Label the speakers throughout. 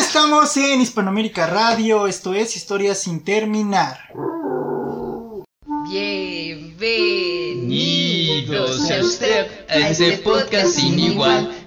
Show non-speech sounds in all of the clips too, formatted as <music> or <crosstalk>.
Speaker 1: estamos en Hispanoamérica Radio, esto es Historia sin terminar.
Speaker 2: Bienvenidos sea usted a este podcast sin igual.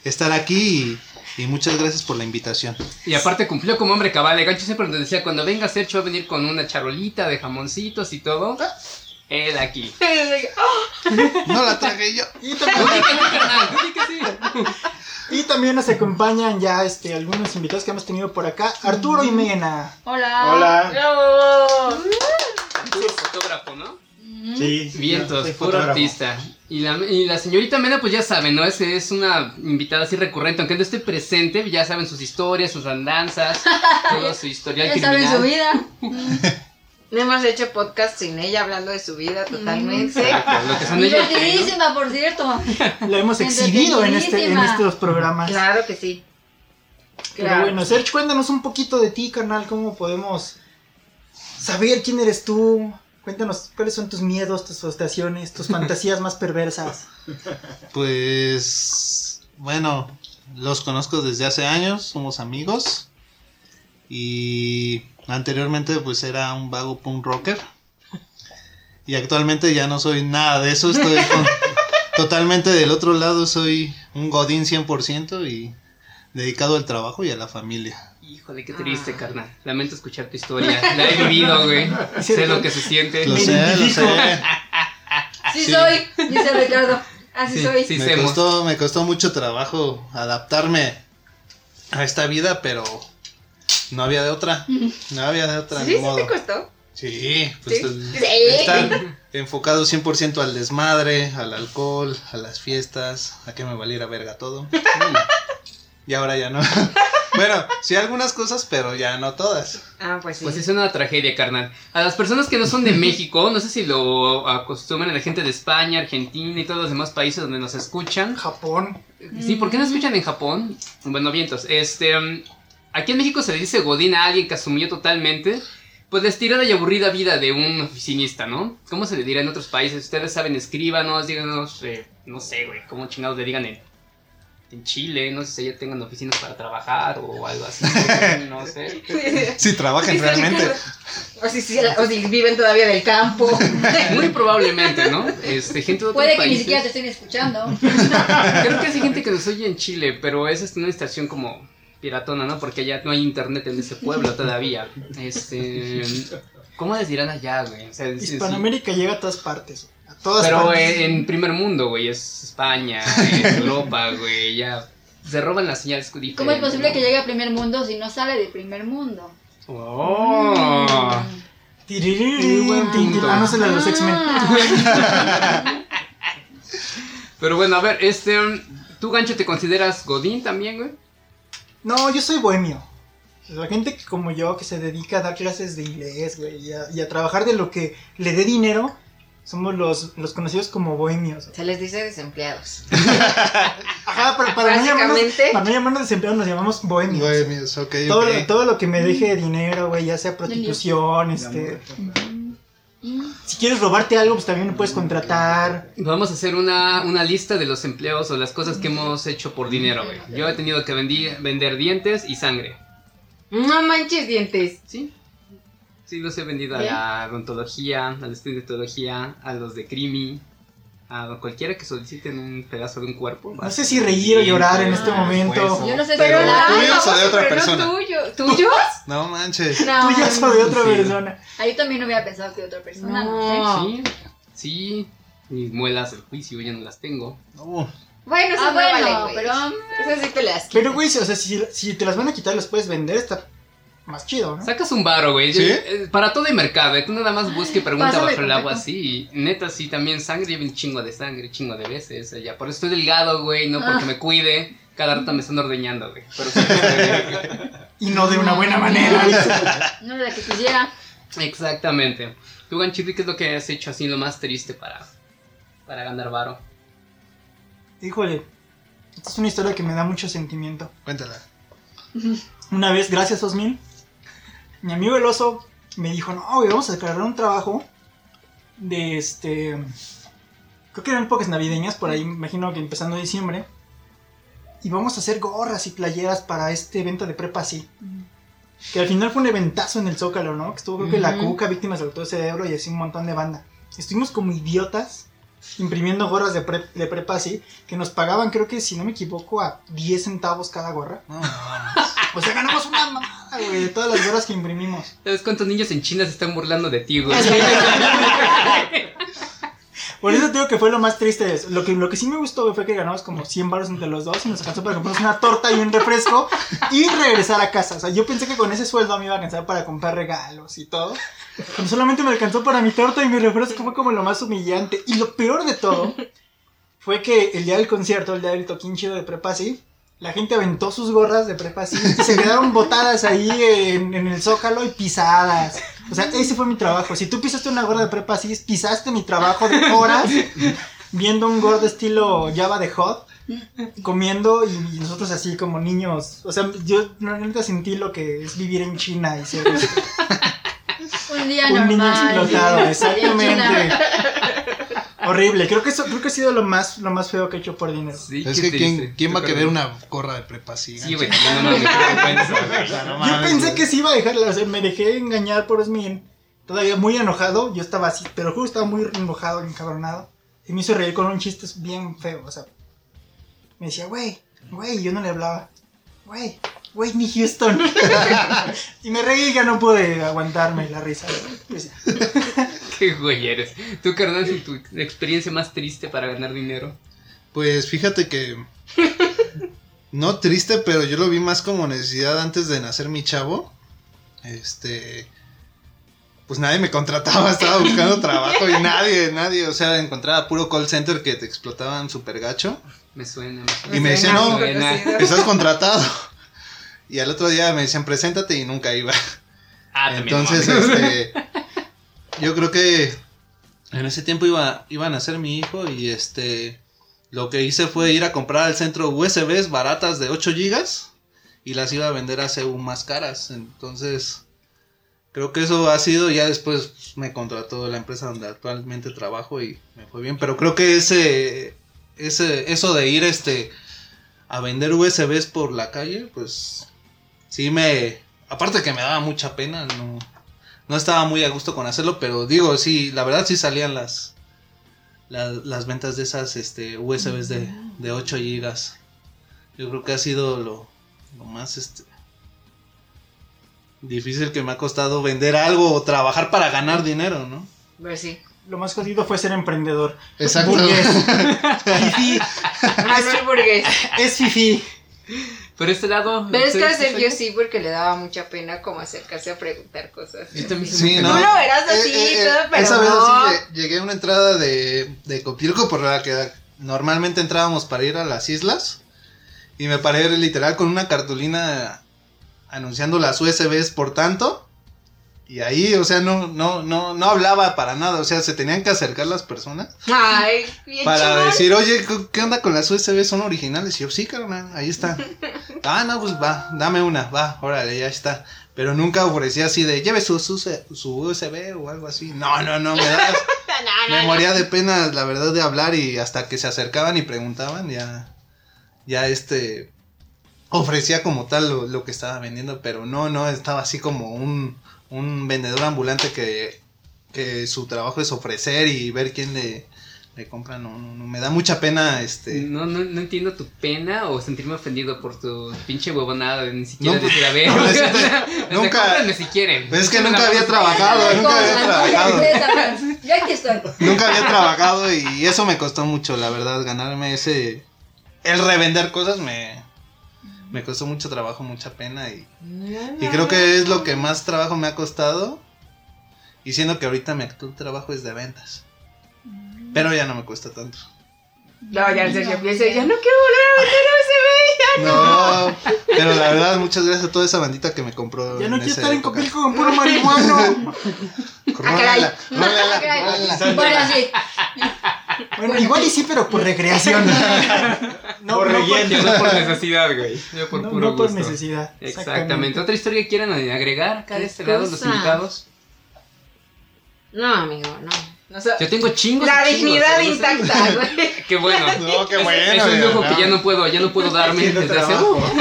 Speaker 3: estar aquí y, y muchas gracias por la invitación.
Speaker 2: Y aparte cumplió como hombre cabal. El gancho siempre nos decía, cuando venga Sergio va a venir con una charolita de jamoncitos y todo. Él aquí.
Speaker 3: No la tragué yo.
Speaker 1: Y también,
Speaker 4: Ah,
Speaker 2: Carnal, di que sí.
Speaker 1: y también nos acompañan ya este, algunos invitados que hemos tenido por acá. Arturo y Mena.
Speaker 4: Hola.
Speaker 5: Hola.
Speaker 4: Bravo.
Speaker 2: Tú eres fotógrafo, ¿no?
Speaker 5: Sí. yo
Speaker 2: Vientos,
Speaker 5: soy
Speaker 2: puro
Speaker 5: fotógrafo.
Speaker 2: artista. Y la, y la señorita Mena, pues ya saben, ¿no? Es, es una invitada así recurrente. Aunque no esté presente, ya saben sus historias, sus
Speaker 4: <laughs>
Speaker 2: andanzas, todo su historial
Speaker 4: Ya saben su
Speaker 2: criminal.
Speaker 4: vida. No hemos hecho podcast sin ella hablando de su vida totalmente. <laughs>
Speaker 2: Exacto, lo que son ellos, ¿no?
Speaker 6: Divertidísima, por cierto.
Speaker 1: La hemos exhibido en, este, en
Speaker 6: Entretenidísima.
Speaker 1: estos programas.
Speaker 4: Claro que sí.
Speaker 1: Pero bueno, Serge, cuéntanos un poquito de ti, carnal. ¿Cómo podemos saber quién eres tú? Cuéntanos cuáles son tus miedos, tus frustraciones, tus fantasías más perversas.
Speaker 3: Pues bueno, los conozco desde hace años, somos amigos. Y anteriormente pues era un vago punk rocker. Y actualmente ya no soy nada de eso, estoy con- totalmente del otro lado, soy un godín 100% y dedicado al trabajo y a la familia.
Speaker 2: Híjole, qué triste, carnal. Lamento escuchar tu historia. La he vivido, güey. Sé lo que se siente.
Speaker 3: Lo
Speaker 1: Eh, Me
Speaker 3: sé, lo
Speaker 1: identifico.
Speaker 3: sé.
Speaker 6: Sí,
Speaker 3: Sí.
Speaker 6: soy, dice Ricardo. Así
Speaker 2: Sí,
Speaker 6: soy.
Speaker 2: sí,
Speaker 3: Me
Speaker 2: semos.
Speaker 3: costó, me costó mucho trabajo adaptarme a esta vida, pero no había de otra. No había de otra,
Speaker 4: ¿Sí,
Speaker 3: ni
Speaker 4: sí
Speaker 3: modo.
Speaker 4: te costó?
Speaker 3: Sí, pues
Speaker 4: ¿Sí?
Speaker 3: el-
Speaker 4: Sí. <laughs>
Speaker 3: estar enfocado 100% al desmadre, al alcohol, a las fiestas, a que me valiera verga
Speaker 4: <laughs>
Speaker 3: todo. y ahora ya no. bueno, sí algunas cosas, pero ya no todas.
Speaker 4: Ah, pues sí.
Speaker 2: Pues es una tragedia, carnal. A las personas que no
Speaker 3: <laughs>
Speaker 2: son de México, no sé si lo acostumbran a la gente de España, Argentina y todos los demás países donde nos escuchan.
Speaker 1: Japón.
Speaker 2: Sí, ¿por
Speaker 6: Mm.
Speaker 2: qué no escuchan en Japón? Bueno, vientos. Este, mm, aquí en México se le dice Godín a alguien que asumió totalmente, pues la estirada y aburrida vida de un oficinista, ¿no? ¿Cómo se le dirá en otros países? Ustedes saben, escríbanos, díganos, eh, no sé, güey, cómo chingados le digan en, en Chile, no sé si allá tengan oficinas para trabajar o algo así, <laughs> no sé.
Speaker 3: Si trabajan realmente.
Speaker 4: <laughs> O si, si- o si viven todavía del <laughs> campo.
Speaker 2: Muy probablemente, ¿no? Este, gente de otros
Speaker 6: Puede que ni
Speaker 2: países.
Speaker 6: siquiera te estén escuchando.
Speaker 2: Creo que hay gente que nos oye en Chile, pero esa es una estación como piratona, ¿no? Porque ya no hay internet en ese pueblo todavía. Este. ¿Cómo les dirán allá, güey? O sea, es- es-
Speaker 1: Hispanoamérica llega a todas partes. A todas
Speaker 2: pero
Speaker 1: partes.
Speaker 2: eh, en primer mundo, güey, es España, es Europa, güey, ya. Se roban las señales diferentes,
Speaker 6: ¿Cómo es posible
Speaker 2: ¿no?
Speaker 6: que llegue a primer mundo si no sale de primer mundo? Mm.
Speaker 2: ¡Oh!
Speaker 1: Tiriririn,
Speaker 2: Muy buen
Speaker 1: tin, tin.
Speaker 2: punto.
Speaker 1: Ah, no se la de los X-Men.
Speaker 6: Ah.
Speaker 2: Pero bueno, a ver, este. um, ¿Tú, Gancho, te consideras Godín también, güey?
Speaker 1: No, yo soy bohemio. La gente que como yo, que se dedica a dar clases de inglés, güey, y a, y a trabajar de lo que le dé dinero, somos los, los conocidos como bohemios.
Speaker 4: Se les dice desempleados.
Speaker 1: Ajá, pero para no llamarnos,
Speaker 4: Básicamente.
Speaker 1: para no llamarnos desempleados nos llamamos bohemios.
Speaker 3: Bohemios, ok,
Speaker 1: Todo,
Speaker 3: ok.
Speaker 1: todo lo que me deje dinero, güey, ya sea prostitución, este...
Speaker 6: Mm.
Speaker 1: Si quieres robarte algo, pues también lo puedes
Speaker 3: Mm,
Speaker 1: contratar.
Speaker 2: Vamos a hacer una, una lista de los empleos o las cosas que hemos hecho por dinero, güey. Yo he tenido que vendi- vender dientes y sangre,
Speaker 4: No manches dientes.
Speaker 2: ¿sí? Sí, los he vendido a la odontología, al estudio de odontología, a los de crimi, a cualquiera que soliciten un pedazo de un cuerpo.
Speaker 1: No sé si reír o llorar en este momento.
Speaker 6: Yo no sé
Speaker 3: Pero
Speaker 6: si
Speaker 3: la-
Speaker 6: la-
Speaker 3: tuyos o de otra
Speaker 4: pero
Speaker 3: persona?
Speaker 4: No tuyo. ¿Tuyos?
Speaker 3: No manches.
Speaker 4: No.
Speaker 1: Tú ya sos de otra
Speaker 2: Sí.
Speaker 1: persona.
Speaker 6: Ahí también no hubiera pensado que otra persona.
Speaker 4: No.
Speaker 6: No. sé.
Speaker 2: Sí, sí. Mis muelas del juicio ya no las tengo.
Speaker 3: No,
Speaker 4: Bueno, eso
Speaker 6: Ah,
Speaker 4: no
Speaker 6: bueno,
Speaker 4: vale, güey.
Speaker 6: pero um,
Speaker 4: Esas sí te las
Speaker 1: Pero, güey, si- o sea, si, si te las van a quitar, las puedes vender, está más chido, ¿no?
Speaker 2: Sacas un varo, güey.
Speaker 3: ¿Sí?
Speaker 2: Eh, Para todo hay mercado, eh. Tú nada más busca y pregunta
Speaker 6: Pásame
Speaker 2: bajo el agua
Speaker 6: contacto.
Speaker 2: así. y Neta, sí, también sangre. Llevo un chingo de sangre, chingo de veces. eh, Ya. Por eso estoy delgado, güey. No
Speaker 6: Ah.
Speaker 2: porque me cuide. Cada rato me están ordeñando, güey.
Speaker 6: <laughs>
Speaker 2: Pero sí,
Speaker 1: Y no de una buena manera. ¿viste?
Speaker 6: no era la que quisiera.
Speaker 2: Exactamente. Tú, Ganchito, ¿qué es lo que has hecho así lo más triste para, para ganar varo?
Speaker 1: Híjole, esta es una historia que me da mucho sentimiento.
Speaker 3: cuéntala.
Speaker 1: Una vez, gracias Osmin, mi amigo el oso me dijo, no, güey, vamos a declarar un trabajo de este... Creo que eran épocas navideñas, por ahí imagino que empezando diciembre. Y vamos a hacer gorras y playeras para este evento de prepa así. Que al final fue un eventazo en el Zócalo, ¿no? Que estuvo creo que la
Speaker 4: Ujú.
Speaker 1: cuca, víctimas del autor cerebro y así un montón de banda. Estuvimos como idiotas imprimiendo gorras de, pre- de prepa así, que nos pagaban creo que si no me equivoco a 10 centavos cada gorra.
Speaker 3: No, mames.
Speaker 1: O sea, Pues ganamos una mamada, güey, de todas las gorras que imprimimos.
Speaker 2: ¿Sabes cuántos niños en China se están burlando de ti,
Speaker 4: <laughs>
Speaker 2: güey?
Speaker 1: <laughs> Por eso te digo que fue lo más triste. de eso. Lo que, lo que sí me gustó güey, fue que ganamos como 100 baros entre los dos y nos alcanzó para comprarnos una torta y un refresco y regresar a casa. O sea, yo pensé que con ese sueldo me iba a alcanzar para comprar regalos y todo. Pero solamente me alcanzó para mi torta y mi refresco fue como lo más humillante. Y lo peor de todo fue que el día del concierto, el día del toquín chido de prepa, sí. La gente aventó sus gorras de prepa así y se quedaron botadas ahí en, en el zócalo y pisadas. O sea, ese fue mi trabajo. Si tú pisaste una gorra de prepa así, pisaste mi trabajo de horas viendo un gordo estilo Java de Hot comiendo y, y nosotros así como niños. O sea, yo la neta sentí lo que es vivir en China y
Speaker 6: <laughs>
Speaker 1: ser
Speaker 6: Un día
Speaker 1: un niño
Speaker 6: normal.
Speaker 1: explotado,
Speaker 6: sí,
Speaker 1: exactamente.
Speaker 6: China.
Speaker 1: Horrible. Creo que eso creo que ha sido lo más lo más feo que he hecho por dinero.
Speaker 2: Sí,
Speaker 3: Es
Speaker 2: qué
Speaker 3: que ¿quién,
Speaker 2: triste.
Speaker 3: quién va a
Speaker 2: Yo
Speaker 3: querer
Speaker 2: creo-
Speaker 3: una gorra de prepa así?
Speaker 2: Sí, güey. No mames, qué vergüenza, güey.
Speaker 1: Yo pensé que sí iba a dejarla, o sea, me dejé engañar por Osmin. Todavía muy enojado, yo estaba así, pero justo estaba muy enojado, encabronado. Y me hizo reír con un chiste bien feo, o sea. Me decía, güey, güey, y yo no le hablaba. Güey, güey, ni Houston. <laughs> y me reí y ya no pude aguantarme la risa. Pues,
Speaker 2: <laughs> Qué güey eres. Tú, carnal, y tu experiencia más triste para ganar dinero.
Speaker 3: Pues fíjate que. No triste, pero yo lo vi más como necesidad antes de nacer mi chavo. Este. Pues nadie me contrataba,
Speaker 2: <laughs>
Speaker 3: estaba buscando trabajo y nadie, nadie. O sea, encontraba puro call center que te explotaban super gacho.
Speaker 2: Me suena, me suena.
Speaker 3: Y me decían,
Speaker 4: Suena
Speaker 3: no,
Speaker 4: conocido.
Speaker 3: estás contratado. Y al otro día me decían, preséntate y nunca iba.
Speaker 2: Ah, también,
Speaker 3: Entonces,
Speaker 2: no mames. <laughs>
Speaker 3: este, yo creo que en ese tiempo iba, iba a nacer mi hijo y este, lo que hice fue ir a comprar al centro USBs baratas de 8 gigas y las iba a vender a CEU más caras. Entonces, creo que eso ha sido, ya después me contrató la empresa donde actualmente trabajo y me fue bien, pero creo que ese, ese, eso de ir este, a vender USBs por la calle, pues sí me, aparte que me daba mucha pena, no, no estaba muy a gusto con hacerlo, pero digo, sí, la verdad sí salían las, la- las, ventas de esas este, USBs de, de 8 gigas. Yo creo que ha sido lo, lo más este difícil que me ha costado vender algo o trabajar para ganar dinero, ¿no?
Speaker 4: Pues <laughs> sí.
Speaker 1: Lo más jodido fue ser emprendedor.
Speaker 3: Exacto. <laughs>
Speaker 1: Burgués. Fifí.
Speaker 4: Manuel <laughs> Burgués.
Speaker 1: Es fifi.
Speaker 2: Por este lado.
Speaker 4: Pero es que
Speaker 2: estoy-
Speaker 4: a Sergio sí, porque le daba mucha pena como acercarse a preguntar cosas.
Speaker 2: Yo también soy
Speaker 3: Sí,
Speaker 2: muy
Speaker 3: ¿no?
Speaker 4: Tú
Speaker 2: penoso.
Speaker 4: lo verás así,
Speaker 3: Eh, eh,
Speaker 4: todo, pero
Speaker 3: esa vez
Speaker 4: no.
Speaker 3: así lle- llegué a una entrada de, de Copilco por la que normalmente entrábamos para ir a las islas. Y me paré literal con una cartulina anunciando las USBs por tanto. Y ahí, o sea, no, no, no, no hablaba para nada. O sea, se tenían que acercar las personas
Speaker 4: Ay, bien
Speaker 3: para
Speaker 4: chingón.
Speaker 3: decir, oye, ¿qué- ¿qué onda con las USB? ¿Son originales? Y yo, sí, carnal, ahí está. Ah, no, pues va, dame una, va, órale, ya está. Pero nunca ofrecía así de, lleve su, su, su USB o algo así. No, no, no, me da,
Speaker 4: No, no,
Speaker 3: me
Speaker 4: no.
Speaker 3: moría de pena, la verdad, de hablar y hasta que se acercaban y preguntaban, ya, ya este, ofrecía como tal lo, lo que estaba vendiendo, pero no, no, estaba así como un, un vendedor ambulante que, que su trabajo es ofrecer y ver quién le, le compra, no, no, no, me da mucha pena, este,
Speaker 2: No, no, no entiendo tu pena o sentirme ofendido por tu pinche huevonada de ni siquiera
Speaker 3: No, pues,
Speaker 2: decir a ver.
Speaker 3: no,
Speaker 2: o sea, <laughs>
Speaker 3: es que-
Speaker 2: hasta
Speaker 3: nunca-
Speaker 2: cómprenme si quieren.
Speaker 3: pues es que
Speaker 2: Una
Speaker 3: nunca había
Speaker 2: cosa-
Speaker 3: trabajado,
Speaker 6: Ay,
Speaker 3: nunca había
Speaker 6: cosa,
Speaker 3: trabajado.
Speaker 6: ¿no? Ya- Ya aquí estoy.
Speaker 3: Nunca había trabajado y eso me costó mucho, la verdad, ganarme ese... El revender cosas me... Me costó mucho trabajo, mucha pena y... Y creo que es lo que más trabajo me ha costado. Y siendo que ahorita mi actual trabajo es de ventas. Pero ya no me cuesta tanto.
Speaker 4: No, ya el Sergio empieza, ya no quiero volver a vender USB.
Speaker 3: No, pero la verdad, muchas gracias a toda esa bandita que me compró.
Speaker 1: Ya no quiero
Speaker 3: esa
Speaker 1: estar en
Speaker 3: época.
Speaker 1: Copilco con puro marihuano.
Speaker 3: Rólala, rólala,
Speaker 6: Ah, caray.
Speaker 3: rólala.
Speaker 6: Bueno, sí.
Speaker 1: Bueno, igual y sí, pero por recreación. <laughs> No,
Speaker 2: por
Speaker 1: no
Speaker 2: relleno, no
Speaker 1: <laughs>
Speaker 2: por necesidad, güey. Yo por
Speaker 1: no-
Speaker 2: puro
Speaker 1: no por
Speaker 2: gusto.
Speaker 1: necesidad.
Speaker 2: Exactamente. ¿Otra historia que quieran agregar acá de este lado los
Speaker 4: Cosa.
Speaker 2: invitados?
Speaker 4: No, amigo, no. O sea,
Speaker 2: Yo tengo chingos.
Speaker 4: la
Speaker 2: y chingos,
Speaker 4: dignidad
Speaker 2: pero no sé- <laughs>
Speaker 4: intacta, güey.
Speaker 2: Qué
Speaker 4: <laughs>
Speaker 2: bueno.
Speaker 3: No, qué
Speaker 2: Es-
Speaker 3: bueno.
Speaker 2: Es, un
Speaker 3: ya,
Speaker 2: lujo
Speaker 3: no.
Speaker 2: que ya no puedo, ya no puedo darme
Speaker 3: Haciendo
Speaker 2: desde hace. uh,
Speaker 3: trabajo.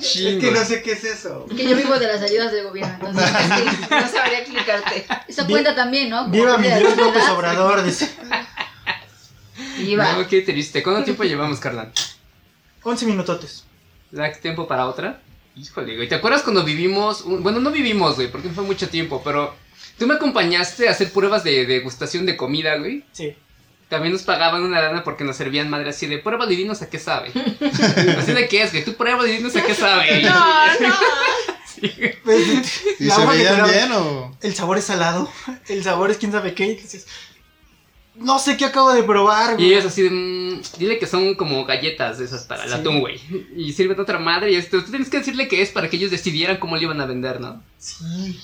Speaker 1: Es que
Speaker 2: Chingos.
Speaker 1: no sé qué es eso.
Speaker 6: Que yo vivo de las ayudas del gobierno, entonces.
Speaker 4: Sí, no sabría explicarte.
Speaker 6: Eso
Speaker 1: Vi-
Speaker 6: cuenta también, ¿no? Como
Speaker 1: Viva mi
Speaker 6: parte
Speaker 1: <laughs>
Speaker 6: de
Speaker 1: Dios
Speaker 6: la
Speaker 1: López
Speaker 6: sociedad.
Speaker 1: Obrador. dice.
Speaker 4: Iba.
Speaker 2: No, qué triste. ¿Cuánto tiempo llevamos, Carla?
Speaker 1: 11 minutotes.
Speaker 2: ¿Da tiempo para otra? Híjole, güey. ¿Te acuerdas cuando vivimos? un- Bueno, no vivimos, güey, porque fue mucho tiempo, pero tú me acompañaste a hacer pruebas de degustación de comida, güey.
Speaker 1: Sí.
Speaker 2: También nos pagaban una lana porque nos servían madre así de prueba de dinos a qué sabe. así de qué es, güey. Tú prueba de dinos a qué sabe.
Speaker 4: No, no.
Speaker 1: Pues,
Speaker 3: ¿Y
Speaker 1: la
Speaker 3: se
Speaker 1: hoja que te
Speaker 3: veían
Speaker 1: daban,
Speaker 3: bien o...?
Speaker 1: El sabor es salado. El sabor es quién sabe qué. y dices, no sé qué acabo de probar.
Speaker 2: Y
Speaker 1: güey".
Speaker 2: ellos así de, "Mm, dile que son como galletas de esas para el
Speaker 1: Sí.
Speaker 2: atún, güey. Y sirve otra madre y esto. Tú tienes que decirle que es para que ellos decidieran cómo lo iban a vender, ¿no?
Speaker 1: Sí.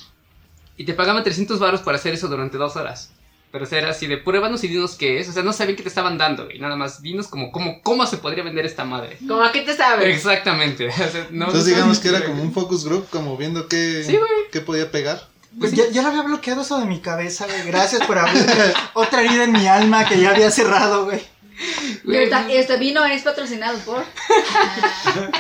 Speaker 2: Y te pagaban 300 varos para hacer eso durante dos horas. Pero o sea, era así de, pruébanos y dinos qué es. O sea, no sabían qué te estaban dando, güey. Nada más, dinos como, cómo, cómo se podría vender esta
Speaker 4: <laughs>
Speaker 2: madre.
Speaker 4: ¿Cómo a qué te sabes?
Speaker 2: Exactamente. <laughs> O sea, no-
Speaker 3: Entonces
Speaker 2: no
Speaker 3: digamos
Speaker 2: sabían
Speaker 3: que era
Speaker 2: qué
Speaker 3: como un focus group, como viendo qué,
Speaker 2: Sí, güey.
Speaker 3: qué podía pegar.
Speaker 1: Pues ya, ya lo había bloqueado eso de mi cabeza, güey. Gracias por abrir otra herida en mi alma que ya había cerrado, güey.
Speaker 6: Y ahorita, este vino es patrocinado por.
Speaker 3: <laughs>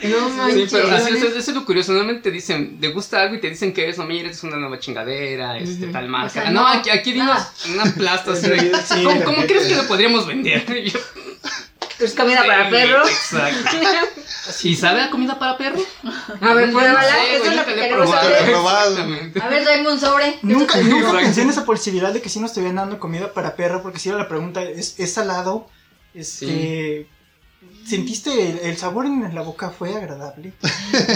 Speaker 4: No
Speaker 2: Sí,
Speaker 4: manches.
Speaker 2: pero así, o sea, eso es lo curioso. Normalmente te dicen, te gusta algo y te dicen que es, no, mira, es una nueva chingadera, este,
Speaker 4: Ujú.
Speaker 2: tal marca.
Speaker 6: O sea,
Speaker 2: no,
Speaker 6: no,
Speaker 2: aquí, aquí dinos
Speaker 4: Ah.
Speaker 6: nada.
Speaker 2: una plasta así de,
Speaker 1: Sí,
Speaker 2: ¿Cómo,
Speaker 1: de
Speaker 2: cómo
Speaker 1: repente.
Speaker 2: crees que lo podríamos vender? <laughs> Y yo,
Speaker 4: Es comida para
Speaker 2: sí,
Speaker 4: perros.
Speaker 2: Exacto. ¿Y sabe a comida para perro?
Speaker 4: A ver, pruébala.
Speaker 2: No sé,
Speaker 4: Eso
Speaker 2: güey,
Speaker 4: es lo
Speaker 2: nunca
Speaker 4: que
Speaker 2: le he
Speaker 4: queremos
Speaker 3: probado.
Speaker 4: saber.
Speaker 3: probado.
Speaker 2: Exactamente.
Speaker 6: A ver, tráeme un sobre.
Speaker 1: Nunca, nunca
Speaker 2: Exacto.
Speaker 1: pensé en esa posibilidad de que sí nos estuvieran dando comida para perro, porque si era la pregunta, ¿es, es salado? Este, ¿Sentiste el, el sabor en la boca? ¿Fue agradable?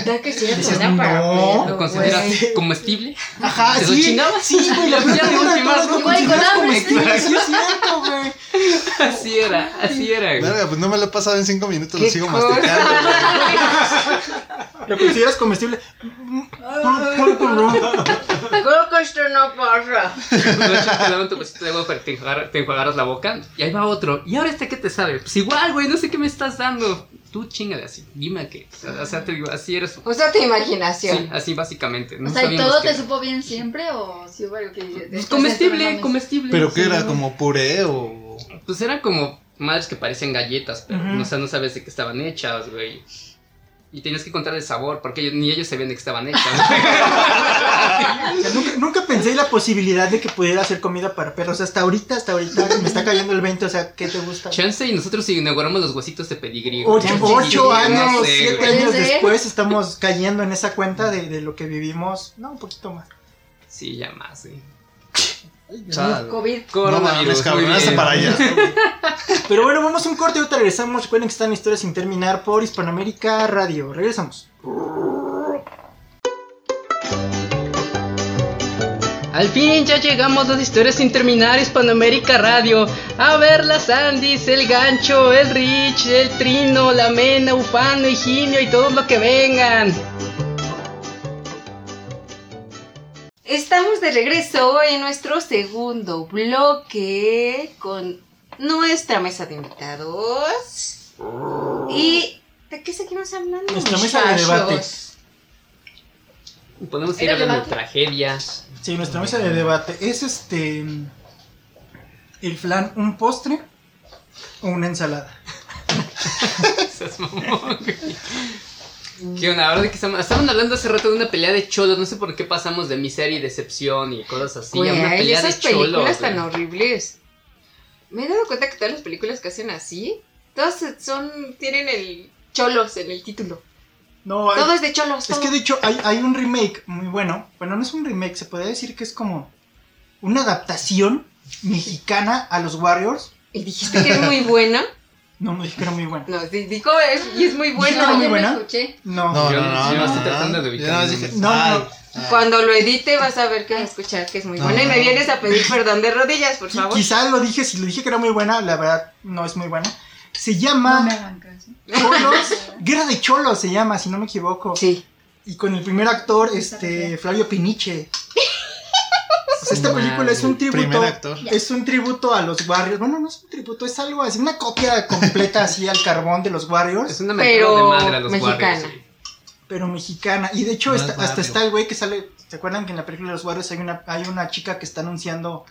Speaker 4: Ya que sí,
Speaker 1: Dices,
Speaker 4: comida para
Speaker 1: no,
Speaker 4: perro,
Speaker 2: ¿Lo consideras
Speaker 4: güey.
Speaker 2: comestible?
Speaker 1: Ajá,
Speaker 2: ¿Te lo
Speaker 1: sí.
Speaker 2: chingabas? <laughs>
Speaker 1: Sí, güey, la
Speaker 2: Ya
Speaker 1: pregunta
Speaker 2: no
Speaker 1: era de
Speaker 2: últimas,
Speaker 1: todos, ¿lo
Speaker 2: ¿no?
Speaker 6: Igual con
Speaker 1: consideras
Speaker 6: hambre,
Speaker 1: comestible? Sí, es cierto, güey.
Speaker 2: Así era, así era. güey.
Speaker 3: Verga, pues no me lo he pasado en cinco minutos, lo
Speaker 4: Qué
Speaker 3: sigo
Speaker 4: cosa.
Speaker 3: masticando.
Speaker 2: <laughs>
Speaker 1: ¿Lo consideras comestible? Mm,
Speaker 4: Creo que esto no pasa.
Speaker 2: Pues De hecho, te daban tu vasito de agua para que te enjuagaras, te enjuagaras la boca. Y ahí va otro. ¿Y ahora este qué te sabe? Pues igual, güey, no sé qué me estás dando. Tú chingale así, dime qué. O sea, te digo, así eres.
Speaker 4: Usa tu
Speaker 2: Sí,
Speaker 4: imaginación.
Speaker 2: así básicamente. No
Speaker 6: o sea, ¿y
Speaker 2: sabíamos
Speaker 6: todo
Speaker 2: qué
Speaker 6: te
Speaker 2: era.
Speaker 6: supo bien siempre o si hubo algo que este dices?
Speaker 2: Pues comestible, comestible.
Speaker 3: Pero que
Speaker 2: Sí,
Speaker 3: era
Speaker 2: ¿no?
Speaker 3: como puré o...
Speaker 2: Pues eran como madres que parecen galletas, pero
Speaker 1: Ujú.
Speaker 2: no, o sea, no sabes de qué estaban hechas, güey. Y tenías que contar el sabor, porque ellos- ni ellos sabían de qué estaban hechas.
Speaker 6: <laughs>
Speaker 1: O sea, nunca, nunca pensé la posibilidad de que pudiera hacer comida para perros. Hasta ahorita, hasta ahorita me está cayendo el 20. O sea, ¿qué te gusta?
Speaker 2: Chance y nosotros inauguramos los huesitos de pedigrí. güey.
Speaker 1: Ocho, ocho
Speaker 2: Sí,
Speaker 1: años,
Speaker 2: no sé,
Speaker 1: siete
Speaker 2: güey.
Speaker 1: años
Speaker 6: Puede ser.
Speaker 1: después estamos cayendo en esa cuenta de, de lo que vivimos. No, un poquito más.
Speaker 2: Sí, ya más, güey.
Speaker 6: Chale. COVID.
Speaker 2: Coronavirus,
Speaker 3: cabrón,
Speaker 2: muy bien.
Speaker 3: hazte para
Speaker 2: <laughs>
Speaker 3: allá.
Speaker 1: Pero bueno, vamos a un corte y ahorita regresamos. Recuerden que están historias sin terminar por Hispanoamérica Radio. Regresamos.
Speaker 7: Al fin ya llegamos a las historias sin terminar Hispanoamérica Radio. A ver las Andis, el gancho, el Rich, el Trino, la Mena, Ufano, Higinio y todo lo que vengan.
Speaker 4: Estamos de regreso en nuestro segundo bloque con nuestra mesa de invitados. ¿Y de qué seguimos hablando?
Speaker 1: Nuestra mesa de
Speaker 4: muchachos?
Speaker 1: debate.
Speaker 2: Podemos ir
Speaker 6: Era
Speaker 2: hablando de <laughs>
Speaker 6: debate.
Speaker 2: tragedias.
Speaker 1: Sí, nuestra mesa de debate es este. El flan, un postre o una ensalada.
Speaker 2: Seas mamón, güey. ¿Qué onda? Ahora de que estamos... Estaban hablando hace rato de una pelea de cholos. No sé por qué pasamos de miseria y decepción y cosas así a una
Speaker 4: Güey,
Speaker 2: pelea
Speaker 4: esas
Speaker 2: de cholos.
Speaker 4: películas
Speaker 2: güey.
Speaker 4: tan horribles. Me he dado cuenta que todas las películas que hacen así, todas son, tienen el cholos en el título.
Speaker 1: No, hay-
Speaker 4: Todo es de cholos.
Speaker 1: es
Speaker 4: todo.
Speaker 1: que de hecho hay, hay un remake muy bueno. Bueno, no es un remake, se podría decir que es como una adaptación mexicana a los Warriors.
Speaker 4: Y dijiste que es muy buena.
Speaker 1: No, no dije que era muy buena.
Speaker 4: No, di- dijo es, y es muy buena.
Speaker 1: muy
Speaker 6: yo no
Speaker 1: buena.
Speaker 6: escuché.
Speaker 1: No,
Speaker 3: No,
Speaker 2: Yo-
Speaker 3: no, no.
Speaker 2: yo
Speaker 3: no,
Speaker 2: estoy
Speaker 3: no,
Speaker 2: tratando de
Speaker 3: yo
Speaker 2: ubicar
Speaker 3: nada más
Speaker 2: el
Speaker 3: dije,
Speaker 1: nombre. No, no,
Speaker 3: ay,
Speaker 1: no.
Speaker 3: ay.
Speaker 4: Cuando lo edite vas a ver que vas a escuchar que es muy
Speaker 3: No,
Speaker 4: buena. Y
Speaker 3: no.
Speaker 4: me vienes a pedir perdón de rodillas, por
Speaker 1: Qui-
Speaker 4: favor.
Speaker 1: Quizá lo dije, si lo dije que era muy buena, la verdad no es muy buena. Se
Speaker 6: No me
Speaker 1: llama
Speaker 6: hagan caso.
Speaker 1: Cholos, Guerra de Cholos se llama, si no me equivoco.
Speaker 4: Sí.
Speaker 1: Y con el primer actor, este, Flavio
Speaker 3: <laughs>
Speaker 1: Piniche. O sea, esta
Speaker 2: Madre.
Speaker 1: película es un
Speaker 3: Primer
Speaker 1: tributo.
Speaker 3: actor.
Speaker 1: Es un tributo a los Warriors. Bueno, no es un tributo, es algo así, una copia completa así al carbón de los
Speaker 2: Es
Speaker 1: Warriors,
Speaker 2: una
Speaker 4: Pero
Speaker 2: mentada de madre a los
Speaker 4: mexicana.
Speaker 2: Warriors, <laughs> güey.
Speaker 1: pero mexicana. Y de hecho,
Speaker 3: No es
Speaker 1: está- hasta
Speaker 3: barrio.
Speaker 1: está el güey que sale. ¿Se acuerdan que en la película de los Warriors hay una, hay una chica que está anunciando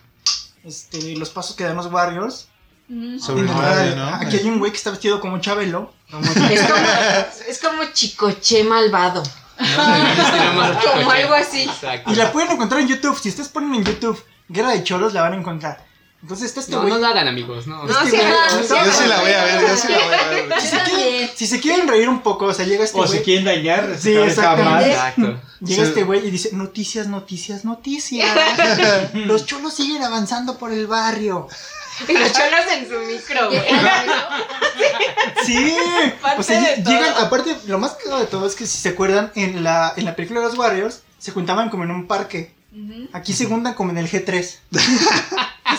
Speaker 1: este, los pasos que dan los Warriors?
Speaker 6: Mm.
Speaker 3: Sobre
Speaker 1: En el
Speaker 3: el
Speaker 1: radio,
Speaker 3: radio, ¿no?
Speaker 1: Aquí hay un güey que está vestido como Chabelo.
Speaker 4: Es como, es como chicoche malvado. Como algo así.
Speaker 2: Exacto.
Speaker 1: Y la pueden encontrar en YouTube. Si ustedes ponen en YouTube Guerra de Cholos, la van a encontrar. Entonces está este
Speaker 2: No,
Speaker 1: güey.
Speaker 2: no lo hagan, amigos. No,
Speaker 4: No,
Speaker 1: que
Speaker 4: sí,
Speaker 1: güey,
Speaker 4: ajá,
Speaker 1: yo
Speaker 4: sí,
Speaker 3: Yo sí
Speaker 4: ajá.
Speaker 3: la voy a ver, yo sí la voy
Speaker 2: <laughs>
Speaker 3: a ver.
Speaker 1: si, se quieren, si se quieren reír un poco, o sea, llega este
Speaker 5: O si
Speaker 1: güey.
Speaker 5: quieren dañar,
Speaker 1: Sí,
Speaker 5: sí, está
Speaker 1: exactamente.
Speaker 5: mal.
Speaker 2: Exacto.
Speaker 1: Llega
Speaker 3: Sí.
Speaker 1: este güey y dice, noticias, noticias, noticias. Los cholos siguen avanzando por el barrio.
Speaker 4: Y los cholos en su micro, güey.
Speaker 1: Sí.
Speaker 4: Parte
Speaker 1: o sea,
Speaker 4: de
Speaker 1: lle-
Speaker 4: todo.
Speaker 1: llegan, aparte, lo más claro de todo es que si se acuerdan, en la, en la película de los Warriors, se juntaban como en un parque.
Speaker 6: <laughs> Ujú.
Speaker 1: Aquí se juntan como en el
Speaker 5: <laughs>
Speaker 1: G3.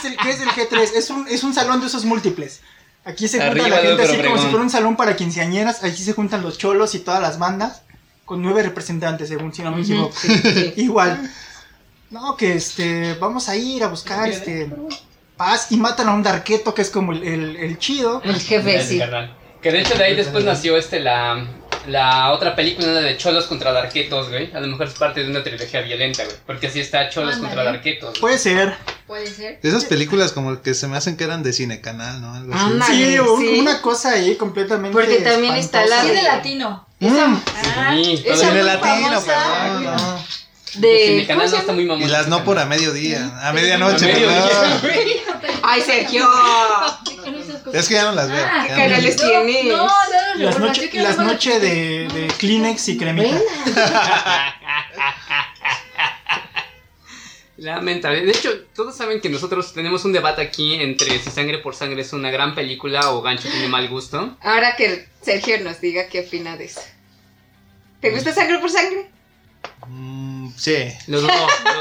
Speaker 1: ¿Qué es el, qué es el G3? Es un, es un salón de esos múltiples. Aquí se junta
Speaker 5: Arriba
Speaker 1: la
Speaker 5: de
Speaker 1: gente
Speaker 5: otro
Speaker 1: así como
Speaker 5: pregón.
Speaker 1: si fuera un salón para quinceañeras. Aquí se juntan los cholos y todas las bandas. Con nueve representantes, según si no me equivoco. Igual. No, que este. Vamos a ir a buscar este. Paz y matan a un darqueto que es como el, el- el chido.
Speaker 4: El jefe,
Speaker 2: Ese
Speaker 4: sí.
Speaker 2: carnal. Que de hecho de ahí después nació este la, la otra película la de Cholos contra Darquetos, güey. A lo mejor es parte de una trilogía violenta, güey. Porque así está Cholos
Speaker 6: Ándale.
Speaker 2: contra Darquetos. güey.
Speaker 3: Pues,
Speaker 1: Puede ser.
Speaker 6: Puede ser.
Speaker 3: Esas películas como que se me hacen que eran de cinecanal, ¿no? Algo así.
Speaker 4: Ándale.
Speaker 1: Sí, un-
Speaker 4: sí.
Speaker 1: una cosa ahí completamente.
Speaker 4: Porque también está la
Speaker 6: Sí, de
Speaker 4: de-
Speaker 6: latino.
Speaker 1: Mm,
Speaker 2: Sí,
Speaker 4: Ah, esa
Speaker 2: todavía
Speaker 4: muy
Speaker 3: Cine latino,
Speaker 4: famosa
Speaker 3: perdón, no.
Speaker 2: en
Speaker 4: De,
Speaker 2: mi canal no está muy mamón.
Speaker 3: Y las no por a mediodía, a medianoche, pues,
Speaker 2: Medio día,
Speaker 3: <laughs> perdón.
Speaker 2: güey.
Speaker 4: Ay, <laughs> Sergio.
Speaker 3: Es que ya no las veo.
Speaker 6: Ah,
Speaker 3: ya no
Speaker 4: que
Speaker 3: las
Speaker 4: no les-
Speaker 3: veo.
Speaker 4: tienes?
Speaker 6: No, no,
Speaker 1: Las noches las noche de, de Kleenex y cremita.
Speaker 2: Lamentable. De hecho, todos saben que nosotros tenemos un debate aquí entre si Sangre por Sangre es una gran película o Gancho tiene mal gusto.
Speaker 4: Ahora que Sergio nos diga qué opina de eso. ¿Te gusta sangre por sangre?
Speaker 3: Mm, sí.
Speaker 2: Lo dudó,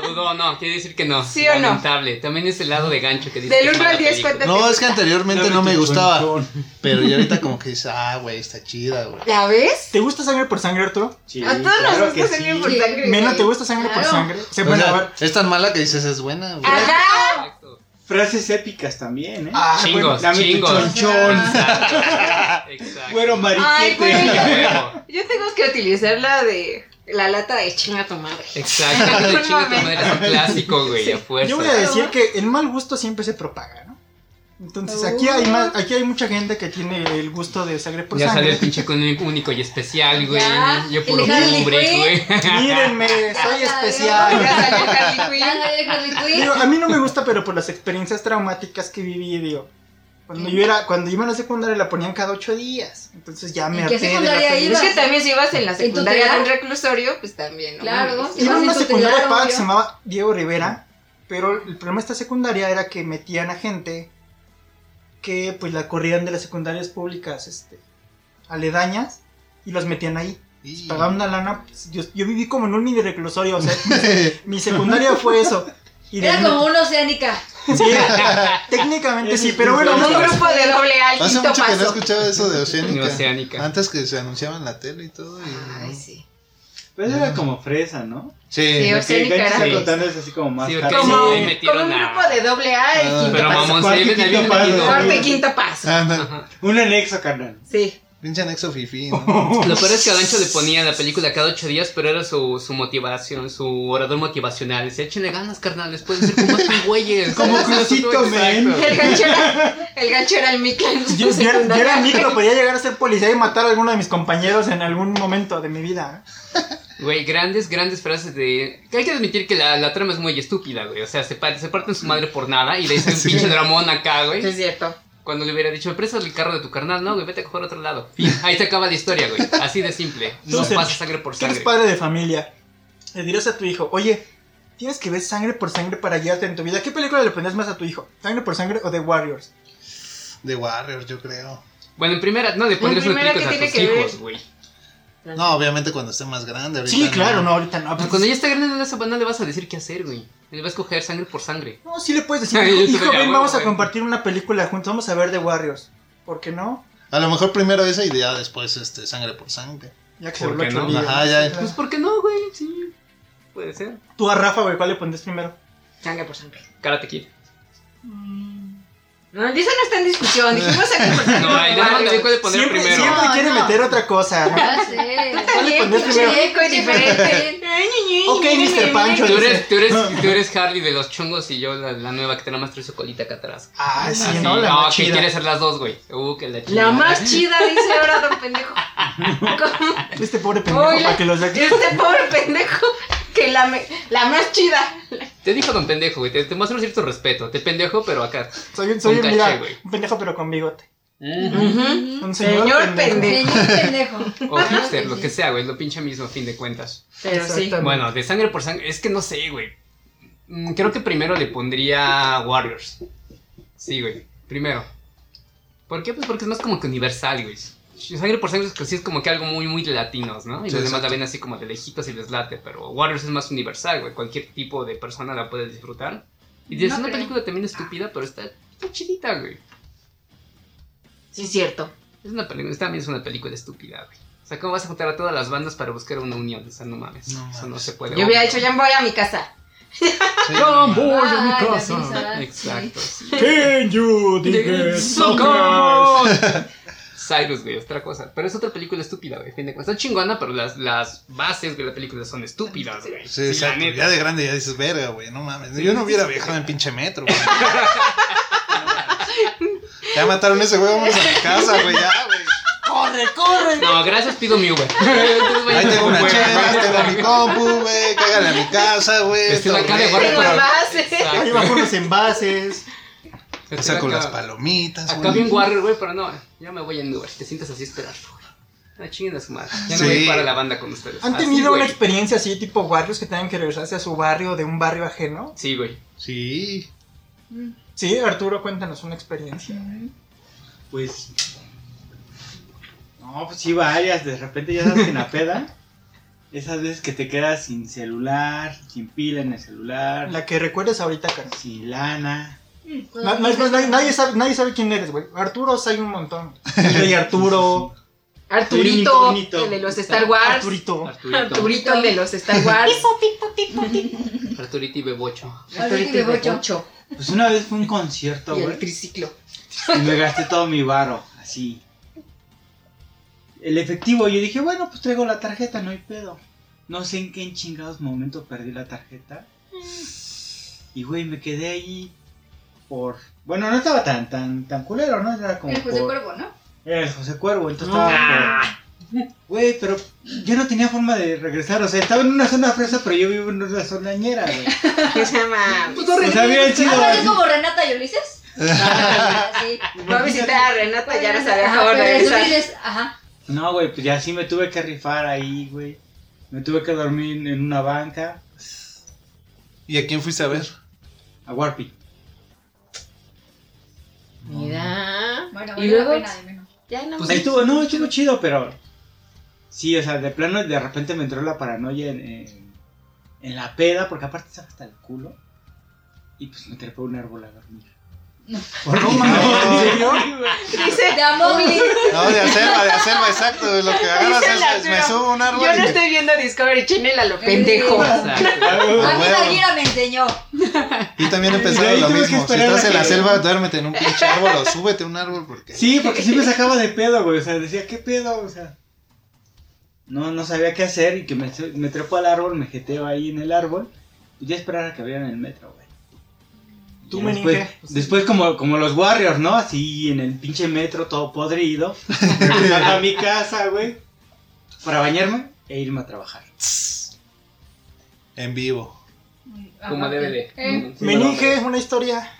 Speaker 2: lo dudó, no, quiere decir que no.
Speaker 4: <laughs> ¿Sí o no?
Speaker 2: Lamentable. También es el lado de Gancho que dice.
Speaker 4: Del
Speaker 2: que es
Speaker 4: 1 al
Speaker 2: mala
Speaker 4: 10,
Speaker 2: película.
Speaker 4: ¿cuánto
Speaker 3: No,
Speaker 4: te
Speaker 3: es que
Speaker 4: gusta?
Speaker 3: anteriormente no me gustaba, pero
Speaker 1: <laughs>
Speaker 3: ya ahorita como que dices, ah, güey, está chida, güey.
Speaker 4: ¿La ves?
Speaker 1: ¿Te gusta sangre por sangre, Arturo?
Speaker 5: Sí,
Speaker 4: A todos nos
Speaker 5: claro que
Speaker 4: gusta sangre
Speaker 5: sí.
Speaker 4: por sangre.
Speaker 1: Mena,
Speaker 4: güey.
Speaker 1: ¿te gusta sangre por
Speaker 6: Claro.
Speaker 1: sangre? O sea,
Speaker 3: O
Speaker 1: bueno,
Speaker 3: sea,
Speaker 1: a ver.
Speaker 3: es tan mala que dices, es buena, güey.
Speaker 4: Ajá.
Speaker 2: Exacto.
Speaker 5: Frases épicas también, ¿eh?
Speaker 1: Ah, bueno,
Speaker 2: Chingos,
Speaker 5: dame tu
Speaker 2: chingos.
Speaker 5: chonchón.
Speaker 2: Exacto. Exacto.
Speaker 5: Güero
Speaker 4: Ay,
Speaker 5: mariquete.
Speaker 4: güey.
Speaker 2: Huevo.
Speaker 4: Yo tengo que utilizar la de la lata de chinga tu madre.
Speaker 2: Exacto. De chinga tu madre, es un clásico, güey, a fuerza.
Speaker 1: Yo voy a decir que el mal gusto siempre se propaga, ¿no? Entonces aquí hay más, aquí hay mucha gente que tiene el gusto de sangre por
Speaker 2: Ya salió
Speaker 1: sangre.
Speaker 2: el pinche con único y especial, güey.
Speaker 4: Ya,
Speaker 2: Yo
Speaker 4: y
Speaker 2: puro
Speaker 4: Harley
Speaker 2: pobre,
Speaker 4: Quinn.
Speaker 2: güey.
Speaker 1: <laughs> Mírenme, soy especial.
Speaker 4: Ya salió Harley Quinn.
Speaker 1: Digo, a mí no me gusta, pero por las experiencias traumáticas que viví, digo. Cuando yo era, cuando iba a la secundaria la ponían cada ocho días. Entonces ya me
Speaker 6: ¿En qué
Speaker 1: harté de la
Speaker 6: secundaria
Speaker 1: película.
Speaker 4: Es que también si ibas en la
Speaker 6: tu
Speaker 4: secundaria
Speaker 6: telar?
Speaker 4: de un reclusorio, pues también, ¿no?
Speaker 6: Claro.
Speaker 4: Sí.
Speaker 1: Iba a
Speaker 6: Ibas en
Speaker 1: una
Speaker 6: tu
Speaker 1: secundaria
Speaker 6: telar,
Speaker 1: paga que
Speaker 6: obvio.
Speaker 1: se llamaba Diego Rivera, pero el problema de esta secundaria era que metían a gente que pues la corrían de las secundarias públicas este, aledañas y los metían ahí.
Speaker 3: Y- <laughs>
Speaker 1: Pagaban una lana, pues, yo, yo viví como en un mini reclusorio, o sea, mi secundaria fue eso. Y de ahí
Speaker 6: Era
Speaker 1: me-
Speaker 6: como una oceánica.
Speaker 1: Sí, técnicamente sí, pero bueno,
Speaker 4: Como
Speaker 1: no,
Speaker 4: un grupo de doble A al
Speaker 3: Hace
Speaker 4: quinto
Speaker 3: mucho que no
Speaker 4: paso.
Speaker 3: escuchaba eso de
Speaker 2: Ni
Speaker 3: Oceánica.
Speaker 2: Oceánica.
Speaker 3: Antes que se anunciaba en la tele y todo. Y...
Speaker 4: Ay, sí.
Speaker 5: Pero eso Pues era como fresa, ¿no?
Speaker 3: Sí.
Speaker 4: Pues Sí,
Speaker 5: Lo que
Speaker 4: Oceánica
Speaker 5: Gancho está
Speaker 2: era-
Speaker 5: contando es así como más
Speaker 2: Sí, ok,
Speaker 5: hardcore.
Speaker 2: sí,
Speaker 4: Como,
Speaker 2: ahí metieron
Speaker 4: como un
Speaker 2: a-
Speaker 4: grupo de doble A al
Speaker 3: Ah,
Speaker 4: quinto
Speaker 2: Pero
Speaker 4: paso.
Speaker 2: mamón,
Speaker 5: Cuarto
Speaker 2: sí,
Speaker 5: y
Speaker 2: bien
Speaker 5: quinto
Speaker 2: bien
Speaker 5: paso.
Speaker 2: metido.
Speaker 4: Cuarto y quinto paso.
Speaker 1: Ah.
Speaker 3: Anda,
Speaker 2: Ajá.
Speaker 5: Un anexo, carnal.
Speaker 4: Sí.
Speaker 3: pinche anexo
Speaker 1: <laughs>
Speaker 3: fifi, ¿no?
Speaker 2: Lo peor es que a Gancho le ponía la película cada ocho días, pero era su, su motivación, su orador motivacional. Decía, échenle ganas, carnal, después de ser como estos güeyes.
Speaker 1: Como
Speaker 2: Eso es
Speaker 1: Crucito,
Speaker 2: todo
Speaker 1: men.
Speaker 2: exacto.
Speaker 4: El gancho era el, gancho era el Mickey en su
Speaker 1: yo, yo era- yo
Speaker 4: secundaria.
Speaker 1: era micro, podía llegar a ser policía y matar a alguno de mis compañeros en algún momento de mi vida. ¿eh?
Speaker 2: Güey, grandes, grandes frases de... que Hay que admitir que la, la trama es muy estúpida, güey. O sea, se, par- se parten su madre por nada y le
Speaker 4: <laughs>
Speaker 2: dicen un
Speaker 3: Sí.
Speaker 2: pinche dramón acá,
Speaker 4: Sí, Es
Speaker 2: güey.
Speaker 4: cierto.
Speaker 2: Cuando le hubiera dicho, me prestas el carro de tu carnal, no, güey, vete a coger a otro lado. Fin. Ahí se acaba la historia, güey. Así de
Speaker 4: <laughs>
Speaker 2: simple. No
Speaker 1: Entonces,
Speaker 2: pasa sangre por
Speaker 1: Si eres
Speaker 2: sangre.
Speaker 1: padre de familia, le dirás a tu hijo, oye, tienes que ver sangre por sangre para guiarte en tu vida. ¿Qué película le pondrías más a tu hijo? ¿Sangre por sangre o The Warriors?
Speaker 3: De Warrior, yo creo.
Speaker 2: Bueno, en primera, no, le pondrías una
Speaker 4: primera,
Speaker 2: película a
Speaker 4: ¿qué
Speaker 2: tus
Speaker 4: tiene que
Speaker 2: hijos,
Speaker 4: ver?
Speaker 2: güey.
Speaker 3: No, obviamente cuando esté más grande. ahorita
Speaker 1: Sí, claro, no, ahorita no.
Speaker 2: Pero
Speaker 1: pues,
Speaker 2: Cuando ya está grande, no le, vas a- no le vas a decir qué hacer, güey. Le vas a coger sangre por sangre.
Speaker 1: No, sí le puedes decir,
Speaker 2: <laughs> Ay, yo
Speaker 1: hijo,
Speaker 2: estoy de
Speaker 1: ven,
Speaker 2: acuerdo,
Speaker 1: vamos a
Speaker 2: güey.
Speaker 1: compartir una película juntos, vamos a ver The Warriors. ¿Por qué no?
Speaker 3: A lo mejor primero esa y ya después este, sangre por sangre.
Speaker 1: Ya que
Speaker 2: ¿Por
Speaker 1: vuelve
Speaker 2: qué
Speaker 1: a
Speaker 2: no?
Speaker 1: tu vida.
Speaker 3: Ajá, ya.
Speaker 1: Claro.
Speaker 2: Pues, ¿por qué no, güey? Sí, puede ser.
Speaker 1: Tú a Rafa, güey, ¿cuál le pondrías primero?
Speaker 4: Sangre por sangre.
Speaker 2: Karate Kid.
Speaker 4: No, eso no está en discusión. Dijimos sangre por sangre.
Speaker 2: No, ahí nada más le digo cuál le pondría
Speaker 1: Siempre,
Speaker 2: primero.
Speaker 1: siempre
Speaker 6: No,
Speaker 1: quiere
Speaker 6: no.
Speaker 1: meter otra cosa, ¿no?
Speaker 6: Ya sé.
Speaker 1: ¿Cuál le pondrías primero?
Speaker 4: Checo, diferente.
Speaker 1: Ok, Mr. Pancho.
Speaker 2: Tú eres, tú, eres, tú eres Harley de los chongos y yo la, la nueva que tiene más trae su colita acá atrás.
Speaker 1: Ay, sí,
Speaker 2: Así,
Speaker 1: no, la
Speaker 2: Ah, no,
Speaker 1: más
Speaker 2: que
Speaker 1: chida.
Speaker 2: quiere ser las dos, güey. Uh, que la chingada.
Speaker 4: La más chida, dice ahora don pendejo. ¿Cómo?
Speaker 1: Este pobre pendejo,
Speaker 4: Oye,
Speaker 1: para que los de aquí-
Speaker 4: Este pobre pendejo que la, me- la más chida.
Speaker 2: Te dijo don pendejo, güey. Te, te muestra un cierto respeto. Te pendejo, pero acá.
Speaker 1: Soy un, soy
Speaker 2: Un
Speaker 1: un,
Speaker 2: caché,
Speaker 1: mira,
Speaker 2: güey.
Speaker 1: un pendejo, pero con bigote.
Speaker 4: Ujú.
Speaker 1: Un señor,
Speaker 4: Señor
Speaker 1: pendejo.
Speaker 4: pendejo.
Speaker 6: Señor pendejo.
Speaker 2: O hipster, lo que sea, güey. Lo pinche mismo, a fin de cuentas.
Speaker 4: Pero sí.
Speaker 1: Exactamente.
Speaker 2: Bueno, de sangre por sangre. Es que no sé, güey. Mm, Creo que primero le pondría Warriors. Sí, güey. Primero. ¿Por qué? Pues porque es más como que universal, güey. Sangre por sangre es que sí es como que algo muy, muy de latinos, ¿no? Y
Speaker 3: Sí,
Speaker 2: los demás
Speaker 3: exacto.
Speaker 2: la ven así como de lejitos y les late, pero Warriors es más universal, güey. Cualquier tipo de persona la puede disfrutar. Y es
Speaker 6: No
Speaker 2: una
Speaker 6: creo.
Speaker 2: película también estúpida, pero está, está chidita, güey.
Speaker 4: Sí, es cierto.
Speaker 2: Es una película, también es una película estúpida, güey. O sea, ¿cómo vas a juntar a todas las bandas para buscar una unión? O sea, no mames.
Speaker 3: No
Speaker 2: Eso no
Speaker 3: mames.
Speaker 2: se puede.
Speaker 4: Yo hubiera
Speaker 2: obvio.
Speaker 4: dicho, ya me voy a mi casa.
Speaker 3: Sí,
Speaker 2: Yo
Speaker 3: no,
Speaker 2: voy a mi
Speaker 6: Ay, la
Speaker 2: casa.
Speaker 6: pizza.
Speaker 2: Exacto. sí.
Speaker 1: Can you dig it?
Speaker 2: ¡Socorro! Cyrus, güey, otra cosa. Pero es otra película estúpida, güey. fin de cuentas. Está chingona, pero las, las bases de la película son estúpidas, güey.
Speaker 3: Sí,
Speaker 2: la
Speaker 3: exacto.
Speaker 2: neta.
Speaker 3: Ya de grande ya dices, verga, güey, no mames. Yo no hubiera viajado en pinche metro, güey. <laughs> ya mataron a ese güey, vamos a mi casa, güey, ya, güey.
Speaker 1: ¡Corre, corre!
Speaker 2: No, gracias, pido mi Uber. <laughs> Entonces,
Speaker 3: Ahí
Speaker 2: vayan
Speaker 3: tengo
Speaker 2: por
Speaker 3: una
Speaker 2: Uber.
Speaker 3: chela, tengo mi compu, güey, cágale a mi casa, güey.
Speaker 2: Estoy acá de
Speaker 3: torneo.
Speaker 2: gorro,
Speaker 4: Tengo
Speaker 2: pero-
Speaker 4: bases.
Speaker 2: Exacto.
Speaker 1: Ahí bajo unos envases.
Speaker 2: Estoy
Speaker 3: Saco
Speaker 2: acá-
Speaker 3: las palomitas,
Speaker 2: Acá
Speaker 3: güey.
Speaker 2: bien Warrior, güey, pero no, ya me voy en Uber. Te sientas así esperando, güey. La chinguen a su madre. Ya no
Speaker 3: Sí.
Speaker 2: voy para la banda con ustedes.
Speaker 1: ¿Han
Speaker 2: Así,
Speaker 1: tenido
Speaker 2: güey.
Speaker 1: una experiencia así, tipo Warriors, que tengan que regresarse a su barrio, de un barrio ajeno?
Speaker 2: Sí, güey.
Speaker 3: Sí.
Speaker 1: Sí, Arturo, cuéntanos una experiencia.
Speaker 5: Pues. No, pues sí, varias. De repente ya sabes que en
Speaker 4: <laughs>
Speaker 5: la peda. Esas veces que te quedas sin celular, sin pila en el celular,
Speaker 1: La que recuerdes ahorita, Carlos.
Speaker 4: <laughs>
Speaker 5: sin lana.
Speaker 1: Na- na- na- nadie, sabe, nadie sabe quién eres, güey. Arturo, hay un
Speaker 2: <laughs>
Speaker 1: montón. Rey Arturo,
Speaker 4: Arturito,
Speaker 5: Incognito.
Speaker 4: el de los Star Wars.
Speaker 1: Arturito.
Speaker 2: Arturito.
Speaker 4: Arturito, el de los Star Wars.
Speaker 2: Arturito y Bebocho.
Speaker 4: Arturito y Bocho.
Speaker 5: Pues una vez fue un concierto,
Speaker 4: Y el
Speaker 5: güey.
Speaker 4: triciclo.
Speaker 5: Y me gasté todo mi varo, así. El efectivo, yo dije, bueno, pues traigo la tarjeta, no hay pedo. No sé en qué chingados momento perdí la tarjeta. Y güey, me quedé ahí por. Bueno, no estaba tan, tan, tan culero, ¿no? Era como.
Speaker 6: El José
Speaker 5: por-
Speaker 6: Cuervo, Ah. ¿no?
Speaker 5: Era el José Cuervo, entonces
Speaker 1: No.
Speaker 5: estaba por- Güey, pero yo no tenía forma de regresar, o sea, estaba en una zona fresa, pero yo vivo en una zona ñera, güey.
Speaker 4: Esa mames.
Speaker 6: Pues tú
Speaker 5: O sea, bien
Speaker 6: Ah,
Speaker 5: chido.
Speaker 6: pero es como Renata y Ulises.
Speaker 4: Sí,
Speaker 2: Pues,
Speaker 4: Fue a visitar a Renata, ya no sabía
Speaker 2: Ah,
Speaker 6: Ajá,
Speaker 4: cómo
Speaker 6: pero es
Speaker 4: regresar.
Speaker 6: Ulises, ajá.
Speaker 5: No, güey, pues ya sí me tuve que rifar ahí, güey. Me tuve que dormir en- en una banca
Speaker 3: ¿Y a quién fuiste a ver?
Speaker 5: a Warpy.
Speaker 4: Mira.
Speaker 6: Bueno,
Speaker 4: y
Speaker 6: valió la
Speaker 4: luego,
Speaker 6: pena, de menos.
Speaker 4: ya no.
Speaker 2: Pues
Speaker 5: Ahí estuvo, no, estuvo chido, pero. Sí, o sea, de plano de repente me entró la paranoia en, en, en la peda, porque aparte estaba hasta el culo. Y pues me trepé a un árbol a dormir.
Speaker 1: No mames, ¿en serio?
Speaker 5: <laughs>
Speaker 4: Dice,
Speaker 6: De Amogli.
Speaker 3: No, de acerva, de acerva, exacto. Lo que agarras
Speaker 4: Dice
Speaker 3: es,
Speaker 4: la
Speaker 3: es- me
Speaker 4: Vero,
Speaker 3: subo a un árbol
Speaker 4: yo no
Speaker 3: y-
Speaker 4: estoy viendo Discovery Channel a lo pendejo.
Speaker 5: Ah,
Speaker 6: A mí
Speaker 3: huevo.
Speaker 6: Bagheera me enseñó.
Speaker 3: Y también empezaba
Speaker 5: Ahí
Speaker 3: lo
Speaker 5: tuve que
Speaker 3: mismo. Si
Speaker 5: esperar
Speaker 3: estás
Speaker 5: a
Speaker 3: en la
Speaker 5: que-
Speaker 3: selva, duérmete en un pinche árbol o súbete a un árbol porque.
Speaker 5: Sí,
Speaker 1: <laughs>
Speaker 5: porque sí me sacaba de pedo, güey. O sea, decía, ¿qué pedo? O sea, no, no sabía qué hacer y que me, me trepo al árbol, me jeteo ahí en el árbol. Y ya esperar a que abrieran el metro, güey.
Speaker 1: Tú,
Speaker 5: Y
Speaker 1: meninge. pues,
Speaker 5: después, después como, como los Warriors, ¿no? Así en el pinche metro, todo
Speaker 1: <laughs>
Speaker 5: podrido. a mi casa, güey. Para bañarme e irme a trabajar.
Speaker 3: En vivo.
Speaker 2: Como
Speaker 6: Ajá.
Speaker 2: DVD.
Speaker 6: Eh,
Speaker 1: Meninge, una historia.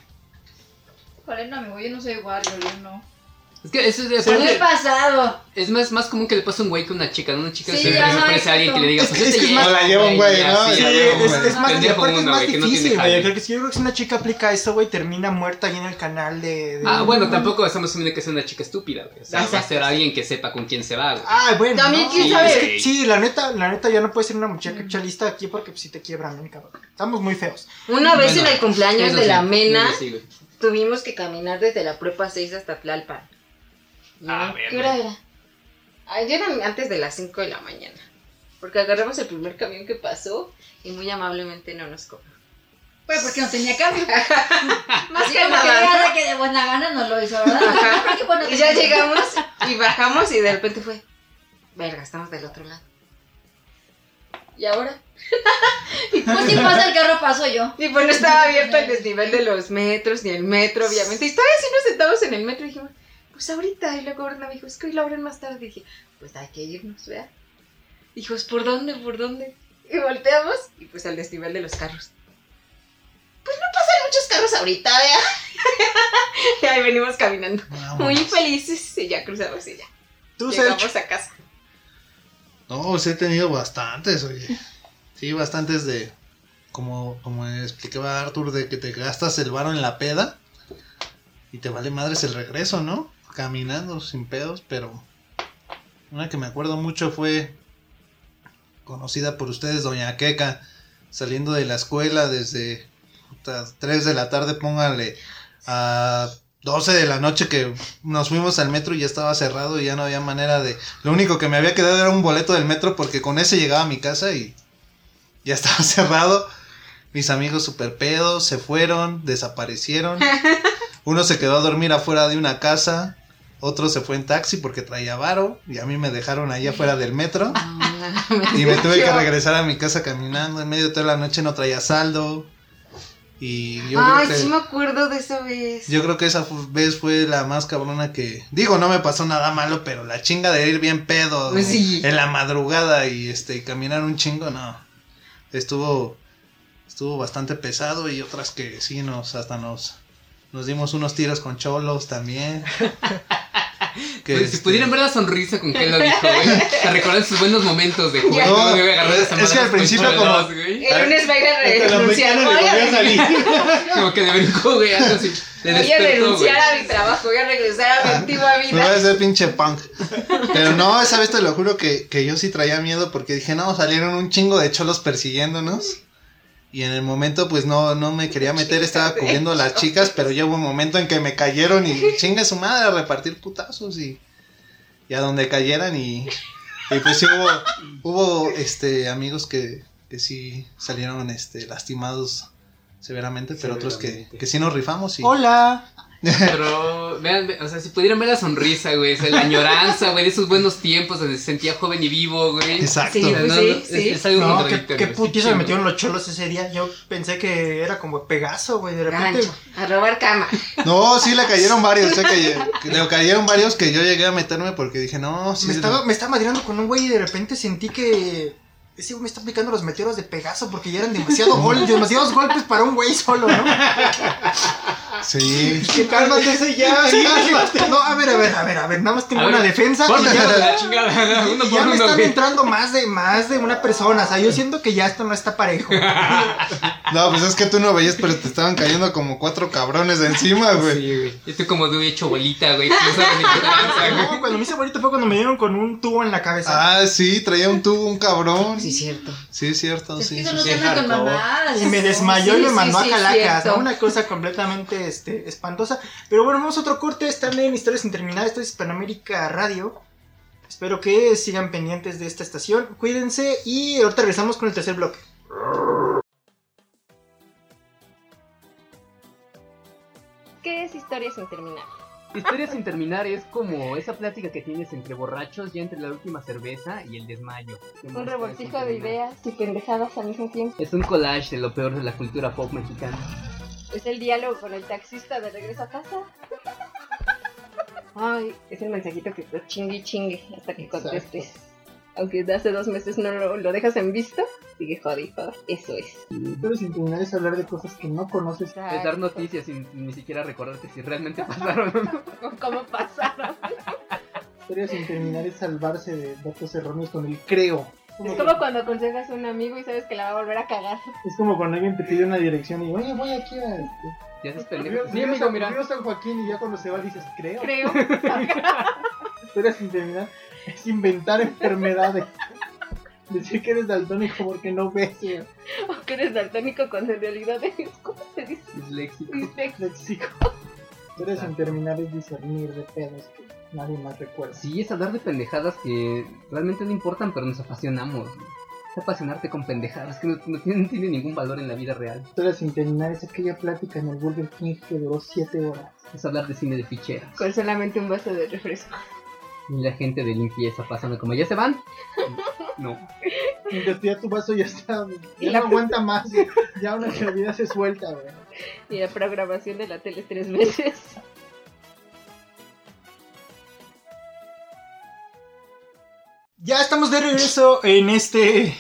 Speaker 6: ¿Cuál es, no, amigo? Yo no soy Wario, yo no.
Speaker 2: Es que eso es,
Speaker 6: Pero he
Speaker 2: aparte,
Speaker 6: pasado.
Speaker 2: es más, más común que le pase a un güey que a una chica, ¿no? Una chica
Speaker 6: Sí,
Speaker 2: se
Speaker 6: ajá,
Speaker 2: ofrece a alguien que le diga,
Speaker 1: Es
Speaker 2: pues
Speaker 1: que-
Speaker 2: yo
Speaker 1: es
Speaker 2: te
Speaker 1: que es más-
Speaker 3: la lleva un güey, ¿no?
Speaker 2: ya,
Speaker 1: Sí,
Speaker 3: ya,
Speaker 2: ya,
Speaker 1: es,
Speaker 3: güey.
Speaker 1: es más, y
Speaker 2: Pendejo
Speaker 1: aparte es
Speaker 2: uno,
Speaker 1: más
Speaker 2: güey, que no tiene
Speaker 1: difícil, güey.
Speaker 2: jale.
Speaker 1: Yo creo que si yo creo que si una chica aplica eso, güey, termina muerta ahí en el canal de. de-
Speaker 2: Ah, bueno, tampoco estamos asumiendo que sea una chica estúpida, güey. O sea, va a
Speaker 1: Exacto.
Speaker 2: ser alguien que sepa con quién se va, güey.
Speaker 1: Ah, bueno.
Speaker 4: También, ¿quién
Speaker 1: sí,
Speaker 2: sabe?
Speaker 1: es que sí, la neta, la neta ya no puede ser una muchacha lista aquí porque pues, si te quiebran, ¿no, cabrón. Estamos muy feos.
Speaker 4: Una vez
Speaker 2: Bueno,
Speaker 4: en el cumpleaños
Speaker 2: Eso
Speaker 4: de
Speaker 2: sí,
Speaker 4: la Mena,
Speaker 2: eso sí, güey.
Speaker 4: tuvimos que caminar desde la prepa 6 hasta Tlalpan. ¿No?
Speaker 2: Ah, verga.
Speaker 4: ¿Qué hora era? Ay, ya eran antes de las 5 de la mañana. Porque agarramos el primer camión que pasó y muy amablemente no nos cobró.
Speaker 6: Pues porque no tenía cambio.
Speaker 4: Más
Speaker 6: Sí,
Speaker 4: que
Speaker 6: como que
Speaker 4: nada.
Speaker 6: era de que de buena gana nos lo hizo, ¿verdad?
Speaker 4: Ajá.
Speaker 6: Porque, bueno,
Speaker 4: Y ya llegamos y bajamos y de repente fue, verga, estamos del otro lado. ¿Y ahora?
Speaker 6: Pues si pasa el carro, paso yo.
Speaker 4: Y pues no estaba abierto el desnivel de los metros, ni el metro, obviamente. Y todavía sí nos sentamos en el metro y dijimos, pues ahorita. Y luego Berna me dijo, es que hoy lo abren más tarde. Y dije, pues hay que irnos, ¿verdad? Dijimos, ¿por dónde? ¿Por dónde? Y volteamos y pues al desnivel de los carros. Pues no pasan muchos carros ahorita, ¿verdad? <laughs> y ahí venimos caminando.
Speaker 3: Vamos.
Speaker 4: Muy felices y ya cruzamos y ya.
Speaker 1: Tú, Sergio.
Speaker 4: Llegamos a <laughs> casa.
Speaker 3: No, pues he tenido bastantes, oye. Sí, bastantes de. Como, como explicaba Arthur, de que te gastas el varo en la peda y te vale madres el regreso, ¿no? Caminando sin pedos, pero. Una que me acuerdo mucho fue. Conocida por ustedes, Doña Queca, saliendo de la escuela desde puta, 3 de la tarde, póngale, a 12 de la noche que nos fuimos al metro y ya estaba cerrado y ya no había manera de lo único que me había quedado era un boleto del metro porque con ese llegaba a mi casa y ya estaba <laughs> cerrado. Mis amigos super pedos se fueron, desaparecieron. Uno se quedó a dormir afuera de una casa, otro se fue en taxi porque traía varo y a mí me dejaron ahí afuera del metro
Speaker 4: Ah, <laughs>
Speaker 3: y me tuve que regresar a mi casa caminando. En medio de toda la noche no traía saldo y yo
Speaker 4: Ay,
Speaker 3: creo que...
Speaker 4: sí me acuerdo de esa vez.
Speaker 3: Yo creo que esa fu- vez fue la más cabrona que. Digo, no me pasó nada malo, pero la chinga de ir bien pedo
Speaker 4: Pues sí.
Speaker 3: en la madrugada y este y caminar un chingo, no. Estuvo. Estuvo bastante pesado y otras que sí nos hasta nos. Nos dimos unos tiros con
Speaker 4: <laughs>
Speaker 3: cholos también. Que,
Speaker 2: Pues,
Speaker 3: este,
Speaker 2: Si pudieran ver la sonrisa con que él lo dijo, güey. Te recuerdan sus buenos momentos de juego.
Speaker 3: No,
Speaker 2: No, güey, agarrar esa
Speaker 3: es
Speaker 2: madre
Speaker 3: que al
Speaker 2: con
Speaker 3: principio
Speaker 2: cholos,
Speaker 3: como-
Speaker 2: güey.
Speaker 4: El lunes va a ir a
Speaker 3: hasta la
Speaker 4: renunciar.
Speaker 3: mexicana le
Speaker 4: Voy a
Speaker 3: volvió a salir.
Speaker 2: Como que de brinco, güey. algo así. Le
Speaker 4: Voy
Speaker 2: despertó,
Speaker 4: a
Speaker 2: güey. Ah.
Speaker 4: renunciar a mi trabajo, voy a regresar a mi antigua
Speaker 3: Me voy a
Speaker 4: vida.
Speaker 3: hacer pinche punk. Pero no, esa vez te lo juro que, que yo sí traía miedo porque dije, no, salieron un chingo de cholos persiguiéndonos. Y en el momento, pues no, no me quería meter, estaba cubriendo a las chicas, pero ya hubo un momento en que me cayeron y chinga su madre a repartir putazos y, y a donde cayeran. Y, y pues sí hubo, hubo este, amigos que, que sí salieron este, lastimados severamente, pero otros que,
Speaker 5: Severamente.
Speaker 3: que sí nos rifamos. Y,
Speaker 1: Hola.
Speaker 2: Pero, vean, ve- o sea, si pudieran ver la sonrisa, güey, o sea, la añoranza, güey, de esos buenos tiempos donde se sentía joven y vivo, güey.
Speaker 3: Exacto.
Speaker 4: Sí, güey.
Speaker 2: No, no, es,
Speaker 4: sí.
Speaker 2: es algo
Speaker 1: No, qué,
Speaker 2: contradictorio,
Speaker 1: qué
Speaker 2: sí,
Speaker 1: putiza me
Speaker 2: chingo.
Speaker 1: metieron los cholos ese día. Yo pensé que era como Pegaso, güey. De repente.
Speaker 4: Gancho, a robar cama.
Speaker 3: No, sí le cayeron varios, sé que
Speaker 6: <laughs>
Speaker 3: lle- le cayeron varios que yo llegué a meterme porque dije, no, sí.
Speaker 1: me, estaba, me estaba madreando con un güey y de repente sentí que. Ese güey me está aplicando los meteoros de Pegaso porque ya eran demasiado <laughs> gol- demasiados golpes para un güey solo, ¿no?
Speaker 3: Sí.
Speaker 1: Que <laughs> cálmate ese ya. no, a ver, a ver, a ver, a ver, nada más tengo
Speaker 2: A ver,
Speaker 1: una defensa. y <laughs>
Speaker 2: Córtale,
Speaker 1: ya-
Speaker 2: la chingada, <laughs> uno
Speaker 1: Y
Speaker 2: por
Speaker 1: ya me
Speaker 2: uno,
Speaker 1: están
Speaker 2: güey.
Speaker 1: entrando más de más de una persona. O sea, yo siento que ya esto no está
Speaker 2: <laughs>
Speaker 1: parejo.
Speaker 3: No, pues es que tú no veías, pero te estaban cayendo como cuatro cabrones de encima, güey.
Speaker 2: Ah, Sí, güey. Estoy como de hecho bolita, güey. No sabes ni qué tranza, <laughs> güey.
Speaker 1: No, cuando me hice bonito fue cuando me dieron con un tubo en la cabeza.
Speaker 3: Ah, sí, traía un tubo, un cabrón.
Speaker 4: Sí, cierto.
Speaker 3: Sí, es cierto,
Speaker 6: Es que
Speaker 3: sí.
Speaker 6: eso
Speaker 3: sí,
Speaker 6: no
Speaker 3: sí.
Speaker 5: sí,
Speaker 6: se con
Speaker 5: hardcore.
Speaker 6: mamás.
Speaker 1: Y me desmayó
Speaker 4: Sí,
Speaker 1: y me
Speaker 4: sí,
Speaker 1: mandó
Speaker 4: sí,
Speaker 1: a calacas,
Speaker 4: cierto.
Speaker 1: ¿no? Una cosa completamente este, espantosa. Pero bueno, vamos a otro corte. Están en Historias Interminables. Esto es Panamérica Radio. Espero que sigan pendientes de esta estación. Cuídense y ahorita regresamos con el tercer bloque.
Speaker 8: ¿Qué es Historias Interminables?
Speaker 2: Historias sin terminar es como esa plática que tienes entre borrachos ya entre la última cerveza y el desmayo.
Speaker 8: Un revoltijo de ideas y pendejadas al mismo tiempo.
Speaker 2: Es un collage de lo peor de la cultura pop mexicana.
Speaker 8: Es el diálogo con el taxista de regreso a casa. Ay, es el mensajito que está chingue y chingue hasta que
Speaker 2: Exacto.
Speaker 8: contestes. Aunque desde hace dos meses no lo, lo dejas en visto, sigue jodido. Eso es.
Speaker 1: Historias Interminables es hablar de cosas que no conoces.
Speaker 2: Es
Speaker 8: pues.
Speaker 2: dar noticias sin ni siquiera recordarte si realmente <laughs> pasaron o no.
Speaker 8: ¿Cómo pasaron?
Speaker 1: Historias Interminables es salvarse de datos erróneos con el creo.
Speaker 8: Es como cuando aconsejas a un amigo y sabes que la va a volver a cagar.
Speaker 1: Es como cuando alguien te pide una dirección y oye, voy aquí a este.
Speaker 2: Ya se
Speaker 1: Río,
Speaker 2: pendejo. Sí,
Speaker 1: Río
Speaker 2: amigo,
Speaker 1: San,
Speaker 2: mira.
Speaker 1: Río San Joaquín y ya cuando se va dices, creo.
Speaker 8: Creo.
Speaker 1: Historias sin terminar es inventar enfermedades. <laughs> Decir que eres daltónico porque no ves.
Speaker 8: <laughs> o que eres daltónico cuando en realidad eres. ¿Cómo se dice?
Speaker 2: Disléxico.
Speaker 8: Dice,
Speaker 1: Léxico. Historias sin terminar es discernir de pedos que nadie más recuerda.
Speaker 2: Sí, es hablar de pendejadas que realmente no importan, pero nos apasionamos. Es apasionarte con pendejadas que no, no tienen, no tienen ningún valor en la vida real.
Speaker 1: Historias sin terminar es aquella plática en el Burger King que duró 7 horas.
Speaker 2: Es hablar de cine de ficheras.
Speaker 8: Con solamente un vaso de refresco.
Speaker 2: Y la gente de limpieza pasando como, ¿ya se van? No.
Speaker 1: Mientras tú ya tu vaso ya está,
Speaker 8: Y
Speaker 1: ya
Speaker 8: la-
Speaker 1: no aguanta más. Ya una vida se suelta, güey.
Speaker 8: Y la programación de la tele tres veces.
Speaker 1: Ya estamos de regreso en este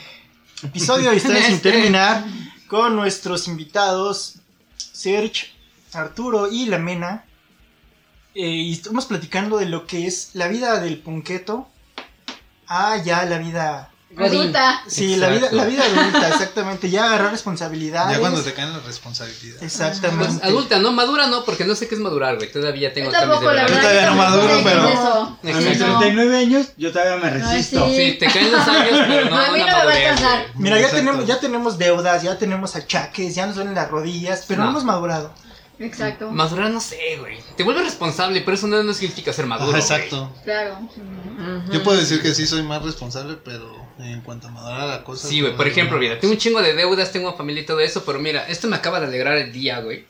Speaker 1: episodio
Speaker 3: <laughs>
Speaker 1: de Historias
Speaker 3: este
Speaker 1: sin terminar con nuestros invitados Serge, Arturo y La Mena. Eh, y estamos platicando de lo que es la vida del punqueto a ya la vida.
Speaker 6: Adulta.
Speaker 1: Sí, la vida,
Speaker 2: Exacto.
Speaker 1: la vida adulta, exactamente. Ya agarrar responsabilidades.
Speaker 3: Ya cuando te caen las responsabilidades.
Speaker 1: Exactamente.
Speaker 2: Pues adulta, no, madura no, porque no sé qué es madurar, güey. Todavía tengo
Speaker 6: Yo
Speaker 2: cambios de
Speaker 6: tampoco, la
Speaker 2: verdad.
Speaker 6: verdad.
Speaker 3: todavía no
Speaker 6: tampoco
Speaker 3: maduro,
Speaker 6: sé qué
Speaker 3: pero-
Speaker 6: es eso.
Speaker 5: A mis
Speaker 6: no.
Speaker 5: 39 años, yo todavía me resisto.
Speaker 6: sí.
Speaker 2: Sí, te caen los años, pero no,
Speaker 6: A
Speaker 2: una
Speaker 6: mí no me va a
Speaker 2: madurez,
Speaker 6: alcanzar.
Speaker 2: güey.
Speaker 1: Mira, ya
Speaker 3: Exacto.
Speaker 1: tenemos, ya tenemos deudas, ya tenemos achaques, ya nos duelen las rodillas, pero no,
Speaker 2: No.
Speaker 1: hemos madurado.
Speaker 6: Exacto.
Speaker 2: Madurar no sé, güey. Te vuelves responsable, pero eso no, no significa ser maduro.
Speaker 3: Ajá,
Speaker 2: güey. Ah,
Speaker 3: Ah, exacto.
Speaker 6: Claro.
Speaker 3: Yo puedo decir que sí soy más responsable, pero en cuanto a madurar la cosa.
Speaker 2: Sí, güey, por ejemplo, mira, tengo un chingo de deudas, tengo familia y todo eso, pero mira, esto me acaba de alegrar el día, güey.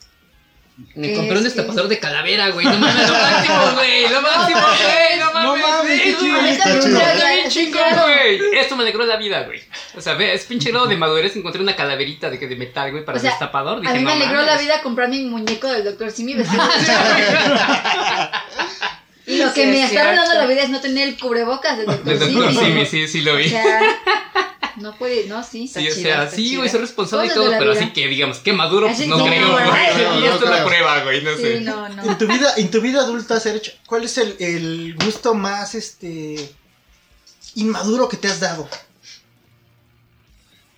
Speaker 2: Me
Speaker 4: ¿Qué
Speaker 2: compré un
Speaker 4: es?
Speaker 2: destapador de calavera, güey. No mames, lo máximo, güey. Lo máximo,
Speaker 6: <laughs>
Speaker 2: güey. No mames,
Speaker 1: mames,
Speaker 2: güey,
Speaker 1: qué
Speaker 2: no
Speaker 1: chido,
Speaker 2: mames,
Speaker 3: está
Speaker 2: güey,
Speaker 3: chido.
Speaker 2: está bien chingón,
Speaker 6: Claro.
Speaker 2: güey. Esto me alegró la vida, güey. O sea, ve, es pinche grado de madurez. Encontré una calaverita de, de metal, güey, para
Speaker 6: O sea,
Speaker 2: el destapador.
Speaker 6: A
Speaker 2: Dije,
Speaker 6: mí me
Speaker 2: no
Speaker 6: alegró la
Speaker 2: mames.
Speaker 6: vida comprar mi muñeco del Dr. Simi vestido de Y lo que
Speaker 4: Sí,
Speaker 6: me
Speaker 4: es
Speaker 6: está arruinando
Speaker 4: cierto.
Speaker 6: la vida es no tener el cubrebocas del Dr.
Speaker 2: Del doctor Simi, sí, sí lo
Speaker 6: O
Speaker 2: vi.
Speaker 6: sea,
Speaker 2: <laughs>
Speaker 6: no puede, no, sí.
Speaker 2: Sí, o
Speaker 4: chido,
Speaker 2: sea,
Speaker 4: está
Speaker 2: sí,
Speaker 4: chido.
Speaker 2: güey, soy responsable y
Speaker 6: Cosas de
Speaker 2: todo,
Speaker 6: la
Speaker 2: pero
Speaker 6: vida.
Speaker 2: así que digamos, qué maduro, pues
Speaker 6: Así
Speaker 2: no
Speaker 6: que
Speaker 2: creo,
Speaker 6: no,
Speaker 2: güey. <laughs>
Speaker 6: no,
Speaker 2: Y
Speaker 3: no
Speaker 2: esto es la
Speaker 3: creo.
Speaker 2: prueba, güey, no
Speaker 6: Sí,
Speaker 2: sé.
Speaker 6: no,
Speaker 1: En
Speaker 6: no.
Speaker 1: tu vida, en tu vida adulta, Serge, ¿cuál es el, el gusto más este inmaduro que te has dado?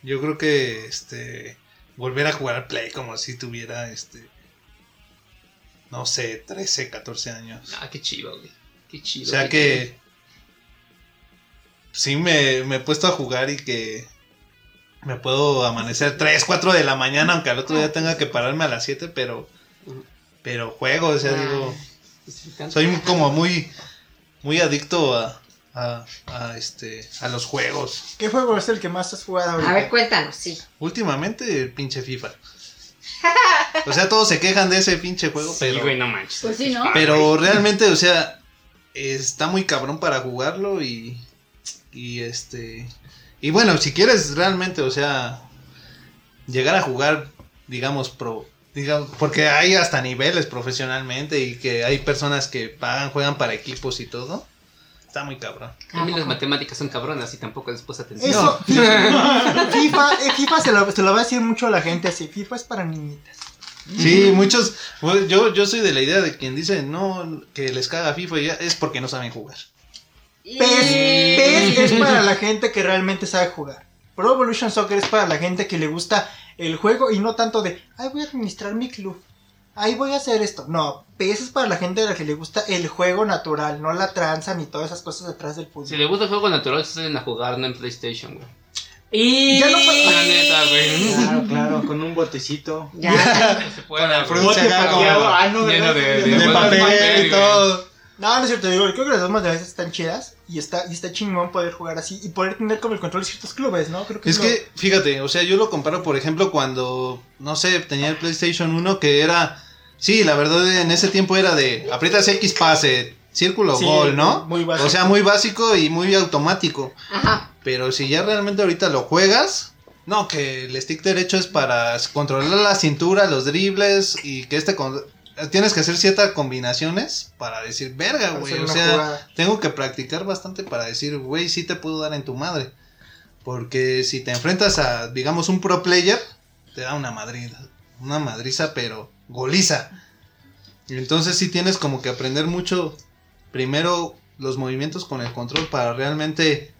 Speaker 3: Yo creo que este volver a jugar al play como si tuviera este no sé, 13, 14 años.
Speaker 2: Ah, qué chido, güey. Qué
Speaker 3: O
Speaker 2: chido.
Speaker 3: sea
Speaker 2: güey.
Speaker 3: que sí me, me he puesto a jugar y que me puedo amanecer 3, 4 de la mañana, aunque al otro día tenga que pararme a las 7, pero pero juego, o sea, digo,
Speaker 2: Ah.
Speaker 3: soy como muy muy adicto a a, a, este a los juegos.
Speaker 1: ¿Qué juego es el que más has jugado ahorita?
Speaker 4: A ver, cuéntanos, sí.
Speaker 3: Últimamente el pinche FIFA. O sea, todos se quejan de ese pinche juego,
Speaker 2: Sí,
Speaker 3: pero.
Speaker 2: güey, no manches.
Speaker 6: Pues sí, ¿no?
Speaker 3: Pero realmente, o sea, está muy cabrón para jugarlo y. Y este. Y bueno, si quieres realmente, o sea, llegar a jugar, digamos, pro. Digamos, porque hay hasta niveles profesionalmente y que hay personas que pagan, juegan para equipos y todo. Está muy cabrón.
Speaker 2: También las matemáticas son cabronas y tampoco les puse atención.
Speaker 1: Eso, FIFA, eh, FIFA se lo, se lo va a decir mucho a la gente así, FIFA es para niñitas.
Speaker 3: Sí, muchos. bueno, yo, yo soy de la idea de quien dice no que les caga FIFA y ya, es porque no saben jugar.
Speaker 1: PES, PES es para la gente que realmente sabe jugar. Pro Evolution Soccer es para la gente que le gusta el juego y no tanto de, ay, voy a administrar mi club. Ahí voy a hacer esto. No, PES es para la gente a la que le gusta el juego natural, no la tranza ni todas esas cosas detrás del fútbol.
Speaker 2: Si le gusta el juego natural, se salen a jugar, no en PlayStation, güey.
Speaker 1: Y ya no fue-
Speaker 2: La neta, güey.
Speaker 5: Claro, claro, con un botecito.
Speaker 4: Ya.
Speaker 2: No se puede, güey.
Speaker 3: fruta acá como
Speaker 5: Ah, no,
Speaker 2: Lleno
Speaker 5: ¿verdad?
Speaker 2: de-
Speaker 3: de
Speaker 2: bueno,
Speaker 3: papel
Speaker 2: papel,
Speaker 3: y todo.
Speaker 1: No, no es cierto, digo, creo que las dos modalidades están chidas y está, y está chingón poder jugar así y poder tener como el control de ciertos clubes, ¿no? Creo que
Speaker 3: Es
Speaker 1: lo-
Speaker 3: que, fíjate, o sea, yo lo comparo, por ejemplo, cuando, no sé, tenía el PlayStation 1 que era, sí, la verdad, en ese tiempo era de, aprietas X pase, círculo,
Speaker 1: Sí,
Speaker 3: gol, ¿no?
Speaker 1: muy básico.
Speaker 3: O sea, muy básico y muy automático.
Speaker 4: Ajá.
Speaker 3: Pero si ya realmente ahorita lo juegas, no, que el stick derecho es para controlar la cintura, los dribles y que este... con- Tienes que hacer ciertas combinaciones para decir, verga,
Speaker 1: Para
Speaker 3: güey,
Speaker 1: hacer
Speaker 3: o
Speaker 1: una
Speaker 3: sea...
Speaker 1: jugada.
Speaker 3: Tengo que practicar bastante para decir, güey, sí te puedo dar en tu madre. Porque si te enfrentas a, digamos, un pro player, te da una madriza, una madriza, pero goliza. Y Entonces sí tienes como que aprender mucho, primero los movimientos con el control para realmente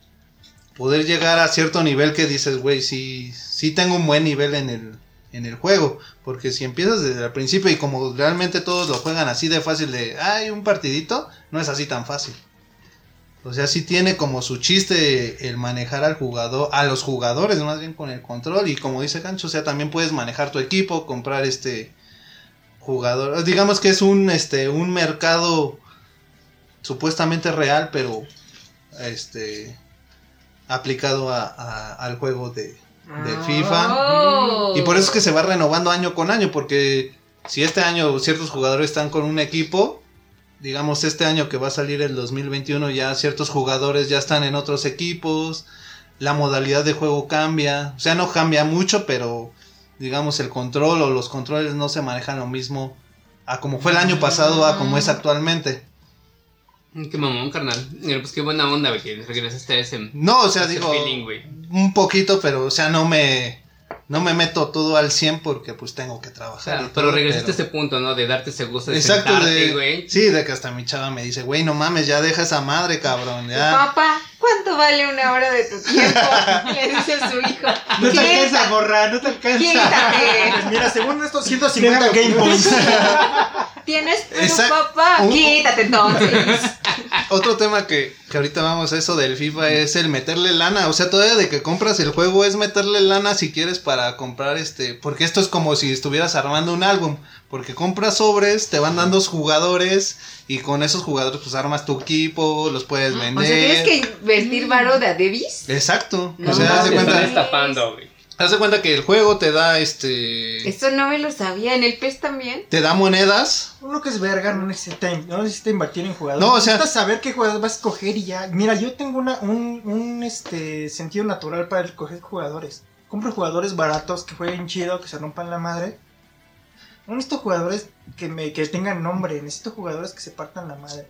Speaker 3: poder llegar a cierto nivel que dices, güey, sí, sí tengo un buen nivel en el, en el juego. Porque si empiezas desde el principio y como realmente todos lo juegan así de fácil de, ay, un partidito, no es así tan fácil. O sea, sí tiene como su chiste el manejar al jugador, a los jugadores más bien con el control. Y como dice Gancho, o sea, también puedes manejar tu equipo, comprar este jugador. Digamos que es un, este, un mercado supuestamente real, pero este aplicado a- a- al juego de, de FIFA.
Speaker 8: Oh.
Speaker 3: Y por eso es que se va renovando año con año, porque si este año ciertos jugadores están con un equipo, digamos este año que va a salir el 2021 ya ciertos jugadores ya están en otros equipos, la modalidad de juego cambia, o sea, no cambia mucho, pero digamos el control o los controles no se manejan lo mismo a como fue el año pasado a como es actualmente.
Speaker 2: Qué mamón, carnal. Mira, pues qué buena onda, güey, que regresaste a ese.
Speaker 3: No, o sea,
Speaker 2: ese
Speaker 3: digo,
Speaker 2: feeling, güey.
Speaker 3: un poquito, pero o sea, no me no me meto todo al 100 porque pues tengo que trabajar.
Speaker 2: Claro,
Speaker 3: y
Speaker 2: pero
Speaker 3: todo,
Speaker 2: regresaste a ese punto, ¿no? De darte ese gusto de
Speaker 3: Exacto,
Speaker 2: sentarte,
Speaker 3: de,
Speaker 2: güey.
Speaker 3: sí, de que hasta mi chava me dice, güey, no mames, ya deja esa madre,
Speaker 4: <laughs>
Speaker 3: cabrón, ya.
Speaker 4: Papá, ¿cuánto vale una hora de tu
Speaker 8: <laughs>
Speaker 4: tiempo? Le dice a su hijo.
Speaker 5: No te alcanza,
Speaker 4: Quieta-
Speaker 5: morra, no te alcanza.
Speaker 4: Quítate.
Speaker 1: Pues Mira, según estos 150 Game Points.
Speaker 4: Tienes un
Speaker 3: Exacto. Uh.
Speaker 4: papá.
Speaker 3: Un-
Speaker 4: Quítate entonces.
Speaker 3: Otro tema que, que ahorita vamos a eso del FIFA es el meterle lana, o sea, todavía de que compras el juego es meterle lana si quieres para comprar este, porque esto es como si estuvieras armando un álbum, porque compras sobres, te van dando jugadores y con esos jugadores pues armas tu equipo, los puedes
Speaker 4: O sea, tienes
Speaker 3: vender.
Speaker 4: que
Speaker 8: Mm.
Speaker 4: invertir varo de a Davis.
Speaker 3: Exacto,
Speaker 4: No
Speaker 3: o sea, haz de
Speaker 2: Te están
Speaker 3: cuenta,
Speaker 4: mames.
Speaker 2: estafando, güey.
Speaker 3: haz de cuenta que el juego te da este
Speaker 4: Eso no me lo sabía. En el PES también.
Speaker 3: te da monedas
Speaker 1: Uno que es verga no necesita, no necesita invertir en jugadores.
Speaker 3: No, o sea-
Speaker 1: necesitas saber qué jugador vas a escoger y ya. Mira, yo tengo una, un, un este, sentido natural para escoger jugadores. Compro jugadores baratos que jueguen chido, que se rompan la madre. No necesito jugadores que, me, que tengan nombre, necesito jugadores que se partan la madre.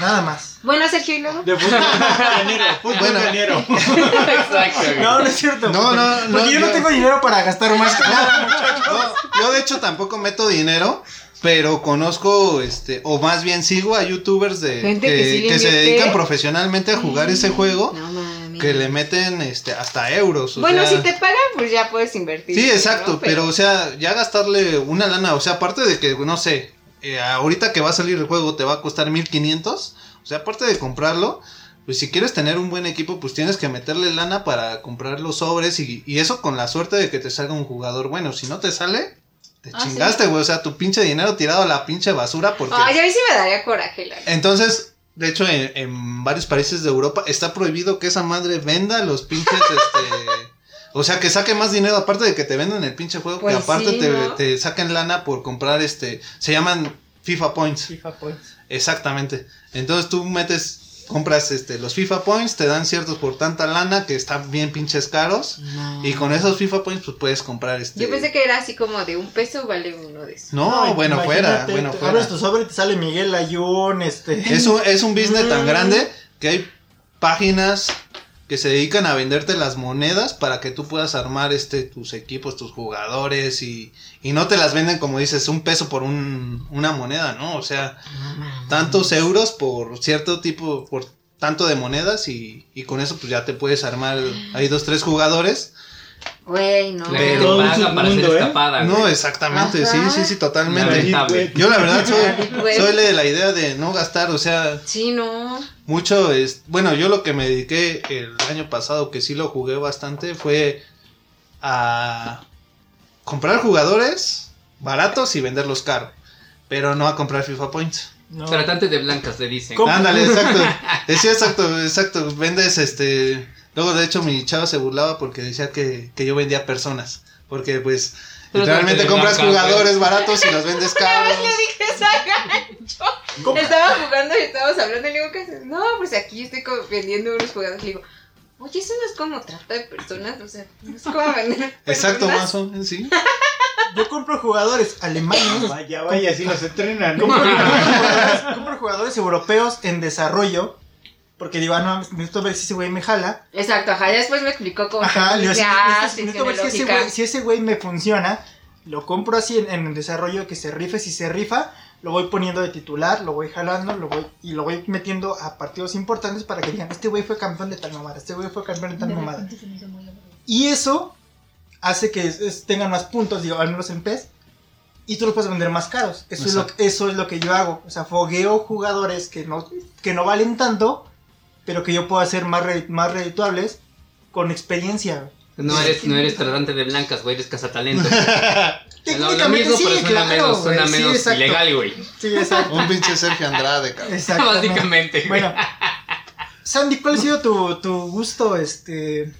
Speaker 1: Nada más.
Speaker 4: Bueno, Sergio, y luego.
Speaker 5: De fútbol canero,
Speaker 4: Ah,
Speaker 5: fútbol
Speaker 3: Pues, Bueno.
Speaker 5: canero.
Speaker 2: Exacto, güey.
Speaker 1: No, no es cierto.
Speaker 3: No,
Speaker 1: porque-
Speaker 3: no, no,
Speaker 1: Porque yo no
Speaker 3: yo-
Speaker 1: tengo dinero para gastar más que nada.
Speaker 3: No, yo de hecho tampoco meto dinero, pero conozco, este, o más bien sigo a youtubers de
Speaker 4: Gente que sí le
Speaker 3: se
Speaker 4: invierte. Mm.
Speaker 3: dedican profesionalmente a jugar ese juego,
Speaker 4: No mames.
Speaker 3: que le meten este hasta euros. o
Speaker 4: Bueno,
Speaker 3: sea,
Speaker 4: si te pagan, pues ya puedes invertir.
Speaker 3: Sí,
Speaker 4: ¿no?
Speaker 3: exacto, pero o sea, ya gastarle una lana, o sea, aparte de que, no sé, eh, ahorita que va a salir el juego te va a costar 1500, o sea, aparte de comprarlo, pues si quieres tener un buen equipo, pues tienes que meterle lana para comprar los sobres y, y eso con la suerte de que te salga un jugador bueno, si no te sale, te
Speaker 6: Ah,
Speaker 3: chingaste, güey, o sea, tu pinche dinero tirado a la pinche basura porque...
Speaker 4: Ay, a mí sí me daría coraje, la
Speaker 3: Entonces, de hecho, en,
Speaker 4: <laughs>
Speaker 3: en varios países de Europa está prohibido que esa madre venda los pinches, este... O sea, que saque más dinero aparte de que te venden el pinche juego,
Speaker 4: Pues
Speaker 3: que aparte
Speaker 4: sí,
Speaker 3: te,
Speaker 4: ¿no?
Speaker 3: te saquen lana por comprar este. Se llaman FIFA Points.
Speaker 1: FIFA Points.
Speaker 3: Exactamente. Entonces tú metes, compras este, los FIFA Points, te dan ciertos por tanta lana que están bien pinches caros. Y con esos FIFA Points, pues puedes comprar este.
Speaker 4: Yo pensé que era así como de un peso vale uno de esos.
Speaker 3: No, bueno, fuera,
Speaker 1: imagínate,
Speaker 3: bueno,
Speaker 1: te
Speaker 3: fuera.
Speaker 1: Abres tu sobre y te sale Miguel Ayun, este. <laughs>
Speaker 3: Es un, es un business tan
Speaker 1: Mm.
Speaker 3: grande que hay páginas que se dedican a venderte las monedas para que tú puedas armar este tus equipos, tus jugadores y, y no te las venden como dices un peso por un, una moneda, ¿no? O sea, tantos euros por cierto tipo, por tanto de monedas y, y con eso pues ya te puedes armar, hay dos, tres jugadores.
Speaker 4: Güey, no.
Speaker 2: La gente
Speaker 5: Todo un
Speaker 2: paga para ser
Speaker 5: submundo, ¿eh?
Speaker 2: escapada.
Speaker 3: No,
Speaker 2: Ah, güey.
Speaker 3: exactamente,
Speaker 4: Ajá.
Speaker 3: sí, sí, sí, totalmente.
Speaker 2: Lamentable.
Speaker 3: Yo la verdad
Speaker 4: <laughs>
Speaker 3: soy,
Speaker 4: Güey.
Speaker 3: soy de la idea de no gastar, o sea,
Speaker 4: Sí, no.
Speaker 3: mucho es bueno yo lo que me dediqué el año pasado que sí lo jugué bastante fue a comprar jugadores baratos y venderlos caros pero no a comprar FIFA Points.
Speaker 1: No.
Speaker 2: Tratante de blancas le dicen.
Speaker 1: ¿Cómo?
Speaker 2: <laughs>
Speaker 3: Ándale, exacto. Decía exacto, exacto. Vendes este. Luego, de hecho, mi chava se burlaba porque decía que, que yo vendía personas. Porque, pues,
Speaker 2: Pero
Speaker 3: realmente
Speaker 2: te
Speaker 3: compras
Speaker 2: blanca,
Speaker 3: jugadores baratos y los vendes caros.
Speaker 1: ¿Cómo?
Speaker 4: <laughs> Estaba jugando y estábamos hablando y le digo, ¿qué haces? No, pues aquí estoy co- vendiendo unos jugadores. Le digo, oye, eso no es como trata de personas, o sea, no es como vender
Speaker 3: <laughs> Exacto,
Speaker 4: personas.
Speaker 3: más o menos, sí.
Speaker 1: Yo compro jugadores alemanes.
Speaker 5: Vaya, Ah, vaya, así nos entrenan, ¿no?
Speaker 1: compro, <laughs> jugadores, compro jugadores europeos en desarrollo. Porque digo, ah, no, necesito ver si ese güey me jala.
Speaker 4: Exacto, ajá, ya después me explicó cómo.
Speaker 1: Ajá,
Speaker 4: se
Speaker 1: le este digo,
Speaker 4: dice, ah, sí,
Speaker 1: necesito- necesito ver
Speaker 4: tiene
Speaker 1: si ese
Speaker 4: lógica.
Speaker 1: güey- si ese güey me funciona, lo compro así en, en el desarrollo que se rife, si se rifa, lo voy poniendo de titular, lo voy jalando, lo voy y lo voy metiendo a partidos importantes para que digan, este güey fue campeón de tal mamada, este güey fue campeón de tal mamada.
Speaker 6: repente se me hizo muy aburrido.
Speaker 1: Y eso hace que es- es- tengan más puntos, digo, al menos en PES. Y tú los puedes vender más caros. Eso es, lo,
Speaker 3: Exacto.
Speaker 1: eso es lo que yo hago. O sea, fogueo jugadores que no, que no valen tanto, pero que yo puedo hacer más, re- más redituables con experiencia.
Speaker 2: No eres, no eres tratante de blancas, güey, eres cazatalentos. Lo- lo
Speaker 1: Técnicamente
Speaker 2: mismo,
Speaker 1: sí,
Speaker 2: pero suena
Speaker 1: claro,
Speaker 2: menos, suena
Speaker 1: güey, sí,
Speaker 2: menos
Speaker 1: exacto.
Speaker 2: ilegal, güey.
Speaker 1: Sí,
Speaker 2: <laughs>
Speaker 1: exacto.
Speaker 3: Un pinche Sergio Andrade, cabrón. <laughs>
Speaker 1: exactamente.
Speaker 2: Básicamente. güey.
Speaker 1: Bueno, Sandy, ¿cuál ha sido tu, tu gusto este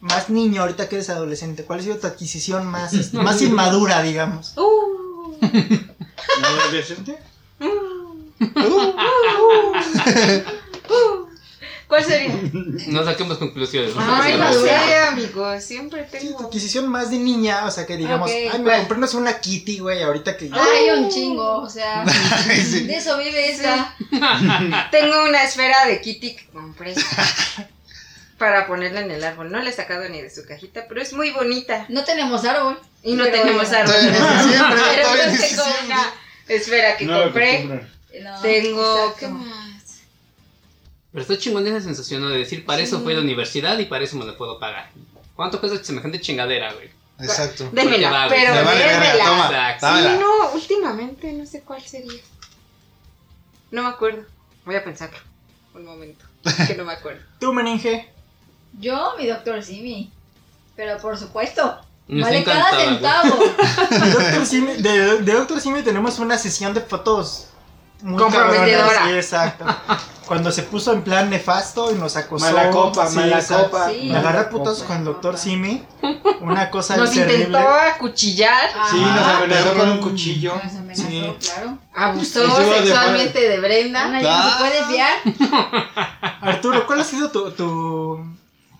Speaker 1: más niño ahorita que eres adolescente? ¿Cuál ha sido tu adquisición más, este,
Speaker 2: <laughs>
Speaker 1: más inmadura, digamos?
Speaker 4: Uh,
Speaker 5: ¿No lo adolescente?
Speaker 4: uh, uh, uh. ¿Cuál sería?
Speaker 2: No saquemos conclusiones. no
Speaker 4: Ay,
Speaker 2: saquemos
Speaker 4: no
Speaker 2: conclusiones.
Speaker 4: sé, amigos, siempre
Speaker 1: Sí, tu
Speaker 4: tengo.
Speaker 1: adquisición más de niña, o sea, que digamos,
Speaker 6: Ok,
Speaker 1: ay, me
Speaker 6: ¿cuál?
Speaker 1: compramos una Kitty, güey, ahorita que ya.
Speaker 6: Ay, un chingo,
Speaker 2: <laughs>
Speaker 6: o sea,
Speaker 3: Sí.
Speaker 6: de eso vive esta.
Speaker 4: Tengo una esfera de Kitty que compré <laughs> para ponerla en el árbol. No la he sacado ni de su cajita, pero es muy bonita.
Speaker 6: No tenemos árbol.
Speaker 4: Y no
Speaker 6: Pero
Speaker 4: tenemos
Speaker 6: bueno.
Speaker 4: árbol. <laughs>
Speaker 3: Todavía ni siempre,
Speaker 4: Pero
Speaker 3: todavía ni
Speaker 4: yo tengo
Speaker 3: siempre.
Speaker 4: una esfera que
Speaker 5: No lo
Speaker 4: compré.
Speaker 5: acostumbran.
Speaker 6: No,
Speaker 4: Tengo-
Speaker 6: exacto.
Speaker 4: Ah, ¿qué
Speaker 2: Pero está chingón esa sensación ¿no? de decir, para eso fui a la universidad y para eso me lo puedo pagar. ¿Cuánto cuesta semejante chingadera, güey?
Speaker 3: Exacto.
Speaker 2: Me
Speaker 4: Démela,
Speaker 2: vale,
Speaker 4: pero
Speaker 3: Me vale verga,
Speaker 4: démela.
Speaker 3: toma,
Speaker 2: Exacto.
Speaker 3: dámela.
Speaker 4: Sí, no, últimamente no sé cuál sería. No me acuerdo. Voy a pensarlo. Un momento. Que no me acuerdo.
Speaker 1: Tú, meninge.
Speaker 6: Yo, mi doctor Simi. Pero por supuesto,
Speaker 2: Me
Speaker 6: vale
Speaker 2: está
Speaker 6: cada
Speaker 2: encantada,
Speaker 6: centavo.
Speaker 2: <laughs>
Speaker 1: De Doctor Simi, de, de Dr. Simi tenemos una sesión de fotos. Muy
Speaker 4: Comprometedora.
Speaker 1: cabronas, Sí, exacto. Cuando se puso en plan nefasto y nos acosó.
Speaker 5: Mala copa,
Speaker 1: Pues sí,
Speaker 5: mala
Speaker 1: exacto.
Speaker 5: copa.
Speaker 6: Sí.
Speaker 1: Me agarra
Speaker 5: Mala
Speaker 1: putos
Speaker 5: copa.
Speaker 1: con el doctor Simi. Una cosa
Speaker 4: Nos
Speaker 1: terrible.
Speaker 4: intentó acuchillar,
Speaker 6: Ah,
Speaker 5: Sí, nos
Speaker 3: Ah,
Speaker 5: amenazó con
Speaker 3: perdón.
Speaker 5: un cuchillo.
Speaker 6: nos amenazó,
Speaker 1: Sí.
Speaker 6: claro.
Speaker 4: abusó
Speaker 5: Estuvo de
Speaker 4: sexualmente de Brenda.
Speaker 6: Ana ya no se puede fiar.
Speaker 1: Arturo, ¿cuál ha sido tu, tu,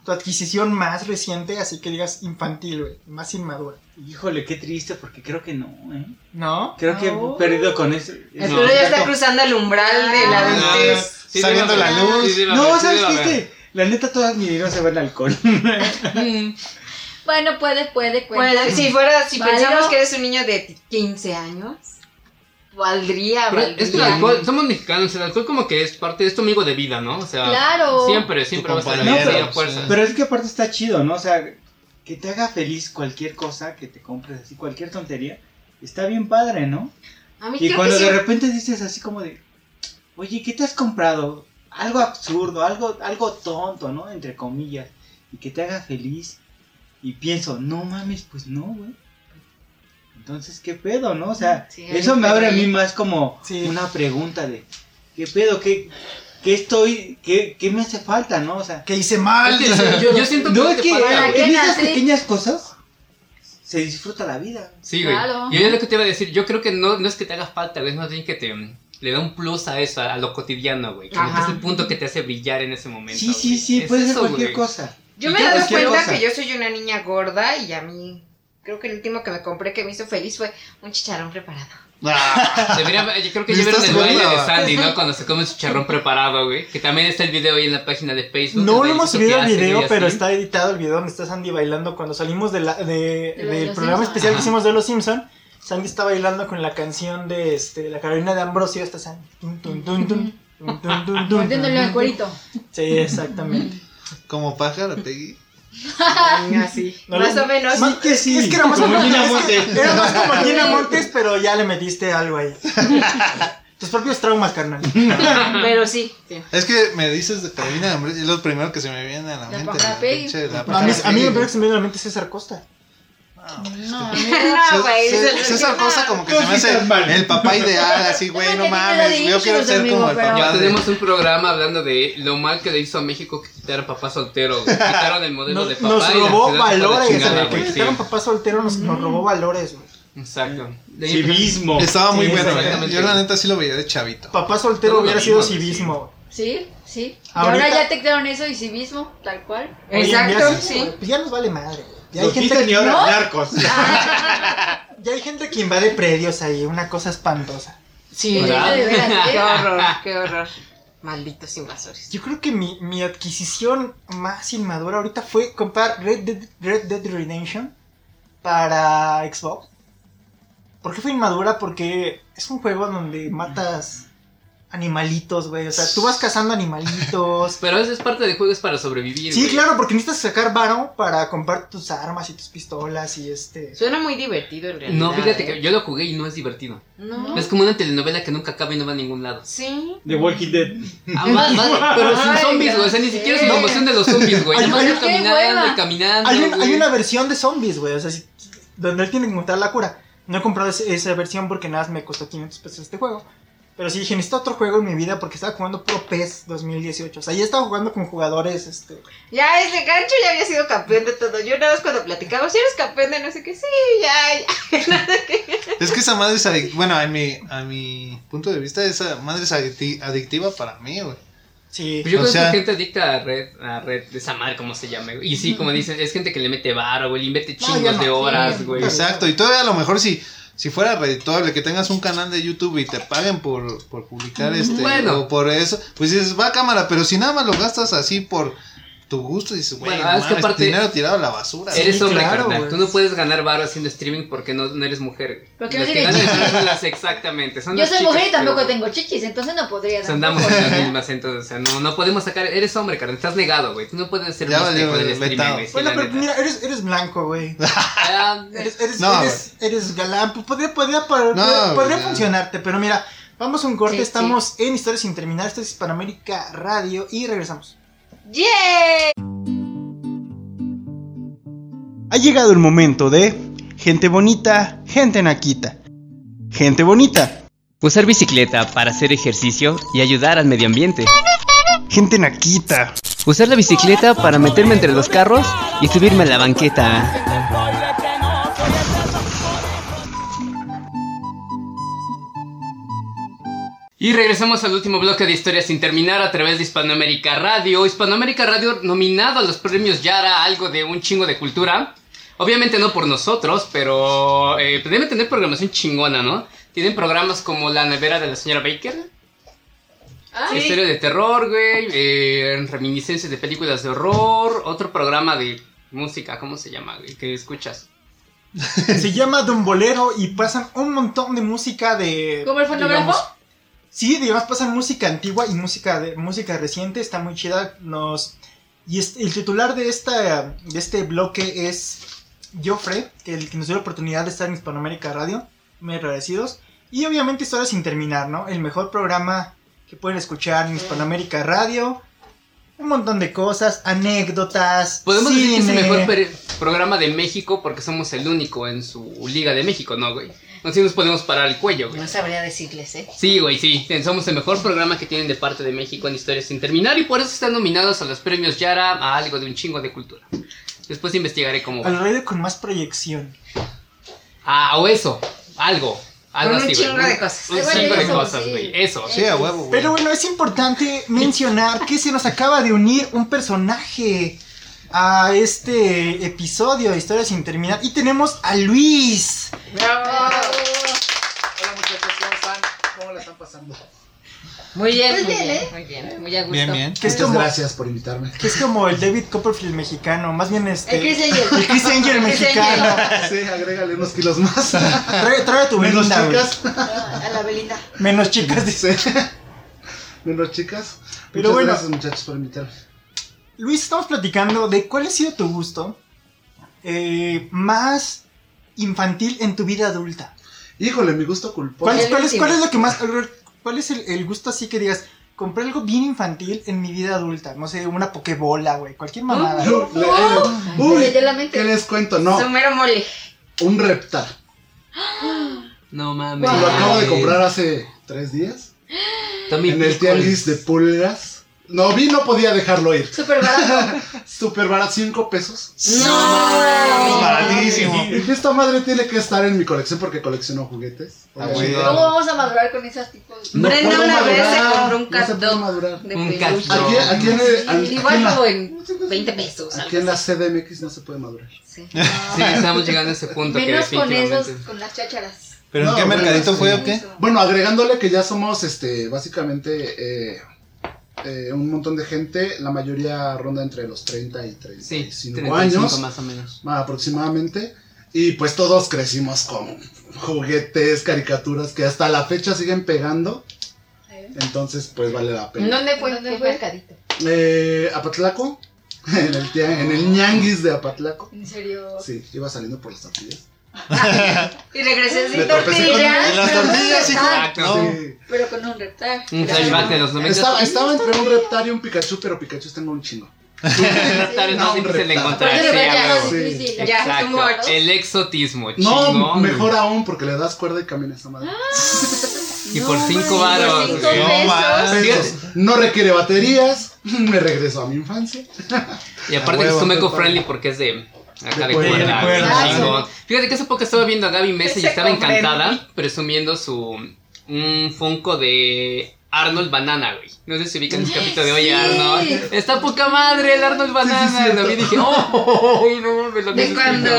Speaker 1: tu adquisición más reciente? Así que digas infantil, güey. Más inmadura.
Speaker 5: Híjole, qué triste, porque creo que no, ¿eh?
Speaker 1: ¿No?
Speaker 5: Creo que
Speaker 6: No.
Speaker 5: he perdido con eso.
Speaker 4: Arturo ya está cruzando el umbral de la
Speaker 6: Ah.
Speaker 4: adultez.
Speaker 2: Sí,
Speaker 3: Está
Speaker 2: sí,
Speaker 3: viendo
Speaker 2: sí,
Speaker 3: la
Speaker 2: sí,
Speaker 3: luz.
Speaker 2: sí, sí,
Speaker 5: No,
Speaker 2: sí,
Speaker 5: ¿sabes
Speaker 2: sí, sí,
Speaker 5: qué?
Speaker 2: sí.
Speaker 5: Este, la neta, todas mis dinero se va al alcohol. <laughs>
Speaker 2: <laughs> Mm.
Speaker 6: Bueno, puede, puede,
Speaker 4: Bueno,
Speaker 6: puede.
Speaker 4: si fuera, si
Speaker 6: Válido.
Speaker 4: pensamos que eres un niño de 15 años, valdría,
Speaker 2: Pero
Speaker 4: valdría.
Speaker 2: es que el alcohol, somos mexicanos, el alcohol como que es parte, es tu amigo de vida, ¿no? O sea,
Speaker 6: Claro.
Speaker 2: siempre, siempre
Speaker 3: Tu
Speaker 2: va a estar ahí,
Speaker 3: compañero,
Speaker 2: sí, a
Speaker 3: sí.
Speaker 2: fuerza.
Speaker 5: Pero es que aparte está chido, ¿no? O sea, que te haga feliz cualquier cosa que te compres, así, cualquier tontería, está bien padre, ¿no?
Speaker 4: A mí
Speaker 5: Y
Speaker 4: creo Pues que
Speaker 5: cuando
Speaker 4: sí.
Speaker 5: de repente dices así como de, oye, ¿qué te has comprado? Algo absurdo, algo, algo tonto, ¿no? Entre comillas. Y que te haga feliz. Y pienso, no mames, pues no, güey. Entonces, ¿qué pedo, no? O sea,
Speaker 4: Sí,
Speaker 5: eso
Speaker 4: ahí
Speaker 5: me abre a
Speaker 4: perdí.
Speaker 5: mí más como
Speaker 1: Sí.
Speaker 5: una pregunta de, ¿qué pedo? ¿Qué, ¿Qué estoy, qué, qué me hace falta, no? O sea,
Speaker 1: Que hice mal.
Speaker 2: Es que yo, yo siento que
Speaker 5: no
Speaker 2: no
Speaker 5: es
Speaker 2: te
Speaker 5: que
Speaker 2: falta,
Speaker 4: ¿para
Speaker 2: güey.
Speaker 4: qué
Speaker 5: en esas
Speaker 4: nací?
Speaker 5: pequeñas cosas se disfruta la vida.
Speaker 2: Sí, güey.
Speaker 6: Claro.
Speaker 2: Y es lo que te iba a decir. Yo creo que no, no es que te haga falta, güey. Es más bien que te mm, le da un plus a eso, a, a lo cotidiano, güey. Como que
Speaker 4: Ajá.
Speaker 2: es el punto que te hace brillar en ese momento.
Speaker 5: Sí, sí,
Speaker 2: güey.
Speaker 5: sí,
Speaker 2: Es
Speaker 5: puede ser
Speaker 2: eso,
Speaker 5: cualquier
Speaker 2: güey.
Speaker 5: cosa.
Speaker 4: Yo
Speaker 2: Y
Speaker 4: me he
Speaker 2: ya
Speaker 4: dado
Speaker 2: cualquier
Speaker 4: cuenta
Speaker 2: cosa.
Speaker 4: que yo soy una niña gorda y a mí creo que el último que me compré que me hizo feliz fue un chicharrón preparado.
Speaker 3: Ah,
Speaker 2: <laughs> Debería- yo creo que ya
Speaker 3: ¿Me
Speaker 2: vieron
Speaker 3: estás
Speaker 2: el baile de
Speaker 3: gorda?
Speaker 2: Sandy, ¿no? Cuando se come su charrón preparado, güey. Que también está el video ahí en la página de Facebook.
Speaker 1: No
Speaker 2: el
Speaker 1: lo hemos
Speaker 2: bailecito que
Speaker 1: subido el
Speaker 2: hace,
Speaker 1: video,
Speaker 2: güey,
Speaker 1: pero
Speaker 2: así.
Speaker 1: está editado el video donde está Sandy bailando cuando salimos de la- de-
Speaker 6: De los
Speaker 1: del
Speaker 6: Los
Speaker 1: programa
Speaker 6: Simpson.
Speaker 1: especial
Speaker 2: Ajá.
Speaker 1: que hicimos de Los Simpson. Sandy está bailando con la canción de este, la Carolina de Ambrosio. Está Sandy. Tun, tun, tun, tun, tun, tun, tun, tun,
Speaker 6: Mordiéndole
Speaker 1: tun,
Speaker 6: al
Speaker 1: tun.
Speaker 6: cuerito.
Speaker 1: Sí, exactamente.
Speaker 3: como pájaro, Tegui.
Speaker 4: Así,
Speaker 1: No,
Speaker 4: más
Speaker 1: no,
Speaker 4: o menos.
Speaker 1: sí,
Speaker 5: que sí.
Speaker 1: Es que era más
Speaker 3: Como
Speaker 1: como, es
Speaker 3: Gina
Speaker 1: que
Speaker 3: Montes.
Speaker 1: era más como
Speaker 6: <laughs>
Speaker 1: Gina Montes, pero ya le metiste algo
Speaker 2: <laughs>
Speaker 1: ahí. Tus propios traumas, carnal.
Speaker 2: Pues
Speaker 4: Ah. Pero sí, sí.
Speaker 3: Es que me dices de Carolina de Ambrosio, es lo primero que se me viene a la,
Speaker 6: La
Speaker 3: mente.
Speaker 6: pájara Tegui.
Speaker 3: pinche- la
Speaker 1: No, a mí,
Speaker 3: pájara
Speaker 1: a mí
Speaker 3: Tegui.
Speaker 1: lo primero que se me viene a la mente es César Costa.
Speaker 3: No,
Speaker 6: No,
Speaker 3: Cés-
Speaker 4: No, güey.
Speaker 3: Cés-
Speaker 4: es-
Speaker 3: César Costa como que se me
Speaker 5: Cositas mal.
Speaker 3: hace el papá ideal, así, güey, no
Speaker 6: que a ti te lo
Speaker 3: mames. Yo quiero
Speaker 6: dijimos,
Speaker 3: ser como
Speaker 6: amigo,
Speaker 3: el
Speaker 6: pero-
Speaker 3: papá
Speaker 2: Ya
Speaker 3: de-
Speaker 2: tenemos un programa hablando de lo mal que le hizo a México que quitaron papá soltero. güey. Quitaron el modelo
Speaker 1: Nos,
Speaker 2: de papá.
Speaker 1: nos
Speaker 2: y la
Speaker 1: robó
Speaker 2: sociedad se fue la
Speaker 1: valores.
Speaker 2: chingada,
Speaker 1: güey.
Speaker 2: güey,
Speaker 1: Que
Speaker 2: sí.
Speaker 1: quitaron papá soltero, nos, nos
Speaker 6: Mm.
Speaker 1: robó valores, güey.
Speaker 2: Exacto. De ahí-
Speaker 5: Civismo.
Speaker 3: Estaba muy
Speaker 1: Sí,
Speaker 3: bueno, eh.
Speaker 2: exactamente.
Speaker 3: Yo la neta sí lo veía de chavito.
Speaker 1: Papá soltero
Speaker 2: Todo lo
Speaker 1: hubiera
Speaker 2: mismo,
Speaker 1: sido
Speaker 2: güey, sí.
Speaker 1: civismo, güey.
Speaker 6: Sí, sí. Y
Speaker 1: Ahorita-
Speaker 6: ahora ya te quitaron eso y civismo, tal cual.
Speaker 1: Oye,
Speaker 4: Exacto,
Speaker 1: mira,
Speaker 4: sí.
Speaker 1: Pues ya nos vale madre, güey. Ya hay,
Speaker 5: Los
Speaker 1: gente
Speaker 5: quitan y
Speaker 1: que,
Speaker 5: ahora
Speaker 9: <laughs>
Speaker 5: narcos. Ah.
Speaker 1: ya hay gente que invade predios ahí, una cosa espantosa.
Speaker 2: Sí,
Speaker 6: Sí, de veras,
Speaker 4: <laughs> Qué
Speaker 6: ¿eh?
Speaker 4: horror, qué horror. Malditos invasores.
Speaker 1: Yo creo que mi, mi adquisición más inmadura ahorita fue comprar Red Dead, Red Dead Redemption para Xbox. ¿Por qué fue inmadura? Porque es un juego donde matas animalitos, güey. O sea, tú vas cazando
Speaker 2: <laughs>
Speaker 1: animalitos.
Speaker 2: Pero eso es parte del juego, es para sobrevivir.
Speaker 1: Sí,
Speaker 2: güey.
Speaker 1: claro, porque necesitas sacar varo para comprar tus armas y tus pistolas y este...
Speaker 4: Suena muy divertido en realidad.
Speaker 2: No, fíjate
Speaker 4: ¿eh?
Speaker 2: que yo lo jugué y no es divertido.
Speaker 4: No.
Speaker 2: Es como una telenovela que nunca acaba y no va a ningún lado.
Speaker 4: Sí.
Speaker 5: De Walking Dead.
Speaker 2: <laughs> Ah, más, más, pero sin
Speaker 6: Ay,
Speaker 2: zombies,
Speaker 6: ya
Speaker 2: güey. O sea, ni
Speaker 6: sé.
Speaker 2: siquiera es una emoción de los zombies, güey.
Speaker 1: Hay-
Speaker 2: Nomás
Speaker 1: hay-
Speaker 2: vas
Speaker 6: ¡Qué
Speaker 2: caminando
Speaker 6: hueva!
Speaker 2: y caminando.
Speaker 1: Hay, un-
Speaker 2: güey.
Speaker 1: hay una versión de zombies, güey. O sea, si- donde él tiene que encontrar la cura. No he comprado ese- esa versión porque nada más me costó 500 pesos este juego. Pero sí dije, necesito otro juego en mi vida porque estaba jugando Pro PES 2018. O sea, ya estaba jugando con jugadores, este...
Speaker 4: Ya ese gancho ya había sido campeón de todo. Yo nada más cuando platicamos, si eres campeón de no sé qué, sí, ya, ya.
Speaker 3: Es que esa madre es adictiva. Bueno, a mi, a mi punto de vista, esa madre es adicti- adictiva para mí, güey.
Speaker 1: Sí.
Speaker 2: Pues yo
Speaker 3: O
Speaker 2: conozco
Speaker 3: sea-
Speaker 2: gente adicta a red, a red de esa madre, como se llame. güey. Y sí, como dicen, es gente que le mete varo, güey, le mete
Speaker 1: No,
Speaker 2: chingos
Speaker 1: ya no.
Speaker 2: de horas,
Speaker 1: Sí.
Speaker 2: güey.
Speaker 3: Exacto. Y todavía a lo mejor si, si fuera redituable, que tengas un canal de YouTube y te paguen por, por publicar este
Speaker 2: Mm, Bueno.
Speaker 3: o por eso, pues dices, va a cámara, pero si nada más lo gastas así por tu gusto, dices, güey,
Speaker 2: Bueno,
Speaker 3: no
Speaker 2: es que
Speaker 3: mames,
Speaker 2: aparte-
Speaker 3: dinero tirado a la basura.
Speaker 2: Eres
Speaker 1: Sí,
Speaker 2: hombre,
Speaker 1: claro,
Speaker 2: carnal.
Speaker 1: güey.
Speaker 2: Tú no puedes ganar varo haciendo streaming porque no, no eres mujer. güey.
Speaker 6: Porque
Speaker 2: Las
Speaker 6: no
Speaker 2: que
Speaker 6: tiene
Speaker 2: ganan el
Speaker 6: chichis.
Speaker 2: varo son las exactamente. Son
Speaker 6: Yo
Speaker 2: las
Speaker 6: soy
Speaker 2: chicas,
Speaker 6: mujer y
Speaker 2: pero-
Speaker 6: tampoco tengo chichis, entonces no podría.
Speaker 2: O sea, andamos
Speaker 6: tampoco,
Speaker 2: en las
Speaker 6: ¿verdad?
Speaker 2: mismas, entonces, o sea, no, no podemos sacar. Eres hombre, carnal. Estás negado, güey. Tú no puedes ser
Speaker 3: Ya
Speaker 2: un
Speaker 3: valió,
Speaker 2: espejo del
Speaker 3: güey,
Speaker 2: streaming,
Speaker 3: vetado.
Speaker 2: güey. sí,
Speaker 1: Bueno,
Speaker 2: la
Speaker 1: pero
Speaker 2: neta.
Speaker 1: mira, eres, eres blanco, güey.
Speaker 2: Ah,
Speaker 1: Eres, eres,
Speaker 3: No,
Speaker 1: eres, eres galán. Pues Podría, podría, podría,
Speaker 3: No,
Speaker 1: podría
Speaker 3: güey.
Speaker 1: funcionarte, pero mira, vamos a un corte.
Speaker 4: Sí, sí.
Speaker 1: estamos en Historias sin terminar. Esto es Hispanoamérica Radio y regresamos.
Speaker 4: ¡Yay!
Speaker 1: Ha llegado el momento de gente bonita, gente naquita. Gente bonita,
Speaker 2: Usar bicicleta para hacer ejercicio y ayudar al medio ambiente.
Speaker 1: gente naquita.
Speaker 2: Usar la bicicleta para meterme entre los carros y subirme a la banqueta. Y regresamos al último bloque de Historias sin terminar a través de Hispanoamérica Radio. Hispanoamérica Radio nominado a los premios Yara, algo de un chingo de cultura. Obviamente no por nosotros, pero eh, deben tener programación chingona, ¿no? Tienen programas como La nevera de la señora Baker,
Speaker 6: Ah,
Speaker 2: Historia de terror, güey. eh, reminiscencias de películas de horror. Otro programa de música, ¿cómo se llama, güey? Que escuchas. <laughs>
Speaker 1: Se llama Dumbolero y pasan un montón de música de.
Speaker 6: ¿Como el fonógrafo?
Speaker 1: digamos, sí, digamos, pasan música antigua y música de música reciente. Está muy chida. Nos. Y es- el titular de esta de este bloque es Joffre, que el que nos dio la oportunidad de estar en Hispanoamérica Radio. Muy agradecidos. Y obviamente historias sin terminar, ¿no? El mejor programa que pueden escuchar en Hispanoamérica Radio. un montón de cosas, anécdotas.
Speaker 2: Podemos decir que es
Speaker 1: cine.
Speaker 2: el mejor per- programa de México porque somos el único en su Liga de México, ¿no, güey? No si nos podemos parar el cuello, güey.
Speaker 4: No sabría decirles, ¿eh?
Speaker 2: Sí, güey, sí. Somos el mejor programa que tienen de parte de México en historias sin terminar y por eso están nominados a los premios Yara a algo de un chingo de cultura. Después investigaré cómo.
Speaker 1: Al radio con más proyección.
Speaker 2: Ah, o eso. Algo. Algo
Speaker 4: Con un
Speaker 2: así, güey.
Speaker 4: chingo de cosas.
Speaker 2: Un
Speaker 6: Ah, bueno,
Speaker 2: chingo de
Speaker 6: eso,
Speaker 2: cosas,
Speaker 6: sí.
Speaker 2: güey. Eso.
Speaker 3: Sí, a huevo, güey.
Speaker 1: Pero bueno, es importante mencionar que se nos acaba de unir un personaje a este episodio de Historia sin terminar. Y tenemos a Luis.
Speaker 6: Oh.
Speaker 9: Hola muchachos, ¿cómo están? ¿Cómo la están pasando?
Speaker 4: Muy bien,
Speaker 6: Muy
Speaker 4: muy
Speaker 6: bien,
Speaker 4: bien,
Speaker 6: ¿eh?
Speaker 4: muy bien, muy a gusto.
Speaker 3: Bien, bien.
Speaker 1: Que es,
Speaker 9: Muchas
Speaker 1: como,
Speaker 9: gracias por invitarme.
Speaker 5: <laughs>
Speaker 1: que es como el David Copperfield mexicano. Más bien este.
Speaker 4: El Chris
Speaker 1: <laughs>
Speaker 4: Angel.
Speaker 1: el Chris Angel
Speaker 4: <laughs> El Chris
Speaker 1: mexicano.
Speaker 9: Sí, agrégale unos kilos <laughs> más.
Speaker 1: Trae, trae a tu
Speaker 9: Menos
Speaker 1: Belinda, güey.
Speaker 5: Ah,
Speaker 9: chicas.
Speaker 4: Ah, A la Belinda.
Speaker 1: Menos chicas, dice.
Speaker 9: Sí. <laughs> Menos chicas.
Speaker 1: Pero
Speaker 9: Muchas
Speaker 1: bueno.
Speaker 9: gracias muchachos por invitarme.
Speaker 1: Luis, estamos platicando de cuál ha sido tu gusto eh, más infantil en tu vida adulta.
Speaker 9: Híjole, mi gusto culposo.
Speaker 1: ¿Cuál,
Speaker 4: El
Speaker 1: cuál es,
Speaker 4: último.
Speaker 1: cuál es lo que más... ¿Cuál es el, el gusto así que digas? Compré algo bien infantil en mi vida adulta. No sé, una pokebola, güey. Cualquier mamada.
Speaker 9: Yo- le-
Speaker 6: Me
Speaker 9: Uy,
Speaker 6: leyó la mente.
Speaker 9: ¿qué les cuento? No,
Speaker 4: Su mero mole.
Speaker 9: un reptar.
Speaker 2: No mames.
Speaker 9: Lo acabo de comprar hace tres días.
Speaker 2: También
Speaker 9: En el tianguis de pulgas. No vi, no podía dejarlo ir.
Speaker 6: Súper barato.
Speaker 9: Súper barato, 5 pesos.
Speaker 4: No.
Speaker 3: Baratísimo.
Speaker 9: Y esta madre tiene que estar en mi colección porque colecciono juguetes.
Speaker 3: Ah, güey.
Speaker 6: ¿Cómo vamos a madurar con esos tipos?
Speaker 9: No
Speaker 4: Brenda
Speaker 9: puedo
Speaker 4: una vez se
Speaker 9: madurar,
Speaker 4: compró un
Speaker 9: no se
Speaker 4: cat
Speaker 9: puede
Speaker 4: dog.
Speaker 9: madurar.
Speaker 4: De
Speaker 2: Un
Speaker 4: peluche.
Speaker 2: cat dog.
Speaker 9: Aquí, aquí en el- al- aquí en
Speaker 4: Igual
Speaker 9: la-
Speaker 4: como en 20 pesos.
Speaker 9: Aquí en
Speaker 4: algo
Speaker 9: la
Speaker 4: así.
Speaker 9: CDMX no se puede madurar.
Speaker 4: Sí.
Speaker 2: Sí, estamos llegando a ese punto que
Speaker 6: Menos con esos,
Speaker 2: definitivamente.
Speaker 6: con las chácharas.
Speaker 3: ¿Pero en
Speaker 9: No,
Speaker 3: qué
Speaker 9: bueno,
Speaker 3: mercadito
Speaker 9: sí.
Speaker 3: fue o qué?
Speaker 6: Eso.
Speaker 9: Bueno, agregándole que ya somos este básicamente eh, eh, un montón de gente, la mayoría ronda entre los 30 y
Speaker 2: Sí,
Speaker 9: 35
Speaker 2: 35
Speaker 9: Eh, años
Speaker 2: más o menos.
Speaker 9: aproximadamente. Y pues todos crecimos con juguetes, caricaturas que hasta la fecha siguen pegando. Entonces, pues vale la pena.
Speaker 4: ¿Dónde fue?
Speaker 6: ¿Dónde
Speaker 4: ¿Qué
Speaker 6: fue?
Speaker 4: mercadito?
Speaker 9: Eh, Apatlaco, <laughs> en el, tia- en el ñanguis de Apatlaco.
Speaker 6: En serio.
Speaker 9: Sí, iba saliendo por las tortillas.
Speaker 4: Y regresé
Speaker 9: Me
Speaker 4: sin
Speaker 9: tropecé con-
Speaker 4: tortillas.
Speaker 3: En las tortillas, hijo.
Speaker 6: Ah,
Speaker 2: Exacto.
Speaker 3: No.
Speaker 9: Sí.
Speaker 6: Pero con un reptar.
Speaker 2: Un flashback de los 90.
Speaker 9: Estaba, estaba entre un reptar y un Pikachu, pero Pikachu tengo un chingo.
Speaker 2: Reptar es más
Speaker 9: No, un
Speaker 2: difícil de
Speaker 9: reptar.
Speaker 2: encontrar.
Speaker 6: Aparte
Speaker 2: sí,
Speaker 6: de verdad,
Speaker 2: a
Speaker 6: ya
Speaker 2: huevo.
Speaker 6: es
Speaker 9: sí.
Speaker 6: difícil.
Speaker 4: Ya,
Speaker 2: Exacto.
Speaker 4: como ahora.
Speaker 2: El exotismo,
Speaker 9: No,
Speaker 2: chingón. güey.
Speaker 9: mejor aún porque le das cuerda y camina a madre.
Speaker 2: Y por cinco
Speaker 6: por
Speaker 2: varos.
Speaker 6: cinco
Speaker 2: güey.
Speaker 6: pesos.
Speaker 9: Pesos. No requiere baterías. <laughs> Me regreso a mi infancia.
Speaker 2: Y aparte que
Speaker 3: A
Speaker 2: es
Speaker 3: huevo,
Speaker 2: Comeco
Speaker 3: güey.
Speaker 2: friendly porque es de acá de
Speaker 9: De cuerda,
Speaker 2: cuerda,
Speaker 1: de
Speaker 2: güey,
Speaker 1: cuerda.
Speaker 2: chingón. Fíjate que hace poco estaba viendo a Gaby Mesa y
Speaker 4: Ese
Speaker 2: estaba
Speaker 4: comprende.
Speaker 2: encantada presumiendo su un Funko de Arnold Banana, güey. No sé si ubican el capítulo de hoy, Arnold. Está poca madre el Arnold Banana. lo vi y dije, oh, <laughs> no, me lo
Speaker 4: De
Speaker 2: necesito.
Speaker 4: cuando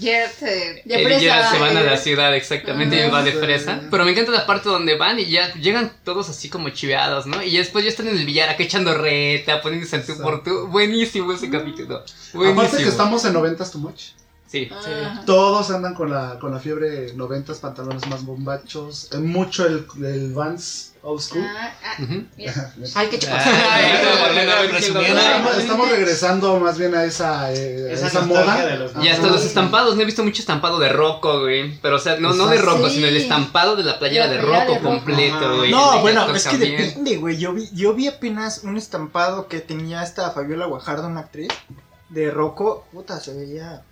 Speaker 4: Jared eh,
Speaker 6: De
Speaker 2: El
Speaker 6: fresa.
Speaker 2: día se van a
Speaker 6: eh,
Speaker 2: la ciudad,
Speaker 1: Ah,
Speaker 2: exactamente, y va de
Speaker 9: sí.
Speaker 2: fresa. Pero me encanta la parte donde van y ya llegan todos así como chiveados, ¿no? Y después ya están en el billar acá echando reta, poniéndose al tú por tú. Buenísimo
Speaker 6: Mm.
Speaker 2: ese capítulo. Buenísimo.
Speaker 9: Aparte que estamos en 90s too much.
Speaker 2: Sí.
Speaker 6: ah,
Speaker 9: Todos andan con la, con la fiebre 90s, pantalones más bombachos. eh, Mucho el, el Vans Old School.
Speaker 6: ah, ah, <laughs>
Speaker 2: Ujú. <laughs>
Speaker 6: mira.
Speaker 4: Ay, qué chupasada.
Speaker 2: Ay,
Speaker 3: Ah,
Speaker 2: no, porque no,
Speaker 3: resumiendo.
Speaker 9: Estamos,
Speaker 2: porque no.
Speaker 9: estamos regresando más bien a esa, eh, a
Speaker 5: Esa
Speaker 9: esa,
Speaker 5: nostalgia
Speaker 9: moda.
Speaker 5: de los
Speaker 2: Y hasta los
Speaker 9: Ajá.
Speaker 2: estampados, no he visto mucho estampado de Rocco, güey. Pero, o sea, no, no de
Speaker 9: Exacto.
Speaker 2: Rocco, sino el
Speaker 6: Sí.
Speaker 2: estampado de la playera
Speaker 6: La
Speaker 2: de
Speaker 6: playera de
Speaker 2: Rocco
Speaker 6: Rocco.
Speaker 2: completo, güey.
Speaker 1: No,
Speaker 2: El
Speaker 1: bueno,
Speaker 2: TikTok
Speaker 1: es que
Speaker 2: también.
Speaker 1: depende, güey. Yo vi, yo vi apenas un estampado que tenía esta Fabiola Guajardo, una actriz de Rocco. Puta, se veía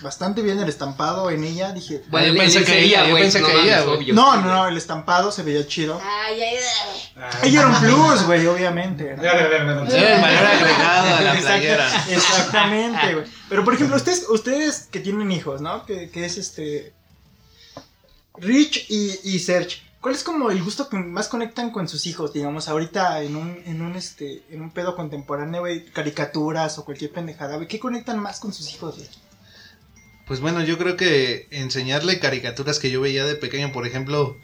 Speaker 1: bastante bien el estampado en ella. Dije,
Speaker 2: Bueno,
Speaker 3: Yo
Speaker 2: el- el
Speaker 3: pensé
Speaker 2: en
Speaker 3: que
Speaker 2: Sevilla,
Speaker 3: ella, yo
Speaker 2: güey,
Speaker 3: pensé
Speaker 2: no
Speaker 3: que
Speaker 2: mames,
Speaker 3: ella, güey.
Speaker 2: obvio.
Speaker 1: no, no, no, el estampado se veía chido.
Speaker 6: Ay, ay, ay.
Speaker 5: Ah,
Speaker 1: Ella era un plus, güey, obviamente. ¿no?
Speaker 3: Era el valor agregado a la
Speaker 1: Exacto-
Speaker 3: playera.
Speaker 1: Exactamente, güey. Pero por ejemplo, ustedes, ustedes que tienen hijos, ¿no? Que, que es este. Rich y, y Serge. ¿Cuál es como el gusto que más conectan con sus hijos? Digamos, ahorita en un, en un este, en un pedo contemporáneo, güey, caricaturas o cualquier pendejada, güey. ¿Qué conectan más con sus hijos, güey?
Speaker 3: Pues bueno, yo creo que enseñarle caricaturas que yo veía de pequeño, por ejemplo,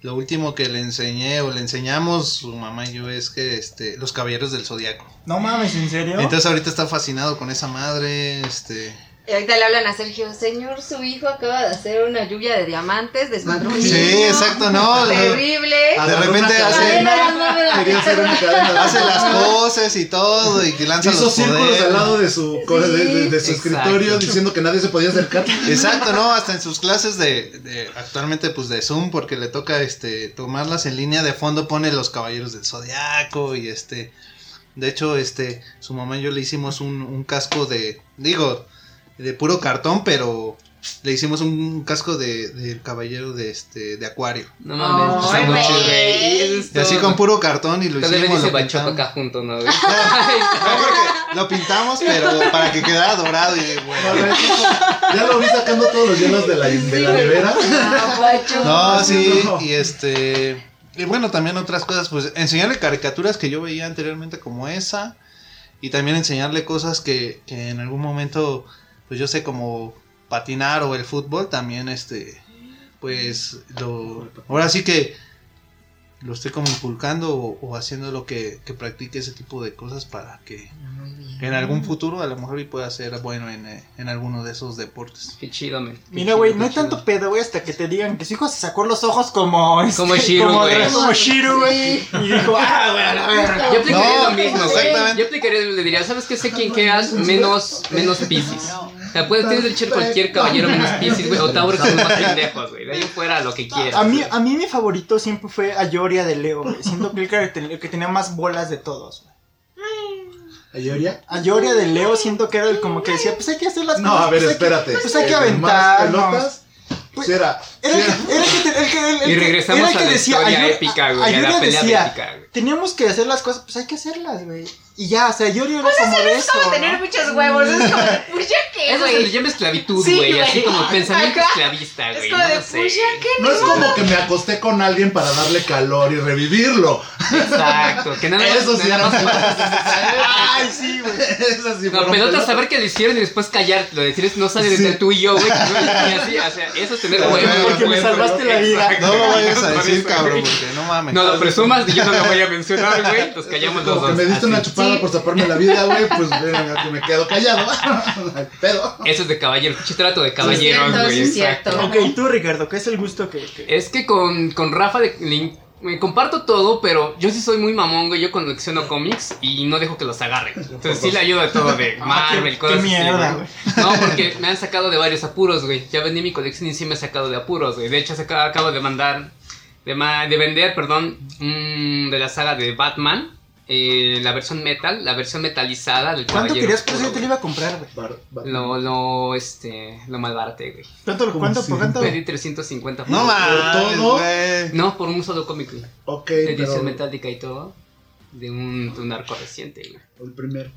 Speaker 3: lo último que le enseñé o le enseñamos su mamá y yo es que este, los caballeros del zodiaco.
Speaker 1: No mames, ¿en serio?
Speaker 3: Entonces ahorita está fascinado con esa madre, este,
Speaker 4: Y ahorita le hablan a Sergio, señor, su hijo acaba de hacer una lluvia de diamantes, desmadró un
Speaker 3: Sí,
Speaker 4: niño,
Speaker 3: exacto, no. De
Speaker 4: Terrible.
Speaker 9: Ah,
Speaker 3: repente hace,
Speaker 6: Cadena, cadena.
Speaker 9: Quería hacer una cadena.
Speaker 3: hace las poses y todo y que lanza
Speaker 9: Hizo
Speaker 3: los
Speaker 9: círculos
Speaker 3: poderes.
Speaker 9: al lado de su, co- de, de- de su
Speaker 2: Exacto.
Speaker 9: escritorio diciendo que nadie se podía acercar. <laughs>
Speaker 3: Exacto, no, hasta en sus clases de, de- actualmente pues de Zoom porque le toca este tomarlas en línea de fondo pone los caballeros del zodiaco y este De hecho, este, su mamá y yo le hicimos un, un casco de, digo, de puro cartón, pero le hicimos un casco de, del caballero de este, de acuario.
Speaker 2: No mames, pues, está muy
Speaker 4: güey.
Speaker 2: chido, güey. Eso es
Speaker 3: Y así
Speaker 2: todo.
Speaker 3: con puro cartón y lo
Speaker 2: Todavía le
Speaker 3: hicimos.
Speaker 2: dice
Speaker 3: Lo
Speaker 2: Bachoco
Speaker 3: pintamos.
Speaker 2: acá junto, <laughs> ¿no? güey?
Speaker 3: No, porque lo pintamos, pero para que quedara dorado y bueno.
Speaker 9: Ya lo vi sacando todos los llenos de la, de la nevera.
Speaker 3: No, sí, y este. Y bueno, también otras cosas, pues enseñarle caricaturas que yo veía anteriormente como esa. Y también enseñarle cosas que, que en algún momento, pues yo sé como patinar o el fútbol, también este, pues lo... Ahora sí que lo estoy como inculcando o, o haciendo lo que, que practique ese tipo de cosas para que,
Speaker 4: Muy bien.
Speaker 3: que en algún futuro a lo mejor y pueda ser bueno en, eh, en alguno de esos deportes.
Speaker 2: Qué chido, men. Qué
Speaker 1: Mira,
Speaker 2: chido,
Speaker 1: güey,
Speaker 2: qué
Speaker 1: no hay
Speaker 2: chido.
Speaker 1: tanto pedo, güey, hasta que te digan que su hijo se sacó los ojos como... este,
Speaker 2: Como Shiro,
Speaker 1: como-
Speaker 2: güey.
Speaker 1: Como Shiro, güey. Y dijo, ah, güey, a la verga.
Speaker 2: Yo aplicaría
Speaker 3: No,
Speaker 2: lo mismo, güey.
Speaker 3: exactamente.
Speaker 2: Yo aplicaría, le diría, ¿sabes qué sé quién quedas? Menos, menos Pisces. O sea, puedes tienes derecho a
Speaker 1: Pues,
Speaker 2: cualquier caballero menos Pisces, güey. O Tauro que
Speaker 1: <laughs>
Speaker 2: son más pendejos, güey. De ahí en fuera lo que quieras.
Speaker 1: A mí,
Speaker 2: güey.
Speaker 1: a mí mi favorito siempre fue Ayoria de Leo, güey. Siento que era el que ten- el que tenía más bolas de todos, güey.
Speaker 9: ¿Ayoria?
Speaker 1: Ayoria de Leo siento que era el como que decía, pues hay que hacer las
Speaker 9: No,
Speaker 1: cosas.
Speaker 9: a ver,
Speaker 1: pues, hay que-
Speaker 9: espérate.
Speaker 1: pues hay que
Speaker 9: El
Speaker 1: aventar,
Speaker 9: Más pelotas.
Speaker 1: Pues-
Speaker 9: sí era.
Speaker 1: Era el que, era el que, te- el que- el- el
Speaker 2: Y
Speaker 1: que-
Speaker 2: regresamos
Speaker 1: era el que
Speaker 2: a la
Speaker 1: decía,
Speaker 2: historia
Speaker 1: Ayoria-
Speaker 2: épica, güey. A
Speaker 1: Ayoria
Speaker 2: la pelea
Speaker 1: decía,
Speaker 2: épica, güey.
Speaker 1: Teníamos que hacer las cosas, pues hay que hacerlas, güey. Y ya, o sea, Ayoria
Speaker 4: Pues
Speaker 1: era como de eso.
Speaker 4: Como tener
Speaker 1: ¿no?
Speaker 9: ah.
Speaker 4: muchos huevos. Es como, de, ¿pues ya qué,
Speaker 2: Eso se le
Speaker 4: güey?
Speaker 2: llama esclavitud,
Speaker 4: Sí,
Speaker 2: güey. Así
Speaker 4: güey.
Speaker 2: como pensamiento
Speaker 4: Ajá.
Speaker 2: esclavista, güey.
Speaker 4: Es
Speaker 2: No
Speaker 4: como de,
Speaker 2: lo sé.
Speaker 4: ¿pues ya qué?
Speaker 9: No es como que me acosté con alguien para darle calor y revivirlo.
Speaker 2: Exacto. Que nada más.
Speaker 9: Eso sí
Speaker 2: nada
Speaker 9: era.
Speaker 2: más-
Speaker 9: Ay, sí, güey. Eso sí
Speaker 2: No, pelotas
Speaker 9: fueron pelotas.
Speaker 2: saber que lo hicieron y después callártelo, decir no sale desde
Speaker 9: Sí.
Speaker 2: tú y yo, güey. que no es ni así, o sea, eso es tener
Speaker 9: Porque
Speaker 2: huevos.
Speaker 1: me
Speaker 2: güey,
Speaker 1: salvaste la vida.
Speaker 2: exacto.
Speaker 3: No lo vayas a decir,
Speaker 2: Por eso,
Speaker 3: cabrón,
Speaker 2: güey.
Speaker 3: porque no mames.
Speaker 2: No lo presumas y yo no lo voy a mencionar, güey. Nos callamos los
Speaker 9: Como que
Speaker 2: dos. Ah,
Speaker 9: me diste
Speaker 2: así.
Speaker 9: una chupada por taparme la vida, güey, pues venga, que me quedo callado. <laughs> Ay, Pero
Speaker 2: Eso es de caballero, pinche trato de caballero,
Speaker 4: cierto,
Speaker 2: güey.
Speaker 4: sí es
Speaker 2: exacto.
Speaker 4: cierto.
Speaker 1: Ok, ¿y tú, Ricardo, ¿qué es el gusto que...? que-
Speaker 2: Es que con, con Rafa de- le in- me comparto todo, pero yo sí soy muy mamón, güey. Yo colecciono cómics y no dejo que los agarren. Entonces sí le ayudo de todo, de Marvel,
Speaker 1: Ah, qué-
Speaker 2: cosas
Speaker 1: qué mierda,
Speaker 2: así. No, porque me han sacado de varios apuros, güey. Ya vendí mi colección y sí me he sacado de apuros, güey. De hecho, saca- acabo de mandar, de, ma- de vender, perdón, mm, de la saga de Batman. eh, la versión metal, la versión metalizada del
Speaker 1: ¿Cuánto
Speaker 2: Caballero
Speaker 1: querías? Pero
Speaker 2: Oscuro,
Speaker 1: yo te lo iba a comprar, güey.
Speaker 9: Bar- bar-
Speaker 2: güey. Lo, lo, este, lo malbarate, güey.
Speaker 1: ¿Cuánto,
Speaker 9: ¿Cómo
Speaker 1: cuánto,
Speaker 9: así?
Speaker 1: por cuánto?
Speaker 2: Pedí 350 pesos.
Speaker 3: No mames,
Speaker 9: todo.
Speaker 3: güey.
Speaker 2: No, por un solo cómic, güey.
Speaker 9: Ok,
Speaker 2: edición
Speaker 9: pero
Speaker 2: metálica y todo. De un, de un arco reciente, güey.
Speaker 9: el primero.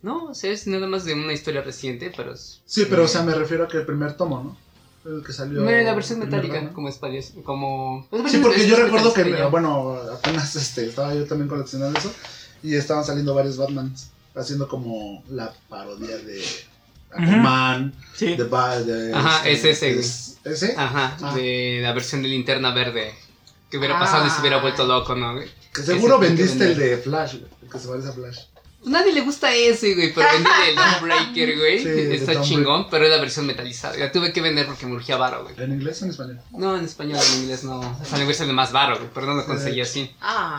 Speaker 2: No, o sea, es nada más de una historia reciente, pero es.
Speaker 9: Sí, pero o sea, me refiero a que el primer tomo, ¿no? El que salió.
Speaker 2: Mira, la versión
Speaker 9: el primer
Speaker 2: metálica,
Speaker 9: tomo.
Speaker 2: como espadios, como. es
Speaker 9: Sí,
Speaker 2: versión
Speaker 9: porque yo
Speaker 2: metálica
Speaker 9: recuerdo que,
Speaker 2: ya.
Speaker 9: bueno, apenas este, estaba yo también coleccionando eso y estaban saliendo varios Batmans haciendo como la parodia de Aquaman,
Speaker 1: Sí.
Speaker 9: de, Ba- de-
Speaker 2: Ajá,
Speaker 9: este,
Speaker 2: es ese, güey.
Speaker 9: es- ese.
Speaker 2: Ajá,
Speaker 9: Ah.
Speaker 2: de la versión de linterna verde. Que hubiera pasado y se hubiera vuelto loco, ¿no, güey?
Speaker 9: que seguro
Speaker 2: ese tiene que
Speaker 9: vendiste el
Speaker 2: vender.
Speaker 9: de Flash, güey, el que se parece a Flash.
Speaker 2: Nadie le gusta ese, güey, pero vendí <laughs> el Dawnbreaker, güey.
Speaker 9: Sí, el de
Speaker 2: Está
Speaker 9: Dawnbreaker.
Speaker 2: chingón, pero es la versión metalizada. La tuve que vender porque me urgía varo, güey.
Speaker 9: ¿En inglés o en español?
Speaker 2: No, en español, en inglés no. Ah. O sea, en inglés sale más varo, güey, pero no lo conseguí así.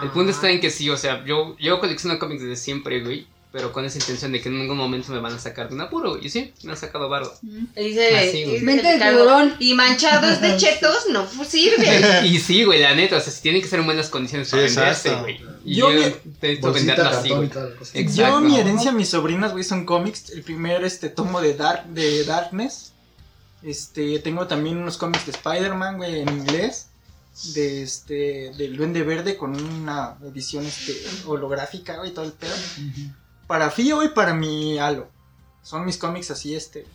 Speaker 2: El punto
Speaker 4: Ah.
Speaker 2: está en que sí, o sea, yo, yo colecciono cómics desde siempre, güey. Pero con esa intención de que en ningún momento me van a sacar de un apuro, güey. Y sí, me han sacado barro.
Speaker 4: Y dice,
Speaker 2: Así, güey.
Speaker 4: dice
Speaker 6: Mente de
Speaker 4: Ricardo,
Speaker 6: tiburón.
Speaker 4: Y manchados
Speaker 6: <laughs>
Speaker 4: de chetos no fu- sirve.
Speaker 2: <laughs> Y sí, güey, la neta, o sea, si tienen que ser en buenas condiciones
Speaker 3: Sí,
Speaker 2: para venderse,
Speaker 3: exacto.
Speaker 2: güey. Y
Speaker 1: Yo
Speaker 2: yo,
Speaker 1: mi-
Speaker 2: intento
Speaker 9: Bolsita,
Speaker 2: venderlo así,
Speaker 9: cartón y
Speaker 2: güey. Eh,
Speaker 9: tal, cosa.
Speaker 2: Ex-
Speaker 1: Yo,
Speaker 2: Exacto.
Speaker 1: mi herencia a mis sobrinas, güey, son cómics. El primer este tomo de Dark de Darkness. Este, tengo también unos cómics de Spider-Man, güey, en inglés. De este, del Duende Verde con una edición este, holográfica, güey, todo el pedo. Para Fío y para mi Halo. Son mis cómics así, este,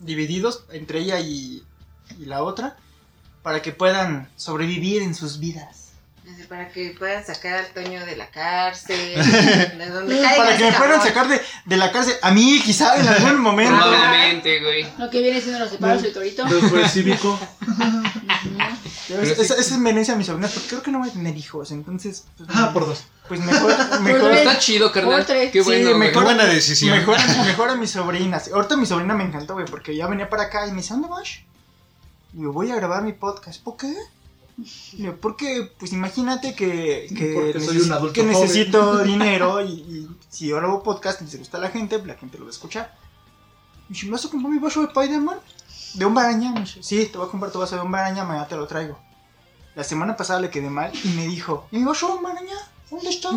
Speaker 1: divididos entre ella y, y la otra. Para que puedan sobrevivir en sus vidas.
Speaker 4: Para que puedan sacar al Toño de la
Speaker 1: <laughs>
Speaker 4: cárcel. de donde caigas,
Speaker 1: Para que me puedan
Speaker 4: cabrón.
Speaker 1: sacar de, de la cárcel. A mí, quizá en algún momento.
Speaker 2: Probablemente, güey.
Speaker 6: Lo que viene siendo los separos del torito.
Speaker 9: Entonces fue el cívico.
Speaker 1: Pero es-
Speaker 2: Pero sí-
Speaker 1: Esa, esa es mi herencia a mis sobrinas, porque creo que no voy a tener hijos, entonces. Pues,
Speaker 9: Ah, por dos.
Speaker 1: pues mejor. mejor
Speaker 6: Pues
Speaker 2: Está chido, carnal.
Speaker 6: Otra.
Speaker 2: Qué
Speaker 1: Sí,
Speaker 2: bueno, güey.
Speaker 1: mejor-
Speaker 3: Qué buena decisión.
Speaker 1: Mejor, mejor a mis sobrinas. Ahorita mi sobrina me encantó, güey, porque ya venía para acá y me dice, ¿dónde vas? Y yo voy a grabar mi podcast. ¿Por qué? Y yo, porque, pues imagínate que, que,
Speaker 9: Porque soy un adulto
Speaker 1: que
Speaker 9: joven.
Speaker 1: necesito dinero y, y si yo grabo podcast y se gusta a la gente, la gente lo va a escuchar. Y si me vas a comprar mi vaso de Spider-Man, de un baraña, me dice, sí, te voy a comprar tu vaso de un baraña, mañana te lo traigo.
Speaker 9: <laughs>
Speaker 1: La semana pasada le quedé mal y me dijo, ¿y mi vaso de un baraña? ¿Dónde está?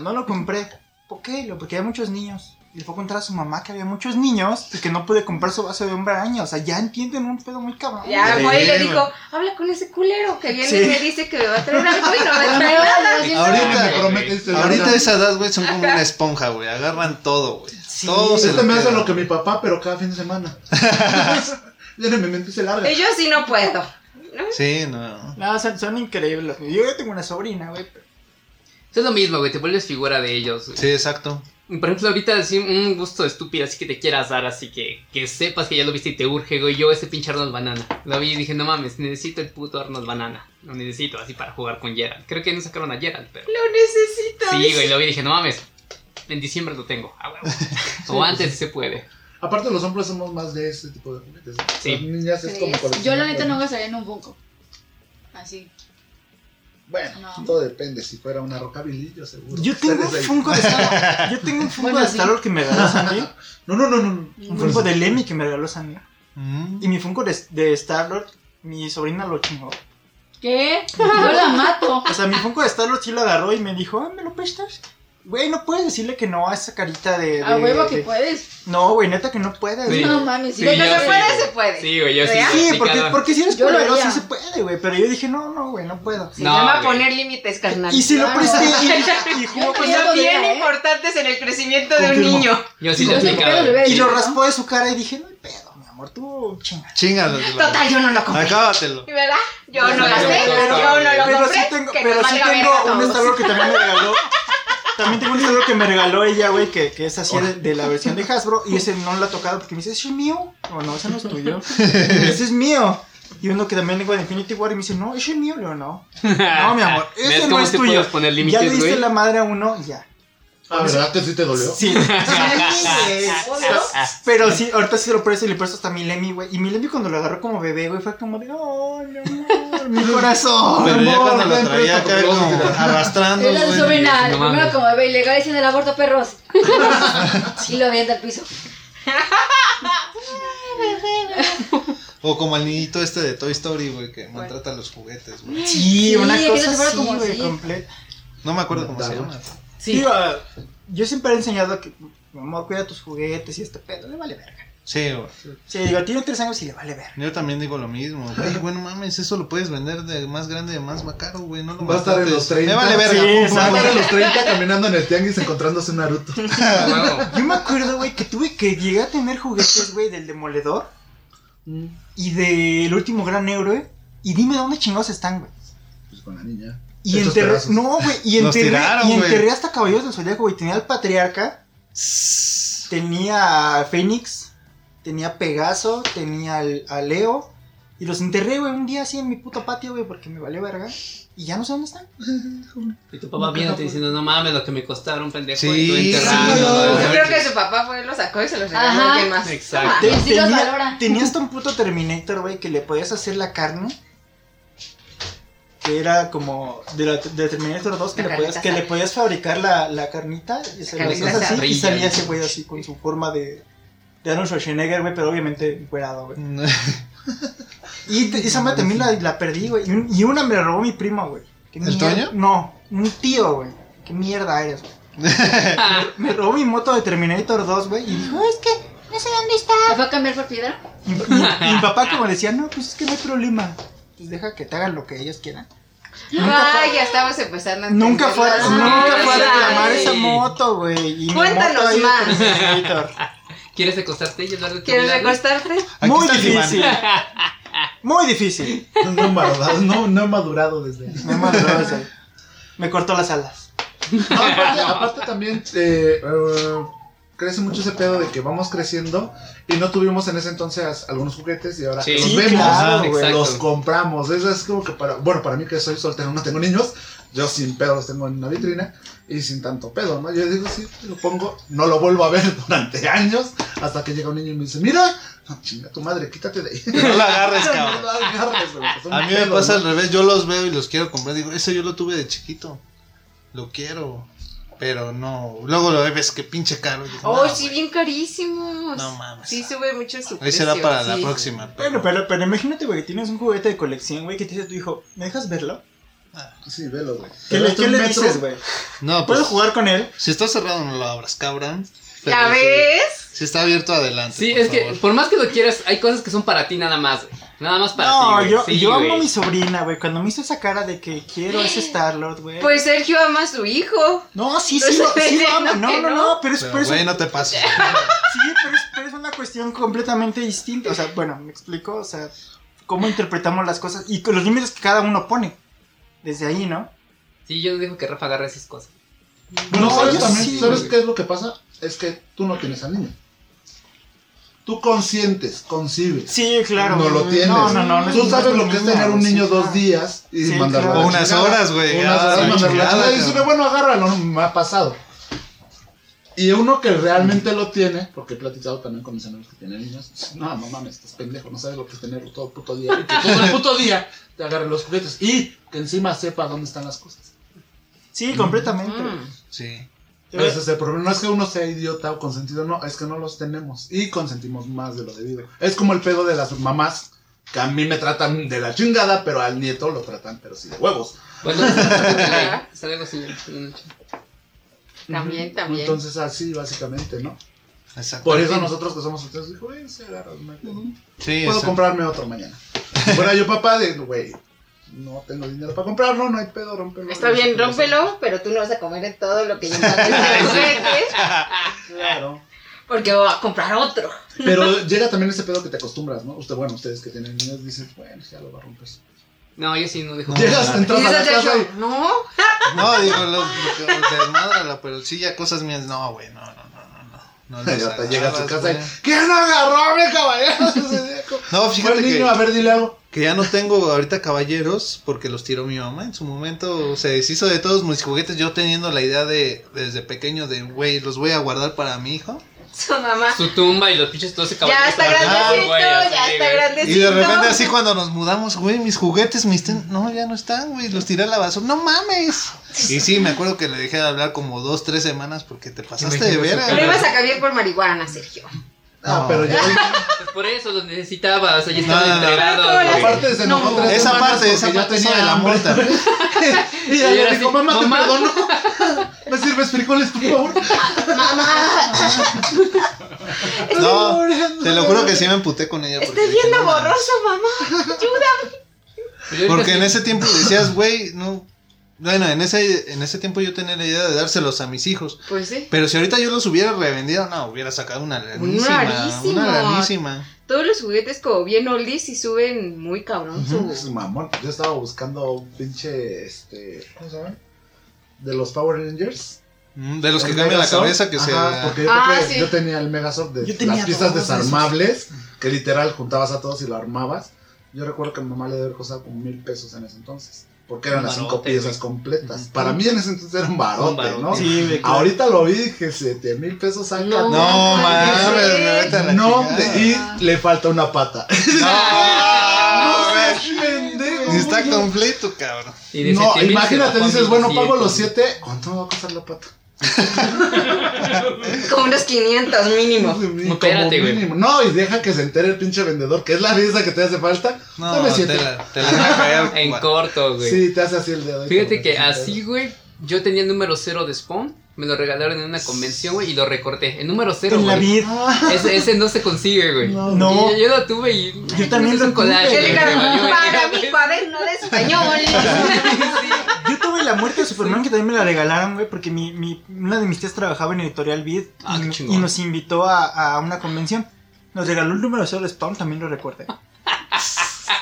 Speaker 1: No lo compré. ¿Por qué? Lo- Porque había muchos niños. Y le fue a contar a su mamá que había muchos niños y que no pude comprar su vaso de un año. O sea, ya entienden un pedo muy cabrón.
Speaker 4: Ya,
Speaker 3: Sí,
Speaker 4: Mori le
Speaker 3: güey.
Speaker 4: dijo, habla con ese culero que viene
Speaker 1: Sí.
Speaker 4: y me dice que me va
Speaker 1: <laughs>
Speaker 4: a traer algo y no me trae nada.
Speaker 3: Ahorita,
Speaker 9: Me prometiste,
Speaker 3: Ahorita
Speaker 9: ¿verdad?
Speaker 3: esa edad, güey, son como una esponja, güey. Agarran todo, güey. todo se
Speaker 9: Este me hace
Speaker 3: queda.
Speaker 9: lo que mi papá, pero cada fin
Speaker 2: <laughs>
Speaker 9: de semana. Viene mi mente y se larga.
Speaker 4: Y yo sí no puedo.
Speaker 3: Sí, no.
Speaker 1: No, son, son increíbles. Yo ya tengo una sobrina, güey. pero-
Speaker 2: Es lo mismo, güey, te vuelves figura de ellos. güey.
Speaker 3: Sí, exacto.
Speaker 2: Por ejemplo, ahorita así un gusto estúpido así que te quieras dar, así que que sepas que ya lo viste y te urge, güey. Yo ese pinche Arnold Banana. Lo vi y dije, no mames, necesito el puto Arnold Banana. Lo necesito así para jugar con Gerald. Creo que no sacaron a Gerald, pero...
Speaker 4: Lo necesito.
Speaker 2: Sí, güey, lo vi y dije, no mames, en diciembre lo tengo. a
Speaker 4: <laughs>
Speaker 2: huevo". o antes si se puede.
Speaker 9: Aparte, los hombres somos más de ese tipo de juguetes.
Speaker 2: Sí.
Speaker 9: Las niñas es
Speaker 8: Sí,
Speaker 9: como
Speaker 8: es-
Speaker 9: coleccionar
Speaker 6: Yo la neta no
Speaker 9: juguetes.
Speaker 6: gastaría en un bunko. Así.
Speaker 9: Bueno,
Speaker 6: No.
Speaker 9: todo depende. Si fuera una rockabilly, yo seguro.
Speaker 1: Yo tengo un
Speaker 9: Ustedes ahí.
Speaker 1: Funko de
Speaker 9: <laughs>
Speaker 1: Star Yo tengo un Funko de Star Wars que me regaló Sandy.
Speaker 9: No, no, no, no, no.
Speaker 1: Un Funko de Lemmy que me regaló Sandy.
Speaker 3: Mm.
Speaker 1: Y mi Funko de, de Star-Lord, mi sobrina lo chingó.
Speaker 6: ¿Qué? Yo la mato.
Speaker 1: O sea, mi Funko de Star-Lord sí lo agarró y me dijo, ah, ¿me lo prestas? Güey, no puedes decirle que no a esa carita de...
Speaker 6: A
Speaker 1: de-
Speaker 6: huevo que
Speaker 1: de-
Speaker 6: puedes.
Speaker 1: No, güey, neta que no puedes.
Speaker 2: Sí.
Speaker 1: güey.
Speaker 6: No mames.
Speaker 2: Sí,
Speaker 6: yo-
Speaker 4: Lo que
Speaker 2: yo
Speaker 4: se puede,
Speaker 2: güey.
Speaker 4: se puede.
Speaker 2: Sí, güey, yo sí.
Speaker 4: ¿Real?
Speaker 1: Sí,
Speaker 2: sí,
Speaker 1: porque,
Speaker 2: cada-
Speaker 1: porque si eres
Speaker 6: Yo lo
Speaker 1: culero sí
Speaker 6: haría.
Speaker 1: se puede, güey. Pero yo dije, no, no, güey, no puedo.
Speaker 4: Se
Speaker 2: No,
Speaker 4: llama
Speaker 2: güey.
Speaker 4: poner límites, carnal.
Speaker 1: Y si lo
Speaker 6: No.
Speaker 1: presté y, y
Speaker 2: pues
Speaker 1: jugó con él,
Speaker 6: Yo lo
Speaker 4: Son bien
Speaker 6: haría, ¿eh?
Speaker 4: importantes en el crecimiento de un
Speaker 9: Confirmo.
Speaker 4: niño.
Speaker 2: Yo sí
Speaker 6: Yo
Speaker 2: lo he
Speaker 6: sí puedo
Speaker 2: aplicado.
Speaker 6: volver a
Speaker 1: y lo
Speaker 6: decir, ¿no?
Speaker 1: raspó de su cara y dije, no hay pedo, mi amor, tú chinga.
Speaker 3: Chingalo.
Speaker 4: Total, yo no lo compré.
Speaker 3: Acábatelo.
Speaker 4: ¿Verdad? Yo no
Speaker 2: Pero-
Speaker 4: gasté,
Speaker 2: pero-
Speaker 4: yo no lo
Speaker 1: pero
Speaker 4: compré.
Speaker 1: sí tengo,
Speaker 4: que
Speaker 1: pero
Speaker 4: nos
Speaker 1: sí
Speaker 4: valga
Speaker 1: tengo
Speaker 4: verga a
Speaker 1: un
Speaker 4: todos.
Speaker 1: Star Wars que también me regaló. También tengo un Star Wars que me regaló ella, güey, que, que es así de, de la versión de Hasbro. Y ese no lo ha tocado porque me dice, ¿ese es mío? No, no, ese no es tuyo. Ese es mío. Y uno que también tengo de Infinity War y me dice, no, ese es mío. Le digo, no. No, mi
Speaker 3: <laughs>
Speaker 1: amor,
Speaker 2: ¿Ves
Speaker 1: ese no
Speaker 2: cómo
Speaker 1: es
Speaker 2: te
Speaker 1: tuyo.
Speaker 2: puedes poner
Speaker 1: Ya le
Speaker 2: límites,
Speaker 1: diste
Speaker 2: güey?
Speaker 1: la madre a uno y ya.
Speaker 9: Ah, ¿verdad que sí te dolió?
Speaker 1: <laughs> Sí. Sí,
Speaker 6: Obvio.
Speaker 1: Pero sí, ahorita sí se lo presto y le presto hasta a mi Lemmy, güey. Y mi Lemmy cuando lo agarró como bebé, güey, fue como de, oh, mi amor,
Speaker 4: <laughs>
Speaker 1: mi corazón.
Speaker 3: Pero ya
Speaker 9: amor,
Speaker 3: cuando
Speaker 9: ven,
Speaker 3: lo traía acá
Speaker 9: presta tu
Speaker 3: como
Speaker 9: closet.
Speaker 3: arrastrando,
Speaker 6: Era su
Speaker 3: güey.
Speaker 6: sobrina.
Speaker 2: No
Speaker 6: Primero
Speaker 2: mames.
Speaker 6: como bebé ilegal diciendo el aborto
Speaker 2: <laughs>
Speaker 6: perros. y lo avienta al piso.
Speaker 3: O como el niñito este de Toy Story, güey, que maltrata los juguetes, güey.
Speaker 1: Sí, una
Speaker 6: que
Speaker 1: cosa
Speaker 6: no se fuera
Speaker 1: así,
Speaker 6: como
Speaker 1: güey,
Speaker 6: así.
Speaker 1: completa.
Speaker 3: No me acuerdo cómo se
Speaker 9: Dale.
Speaker 3: llama.
Speaker 1: Digo, ah, yo siempre he enseñado que, mi amor, cuida tus juguetes y este pedo, le vale verga.
Speaker 3: Sí, güey.
Speaker 1: Sí, digo, tiene tres años y le vale verga.
Speaker 3: Yo también digo lo mismo. Güey, bueno, mames, eso lo puedes vender de más grande, de más caro, güey. No lo
Speaker 9: Va a estar en
Speaker 3: maltrates.
Speaker 9: los 30.
Speaker 3: Me vale verga.
Speaker 1: Sí,
Speaker 9: Va a
Speaker 1: exacto.
Speaker 9: estar en los 30 caminando en el tianguis encontrándose un Naruto.
Speaker 1: <laughs>
Speaker 2: Ah,
Speaker 4: <laughs>
Speaker 2: huevo.
Speaker 1: Yo me acuerdo, güey, que tuve que llegué a tener juguetes, güey, del Demoledor y del último gran héroe. Y dime dónde chingados están, güey.
Speaker 9: Pues con la niña. <laughs>
Speaker 1: Y
Speaker 9: Hechos
Speaker 1: enterré,
Speaker 9: pedazos.
Speaker 1: no, güey, y
Speaker 3: Los
Speaker 1: enterré,
Speaker 3: tiraron,
Speaker 1: y
Speaker 3: güey.
Speaker 1: enterré hasta Caballeros del Zodiaco, güey. Tenía al Patriarca, tenía a Fénix, tenía a Pegaso, tenía al, a Leo. Y los enterré, güey, un día así en mi puto patio, güey, porque me valió verga. Y ya no sé dónde están.
Speaker 2: Y tu papá viéndote diciendo, no mames, lo que me costaron, pendejo.
Speaker 3: Sí,
Speaker 2: y tú
Speaker 3: sí,
Speaker 2: enterrando,
Speaker 1: no,
Speaker 2: ¿no?
Speaker 4: Yo creo que su papá fue, lo sacó y se los regaló
Speaker 6: Ajá.
Speaker 4: a alguien más.
Speaker 2: Exacto.
Speaker 6: Y así los valora.
Speaker 1: tenía, tenía hasta un puto Terminator, güey, que le podías hacer la carne. Que era como de, la- de Terminator 2, que,
Speaker 4: La
Speaker 1: le podías,
Speaker 4: carnita
Speaker 1: que le
Speaker 4: asada.
Speaker 1: podías fabricar la, la carnita y, se lo
Speaker 4: carnita
Speaker 1: hacías así, y
Speaker 2: asada.
Speaker 1: salía ese güey así con su forma de, de Arnold Schwarzenegger, güey, pero obviamente encuerado, güey. Y te- esa madre también la, la perdí, güey. Y, un- y una me la robó mi prima, güey. ¿Qué
Speaker 3: ¿El
Speaker 1: mier-
Speaker 3: Toño?
Speaker 1: No, un tío, güey. ¿Qué mierda eres, güey?
Speaker 3: <laughs>
Speaker 1: me robó mi moto de Terminator 2, güey, y dijo, es que
Speaker 6: ¿La va a cambiar por piedra?
Speaker 1: y mi, y mi papá como decía, no, pues es que no hay problema. Pues deja que te hagan lo que ellos quieran. Nunca fue,
Speaker 4: Ay, ya estabas empezando a
Speaker 1: nunca fue,
Speaker 4: entenderlo.
Speaker 1: nunca fue a
Speaker 4: Ay.
Speaker 1: reclamar
Speaker 2: Ay.
Speaker 1: esa moto, güey. y mi
Speaker 4: Cuéntanos
Speaker 1: moto ahí de
Speaker 4: más.
Speaker 1: Terminator.
Speaker 2: ¿Quieres acostarte y hablar de tu
Speaker 4: ¿Quieres
Speaker 2: vida, güey?
Speaker 4: recostarte?
Speaker 3: <laughs> Aquí
Speaker 1: Muy
Speaker 3: está el diván.
Speaker 1: difícil. Muy
Speaker 3: <laughs>
Speaker 1: difícil.
Speaker 9: No, no, he madurado, no, no he madurado desde.
Speaker 1: Me maduró eso. Me cortó las alas.
Speaker 9: Aparte, aparte también eh, eh, crece mucho ese pedo de que vamos creciendo y no tuvimos en ese entonces algunos juguetes y ahora
Speaker 2: Sí.
Speaker 9: que los
Speaker 1: Sí,
Speaker 9: vemos,
Speaker 1: claro, güey,
Speaker 2: exacto.
Speaker 9: los compramos. Eso es como que para, bueno, para mí que soy soltero, no tengo niños, yo sin pedo los tengo en una vitrina y sin tanto pedo, ¿no? Yo digo, sí, lo pongo, no lo vuelvo a ver <laughs> durante años hasta que llega un niño y me dice, mira, no, chinga tu madre, quítate de ahí.
Speaker 3: <laughs> No lo agarres,
Speaker 4: <laughs>
Speaker 9: No
Speaker 3: cabrón.
Speaker 9: lo agarres, güey, es un
Speaker 3: A mí me
Speaker 9: pedo,
Speaker 3: pasa
Speaker 9: ¿no?
Speaker 3: al revés, yo los veo y los quiero comprar. Digo, ese yo lo tuve de chiquito. Lo quiero. Pero no. Luego lo ves que pinche caro. y digo,
Speaker 4: Oh,
Speaker 3: no,
Speaker 4: sí,
Speaker 3: güey.
Speaker 4: bien carísimos.
Speaker 3: No mames.
Speaker 4: Sí, sube mucho su
Speaker 3: Ahí
Speaker 4: precio.
Speaker 3: será para la
Speaker 4: sí.
Speaker 3: próxima.
Speaker 1: Bueno, pero, pero imagínate, güey, que tienes un juguete de colección, güey, que te dice tu hijo, ¿me dejas verlo?
Speaker 9: Sí, velo, güey.
Speaker 1: ¿Qué
Speaker 9: Pero
Speaker 1: le,
Speaker 9: este
Speaker 1: qué le
Speaker 9: metro-
Speaker 1: dices, güey?
Speaker 3: No, pues.
Speaker 1: ¿Puedo jugar con él?
Speaker 3: Si está cerrado, no lo abras, cabrón. Pero
Speaker 4: ¿Ya
Speaker 3: si-
Speaker 4: ves?
Speaker 3: Si está abierto, adelante.
Speaker 2: Sí,
Speaker 3: por
Speaker 2: es que
Speaker 3: favor.
Speaker 2: por más que lo quieras, hay cosas que son para ti nada más, güey. Nada más para ti.
Speaker 1: No,
Speaker 2: güey.
Speaker 1: yo,
Speaker 2: Sí,
Speaker 1: yo amo a
Speaker 2: güey.
Speaker 1: mi sobrina, güey. Cuando me hizo esa cara de que quiero
Speaker 4: <laughs>
Speaker 1: ese Star-Lord, güey.
Speaker 4: Pues Sergio ama a su hijo.
Speaker 1: no, sí,
Speaker 4: no
Speaker 1: sí, lo,
Speaker 4: sé,
Speaker 1: sí lo amo.
Speaker 4: ¿no?
Speaker 1: No,
Speaker 4: ¿Que
Speaker 1: no,
Speaker 4: no?
Speaker 1: no, pero es,
Speaker 3: Pero,
Speaker 1: pero es-
Speaker 3: güey, no te pases.
Speaker 1: Sí, pero es, pero es una cuestión completamente distinta. O sea, bueno, me explico, o sea, cómo interpretamos las cosas y con los límites que cada uno pone. Desde ahí, ¿no?
Speaker 2: Sí, yo digo que Rafa agarra esas cosas.
Speaker 9: Bueno,
Speaker 1: No,
Speaker 9: ¿sabes
Speaker 1: yo
Speaker 9: también?
Speaker 1: sí,
Speaker 9: ¿Sabes
Speaker 1: güey.
Speaker 9: qué es lo que pasa? Es que tú no tienes al niño. Tú consientes, concibes.
Speaker 1: Sí, claro.
Speaker 9: No lo tienes.
Speaker 1: No, no, no. no
Speaker 9: Tú
Speaker 1: es-
Speaker 9: sabes
Speaker 1: no
Speaker 9: lo que es
Speaker 1: mismo,
Speaker 9: tener un
Speaker 1: sí,
Speaker 9: niño dos
Speaker 1: claro.
Speaker 9: días y
Speaker 1: Sí,
Speaker 9: mandarlo a
Speaker 1: claro.
Speaker 9: la
Speaker 3: O unas
Speaker 9: chingada.
Speaker 3: horas, güey.
Speaker 9: Unas
Speaker 3: Ah,
Speaker 9: horas
Speaker 3: la
Speaker 9: mandarlo a la
Speaker 3: chingada,
Speaker 9: chingada. Y dice,
Speaker 3: cabrón.
Speaker 9: bueno, agárralo, no, me ha pasado. Y uno que realmente lo tiene, porque he platicado también con mis amigos que tienen niños, no, no mames, estás pendejo, no sabes lo que es tenerlo todo puto día. Y que todo el puto día te agarren los juguetes y que encima sepa dónde están las cosas.
Speaker 1: Sí, completamente.
Speaker 4: Mm.
Speaker 3: Sí.
Speaker 9: Pero Ese es el problema. No es que uno sea idiota o consentido, no, es que no los tenemos y consentimos más de lo debido. Es como el pedo de las mamás que a mí me tratan de la chingada, pero al nieto lo tratan, pero sí de huevos.
Speaker 2: Bueno, hasta luego, señor.
Speaker 4: También,
Speaker 9: Ujú.
Speaker 4: también.
Speaker 9: Entonces, así básicamente, ¿no?
Speaker 3: Exacto.
Speaker 9: Por eso nosotros que somos solteros, dijo, güey, se agarra una-
Speaker 3: Sí,
Speaker 9: Puedo
Speaker 3: exacto.
Speaker 9: comprarme otro mañana. Fuera yo papá, de, güey, no tengo dinero para comprarlo, no hay pedo, rompelo.
Speaker 4: Está bien, rómpelo, pero tú no vas a comer en todo lo que
Speaker 3: <laughs>
Speaker 4: yo juguete.
Speaker 9: Claro.
Speaker 4: Porque voy a comprar otro.
Speaker 9: Pero llega también ese pedo que te acostumbras, ¿no? Usted, bueno, ustedes que tienen niños dicen, bueno, ya lo va a romper.
Speaker 2: No, yo sí no dejo.
Speaker 9: Llegas,
Speaker 4: Y
Speaker 9: entras a
Speaker 4: dice
Speaker 9: la casa
Speaker 4: Sergio,
Speaker 9: y...
Speaker 4: no,
Speaker 3: No, digo, lo, lo que desmádrala, pero sí, ya cosas mías. No, güey, no, no, no, no. no. No
Speaker 9: <laughs> Ya
Speaker 3: las
Speaker 9: te llegas a tu
Speaker 3: agarras,
Speaker 9: casa y...
Speaker 3: güey.
Speaker 9: ¿Quién agarró a mi caballero? <laughs> Ese viejo.
Speaker 3: No,
Speaker 9: Fue
Speaker 3: fíjate
Speaker 9: el niño,
Speaker 3: que,
Speaker 9: a ver, dile algo.
Speaker 3: que ya no tengo ahorita caballeros porque los tiró mi mamá. En su momento se deshizo de todos mis juguetes. Yo teniendo la idea de, desde pequeño, de, güey, los voy a guardar para mi hijo.
Speaker 4: su mamá.
Speaker 2: Su tumba y los pinches todos se
Speaker 4: Ya está grandecito, ya está grandecito.
Speaker 3: Y de repente así cuando nos mudamos, güey, mis juguetes, mis ten- no, ya no están, güey, los tiré a la basura, no mames. Y sí, me acuerdo que le dejé de hablar como dos, tres semanas porque te pasaste de
Speaker 2: Imagínate,
Speaker 3: vera.
Speaker 4: Pero ibas a cambiar por marihuana, Sergio.
Speaker 9: No,
Speaker 3: No.
Speaker 9: pero ya... <laughs>
Speaker 2: Pues por eso los necesitaba, o sea, ya
Speaker 3: No,
Speaker 2: estaban
Speaker 3: no, no.
Speaker 2: entregados.
Speaker 4: Pero ¿cómo
Speaker 2: güey.
Speaker 4: las-
Speaker 9: Aparte se enojó
Speaker 4: No.
Speaker 9: tres
Speaker 3: Esa
Speaker 9: semanas
Speaker 3: parte,
Speaker 9: porque
Speaker 3: esa
Speaker 9: ya
Speaker 3: parte
Speaker 9: tenía
Speaker 3: tenía de la
Speaker 9: hambre.
Speaker 3: multa.
Speaker 9: <laughs> Y ella
Speaker 2: Y era
Speaker 9: le dijo,
Speaker 2: así,
Speaker 9: mamá, te
Speaker 2: "Mamá".
Speaker 9: perdono. <laughs> ¿Me sirves frijoles, por <laughs> favor?
Speaker 3: No, te lo juro que sí me emputé con ella. porque
Speaker 4: Estoy
Speaker 3: dije,
Speaker 4: viendo
Speaker 3: "No mames".
Speaker 4: borroso, mamá.
Speaker 2: Pero yo
Speaker 3: Porque en
Speaker 2: ahorita sí-
Speaker 3: ese tiempo decías, güey, no. Bueno, en ese, en ese tiempo yo tenía la idea de dárselos a mis hijos.
Speaker 4: Pues sí.
Speaker 3: Pero si ahorita yo los hubiera revendido, no, hubiera sacado una lanísima.
Speaker 4: lanísima.
Speaker 3: Una lanísima.
Speaker 4: Todos los juguetes como bien oldies y suben muy
Speaker 3: <laughs>
Speaker 4: cabrón
Speaker 9: Es
Speaker 4: su...
Speaker 9: mamón. Yo estaba buscando un pinche, este... ¿Cómo se llama? De los Power Rangers.
Speaker 3: Mm, De los que
Speaker 9: El
Speaker 3: cambian la
Speaker 9: Megazord.
Speaker 3: cabeza, que se.
Speaker 9: Ajá, porque yo,
Speaker 4: Ah,
Speaker 9: creo que
Speaker 4: sí.
Speaker 9: yo tenía el Megazord de
Speaker 1: Yo tenía
Speaker 9: las
Speaker 1: dos
Speaker 9: piezas
Speaker 1: de esos.
Speaker 9: desarmables, que literal juntabas a todos y lo armabas. Yo recuerdo que mi mamá le dio cosas como mil pesos en ese entonces, porque eran
Speaker 2: Un
Speaker 9: las cinco
Speaker 2: barote,
Speaker 9: piezas
Speaker 2: güey.
Speaker 9: completas. Para mí en ese entonces era un barote,
Speaker 2: Un barote.
Speaker 9: ¿no?
Speaker 1: Sí, güey. claro.
Speaker 9: Ahorita lo vi y dije, siete mil pesos saca.
Speaker 4: No,
Speaker 3: No, mames,
Speaker 4: mames.
Speaker 3: me vete a la
Speaker 9: No,
Speaker 3: chingada.
Speaker 9: de- y le falta
Speaker 3: <laughs>
Speaker 9: una pata. <laughs>
Speaker 3: No, güey.
Speaker 9: Pendejo,
Speaker 3: Ni está
Speaker 9: güey.
Speaker 3: completo, cabrón.
Speaker 2: y de
Speaker 9: No,
Speaker 2: 7000 se
Speaker 9: imagínate,
Speaker 2: bajó a
Speaker 9: dices, bueno,
Speaker 2: 1200.
Speaker 9: pago los siete, ¿cuánto va a costar la pata?
Speaker 4: Como unos 500 mínimo.
Speaker 9: Como
Speaker 2: espérate, güey.
Speaker 9: mínimo. No, y deja que se entere el pinche vendedor, que es la risa que te hace falta.
Speaker 3: No,
Speaker 9: Dame
Speaker 3: te
Speaker 9: siete.
Speaker 3: la, te la van a caer.
Speaker 2: En corto, güey.
Speaker 9: Sí, te hace así el dedo.
Speaker 2: Fíjate que así, güey, yo tenía el número cero de Spawn, me lo regalaron en una convención, güey, y lo recorté. El número cero,
Speaker 1: En la
Speaker 2: güey.
Speaker 1: vida.
Speaker 2: Ese, ese no se consigue, güey.
Speaker 9: No.
Speaker 1: No.
Speaker 2: Y Yo, yo lo tuve y. Ay,
Speaker 1: también
Speaker 2: es un
Speaker 1: lo tuve.
Speaker 2: collage,
Speaker 4: Yo
Speaker 2: güey,
Speaker 4: le
Speaker 2: me valió,
Speaker 4: digo,
Speaker 2: güey.
Speaker 4: para
Speaker 2: <laughs>
Speaker 4: mi cuaderno de
Speaker 3: <laughs>
Speaker 4: español.
Speaker 1: Yo tuve la muerte de Superman que también me la regalaron, güey, porque mi, mi- una de mis tías trabajaba en Editorial Vid
Speaker 2: Ah, qué
Speaker 1: y,
Speaker 2: chingón.
Speaker 1: y nos invitó a, a una convención. Nos regaló el número cero de Spawn, también lo recorté.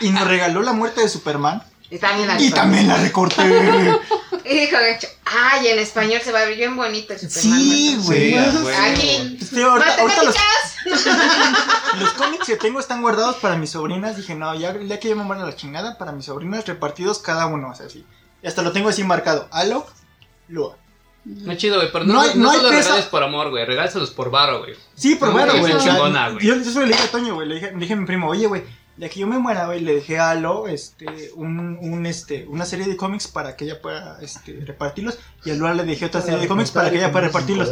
Speaker 1: Y nos regaló la muerte de Superman.
Speaker 4: Y también la
Speaker 1: Y también la recorté.
Speaker 4: Y dijo Gacho, ay, en español se va a ver bien bonito el Superman.
Speaker 1: Sí, güey.
Speaker 3: Sí, a huevo.
Speaker 4: Aquí.
Speaker 1: Sí, ahorita, ahorita los,
Speaker 4: ¡Matemáticas!
Speaker 1: <laughs> los cómics que tengo están guardados para mis sobrinas. Dije, no, ya, ya que yo me muero a la chingada, para mis sobrinas repartidos cada uno, o sea, así. Y hasta lo tengo así marcado. Alo, Lua.
Speaker 2: No chido, güey, pero no,
Speaker 1: No hay-
Speaker 2: no
Speaker 1: no hay
Speaker 2: solo
Speaker 1: pesa-
Speaker 2: regales por amor, güey, regálaselos por varo, güey.
Speaker 1: Sí, pero
Speaker 2: No,
Speaker 1: bueno,
Speaker 2: güey,
Speaker 1: güey.
Speaker 2: es
Speaker 1: o sea,
Speaker 2: chingona, güey.
Speaker 1: Yo eso le dije a Toño, güey. Le dije, le dije a mi primo, oye, güey, de que yo me muera, güey, le dejé a Alo este, un, un, este, una serie de cómics para que ella pueda este, repartirlos. Y a Lua le dejé otra serie de cómics para que ella pueda repartirlos.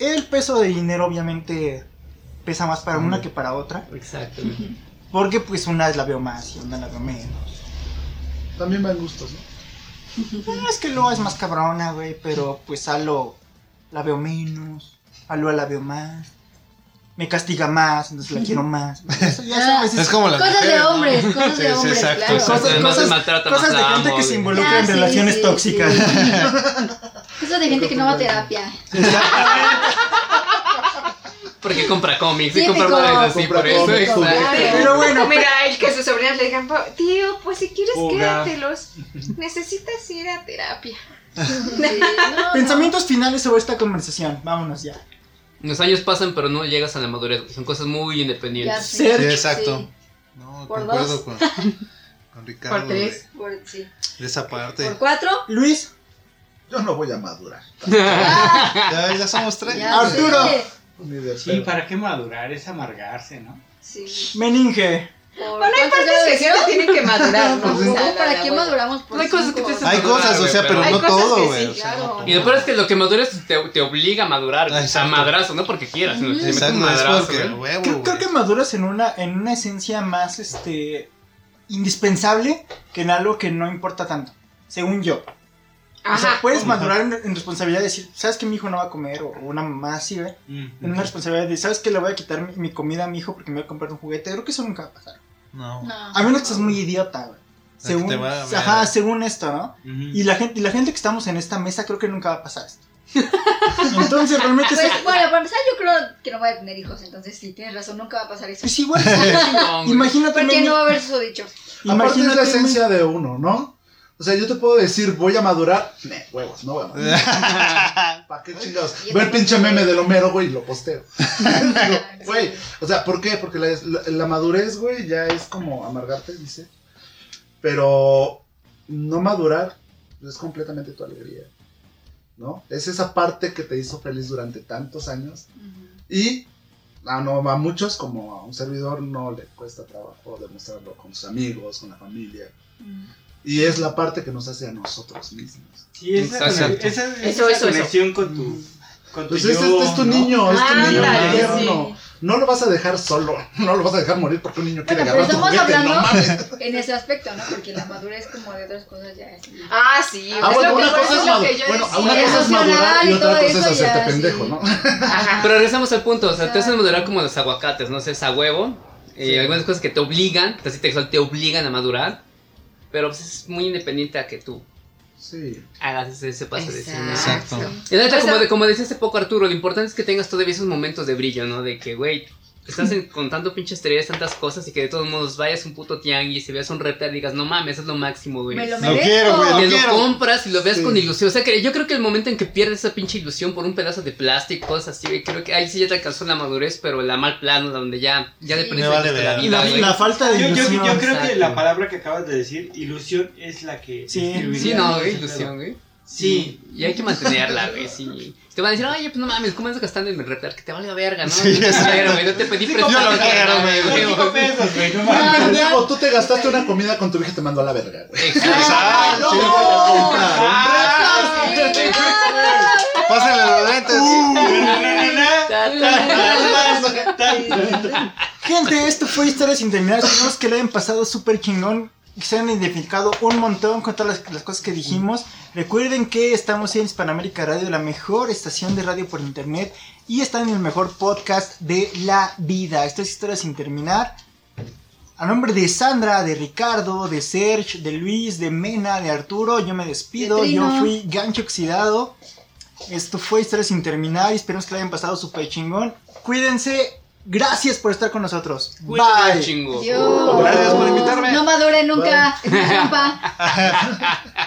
Speaker 1: El peso de dinero, obviamente, pesa más para una que para otra.
Speaker 2: Exacto.
Speaker 1: Porque, pues, una la veo más y una la veo menos.
Speaker 9: También van gustos, ¿no?
Speaker 1: No, es que Loa es más cabrona, güey, pero pues Alo la veo menos, a Loa la veo más, me castiga más, entonces la quiero más. Eso ya son
Speaker 6: Ah,
Speaker 1: veces-
Speaker 3: Es como las
Speaker 6: Cosas de
Speaker 3: mujeres, ¿no?
Speaker 6: hombres, cosas
Speaker 3: Sí,
Speaker 6: de
Speaker 3: sí,
Speaker 6: hombres,
Speaker 3: exacto,
Speaker 6: claro.
Speaker 3: exacto.
Speaker 1: cosas,
Speaker 2: Además de
Speaker 1: cosas-
Speaker 2: maltrata,
Speaker 1: cosas
Speaker 2: más
Speaker 1: de
Speaker 2: la
Speaker 1: gente
Speaker 2: amo,
Speaker 1: que se
Speaker 2: güey.
Speaker 1: involucra en
Speaker 6: Ah, sí,
Speaker 1: relaciones
Speaker 6: sí,
Speaker 1: tóxicas. <laughs>
Speaker 6: Cosas de gente que no va a terapia. <laughs>
Speaker 2: Porque compra cómics y
Speaker 6: Típico.
Speaker 2: compra madres así
Speaker 9: Compra
Speaker 2: por eso.
Speaker 9: cómics,
Speaker 2: exacto.
Speaker 1: Pero bueno,
Speaker 4: Mira, el que sus sobrinas le digan, "Pa- tío, pues si quieres
Speaker 5: Fuga.
Speaker 4: quédatelos, necesitas ir a terapia.
Speaker 6: Sí, no,
Speaker 1: pensamientos finales sobre esta conversación, vámonos ya.
Speaker 2: Los años pasan, pero no llegas a la madurez. Son cosas muy
Speaker 6: Ya
Speaker 2: independientes.
Speaker 6: sé.
Speaker 3: Sí,
Speaker 1: Ser
Speaker 3: exacto.
Speaker 6: Sí.
Speaker 3: No,
Speaker 6: <laughs> Por dos.
Speaker 3: concuerdo con, con Ricardo.
Speaker 4: Por tres.
Speaker 6: Por, sí.
Speaker 3: De, de esa parte.
Speaker 6: Por cuatro.
Speaker 3: <laughs>
Speaker 1: Luis,
Speaker 9: Yo no voy a madurar.
Speaker 3: Ya, ya somos tres.
Speaker 6: ya
Speaker 1: Arturo.
Speaker 6: sé.
Speaker 9: Ni de
Speaker 5: Sí,
Speaker 9: pedo.
Speaker 5: ¿para qué madurar? Es amargarse, ¿no?
Speaker 6: Sí.
Speaker 1: Meninge,
Speaker 6: Por
Speaker 4: Bueno, hay
Speaker 6: cuántos
Speaker 4: partes que
Speaker 6: grados
Speaker 4: sí te tienen que <laughs> madurar, Pues, ¿no?
Speaker 6: No,
Speaker 4: O sea, la-
Speaker 6: ¿Para
Speaker 4: la
Speaker 6: qué
Speaker 4: buena.
Speaker 6: maduramos? Por
Speaker 2: Hay cosas que
Speaker 6: cinco
Speaker 2: te
Speaker 6: horas?
Speaker 3: Hay cosas, o sea, pero
Speaker 4: Hay
Speaker 3: no
Speaker 4: cosas que
Speaker 3: todo,
Speaker 4: sí,
Speaker 3: güey. o sea,
Speaker 4: claro.
Speaker 3: no
Speaker 2: Y
Speaker 3: todo.
Speaker 2: después es que lo que maduras te, te obliga a madurar. A
Speaker 3: Ah, Exacto.
Speaker 2: madrazo, no porque quieras. sino te metes un
Speaker 3: Exacto, es
Speaker 2: madrazo,
Speaker 3: porque
Speaker 2: ¿eh?
Speaker 3: huevo,
Speaker 1: creo, creo
Speaker 3: güey.
Speaker 1: que maduras en una, en una esencia más este indispensable que en algo que no importa tanto, según yo. O sea,
Speaker 4: Ajá.
Speaker 1: puedes
Speaker 3: Ajá.
Speaker 1: madurar en, en responsabilidad de decir, ¿sabes que mi hijo no va a comer? O una mamá así, ¿ve? En una responsabilidad de, ¿sabes que le voy a quitar mi, mi comida a mi hijo porque me voy a comprar un juguete? Creo que eso nunca va a pasar.
Speaker 3: No.
Speaker 6: No.
Speaker 1: A menos que seas muy idiota, güey.
Speaker 3: sea, que
Speaker 1: Según,
Speaker 3: te va a ver.
Speaker 1: ajá, según esto, ¿no?
Speaker 5: Ujú.
Speaker 1: Y la, gente, y la gente que estamos en esta mesa creo que nunca va a pasar esto. <laughs> Entonces, realmente...
Speaker 6: Pues
Speaker 1: es,
Speaker 6: bueno, para empezar, yo creo que no voy a tener hijos, entonces sí, tienes razón, nunca va a pasar eso.
Speaker 1: pues igual,
Speaker 2: <laughs> No, güey.
Speaker 1: imagínate...
Speaker 6: Porque
Speaker 1: Meni-
Speaker 6: no va a haber eso dicho.
Speaker 9: Aparte es
Speaker 1: imagínate,
Speaker 9: la esencia de uno, ¿no? O sea, yo te puedo decir, voy a madurar. Ne, huevos, no voy a madurar. ¿Para qué chingados?
Speaker 6: Yo
Speaker 9: Ve el
Speaker 6: tampoco
Speaker 9: pinche
Speaker 6: sé.
Speaker 9: meme del Homero, güey, y lo posteo.
Speaker 6: <laughs>
Speaker 9: Digo,
Speaker 6: Sí.
Speaker 9: Güey, o sea, ¿por qué? Porque la, la- la madurez, güey, ya es como amargarte, dice. Pero no madurar es completamente tu alegría, ¿no? Es esa parte que te hizo feliz durante tantos años y a, no, a muchos, como a un servidor, no le cuesta trabajo demostrarlo con sus amigos, con la familia. Y es la parte que nos hace a nosotros mismos.
Speaker 5: Sí, esa, conexión-
Speaker 2: Exacto.
Speaker 5: esa, esa
Speaker 4: Eso, eso,
Speaker 5: conexión con tu, con tu
Speaker 9: Entonces, este
Speaker 5: yo,
Speaker 9: es tu
Speaker 5: ¿no?
Speaker 9: niño, es tu niño
Speaker 4: Ándale,
Speaker 9: tierno. No lo vas a dejar solo, <laughs> no lo vas a dejar morir porque un niño quiere
Speaker 6: Bueno, pero pues
Speaker 9: agarrar tu
Speaker 6: estamos
Speaker 9: juguete, no
Speaker 6: hablando-
Speaker 9: mames.
Speaker 6: En ese aspecto, ¿no? Porque la madurez como de otras cosas ya es.
Speaker 4: Ah, sí.
Speaker 9: Ah,
Speaker 4: es
Speaker 9: bueno,
Speaker 4: lo que-
Speaker 9: una
Speaker 4: por
Speaker 9: cosa
Speaker 4: eso
Speaker 9: es,
Speaker 4: lo
Speaker 9: madu-
Speaker 4: que yo
Speaker 9: bueno,
Speaker 4: decía.
Speaker 9: una cosa es
Speaker 6: emocional
Speaker 9: madurar y
Speaker 6: y
Speaker 9: otra
Speaker 6: todo
Speaker 9: cosa es
Speaker 6: eso
Speaker 9: hacerte
Speaker 6: ya,
Speaker 9: pendejo,
Speaker 6: sí.
Speaker 9: ¿no?
Speaker 4: Ajá.
Speaker 2: Pero regresamos al punto, o sea, te hacen
Speaker 6: Exacto.
Speaker 2: madurar como los aguacates, no sé, es a huevo. Y algunas cosas que te obligan, así textual, te obligan a madurar. Pero pues, es muy independiente a que tú
Speaker 9: Sí.
Speaker 2: hagas ese, ese paso de decir, "No".
Speaker 3: <laughs> Exacto.
Speaker 2: Y la neta,
Speaker 4: O sea-
Speaker 2: como, de- como decía hace poco Arturo, lo importante es que tengas todavía esos momentos de brillo, ¿no? De que, güey, estás en- contando pinches teorías, tantas cosas y que de todos modos vayas a un puto tianguis y veas un reptil y digas, no mames, es lo máximo, güey.
Speaker 6: Me lo
Speaker 3: Lo
Speaker 6: merezco.
Speaker 3: quiero, güey,
Speaker 2: Que
Speaker 3: lo
Speaker 2: lo
Speaker 3: quiero.
Speaker 2: compras y lo veas
Speaker 9: Sí.
Speaker 2: con ilusión. O sea, que yo creo que el momento en que pierdes esa pinche ilusión por un pedazo de plástico, cosas así, güey, creo que ahí sí ya te alcanzó la madurez, pero la mal plano, la donde ya, ya le
Speaker 6: Sí.
Speaker 2: perdiste
Speaker 3: Me vale
Speaker 2: el gusto a la
Speaker 3: verga.
Speaker 1: Y la,
Speaker 2: vida, güey.
Speaker 1: la falta de
Speaker 5: Yo, yo-
Speaker 1: ilusión.
Speaker 5: yo creo que
Speaker 2: exacto.
Speaker 5: la palabra que acabas de decir, ilusión, es la que.
Speaker 1: Sí.
Speaker 5: describiría
Speaker 2: Sí, no, güey,
Speaker 5: ese
Speaker 2: ilusión, güey.
Speaker 5: pedo. Sí.
Speaker 2: Y hay que mantenerla, güey, sí. Te van a decir, oye, pues no mames, ¿cómo andas gastando en el reptar? Que te vale la verga, ¿no?
Speaker 3: Sí,
Speaker 2: Yo
Speaker 3: exacto.
Speaker 2: quiero, güey, no te pedí
Speaker 3: Yo
Speaker 2: prestado,
Speaker 3: lo quiero, güey,
Speaker 5: Son
Speaker 2: güey.
Speaker 5: cinco pesos, güey, no mames.
Speaker 9: Ah, Diego, tú te gastaste una comida con tu vieja y te mandó a la verga, güey.
Speaker 2: Exacto.
Speaker 3: Sí,
Speaker 9: Ah, no.
Speaker 3: voy a comprar.
Speaker 5: Ah,
Speaker 6: Sí.
Speaker 3: Pásenle los lentes.
Speaker 9: Uh.
Speaker 1: Gente, esto fue Historias sin terminar. Esperamos que le hayan pasado súper chingón. Que se hayan identificado un montón con todas las, las cosas que dijimos. Recuerden que estamos en Hispanoamérica Radio, la mejor estación de radio por internet. Y están en el mejor podcast de la vida. Esto es Historias sin terminar. A nombre de Sandra, de Ricardo, de Serge, de Luis, de Mena, de Arturo, yo me despido.
Speaker 6: De
Speaker 1: Yo
Speaker 6: Trino.
Speaker 1: fui Gancho Oxidado. Esto fue Historias sin terminar. y Esperemos que la hayan pasado súper chingón. Cuídense. Gracias por estar con nosotros.
Speaker 2: Cuídate un
Speaker 1: Bye.
Speaker 2: chingo.
Speaker 6: Dios.
Speaker 3: Gracias por invitarme.
Speaker 6: No madure nunca. Es mi trampa.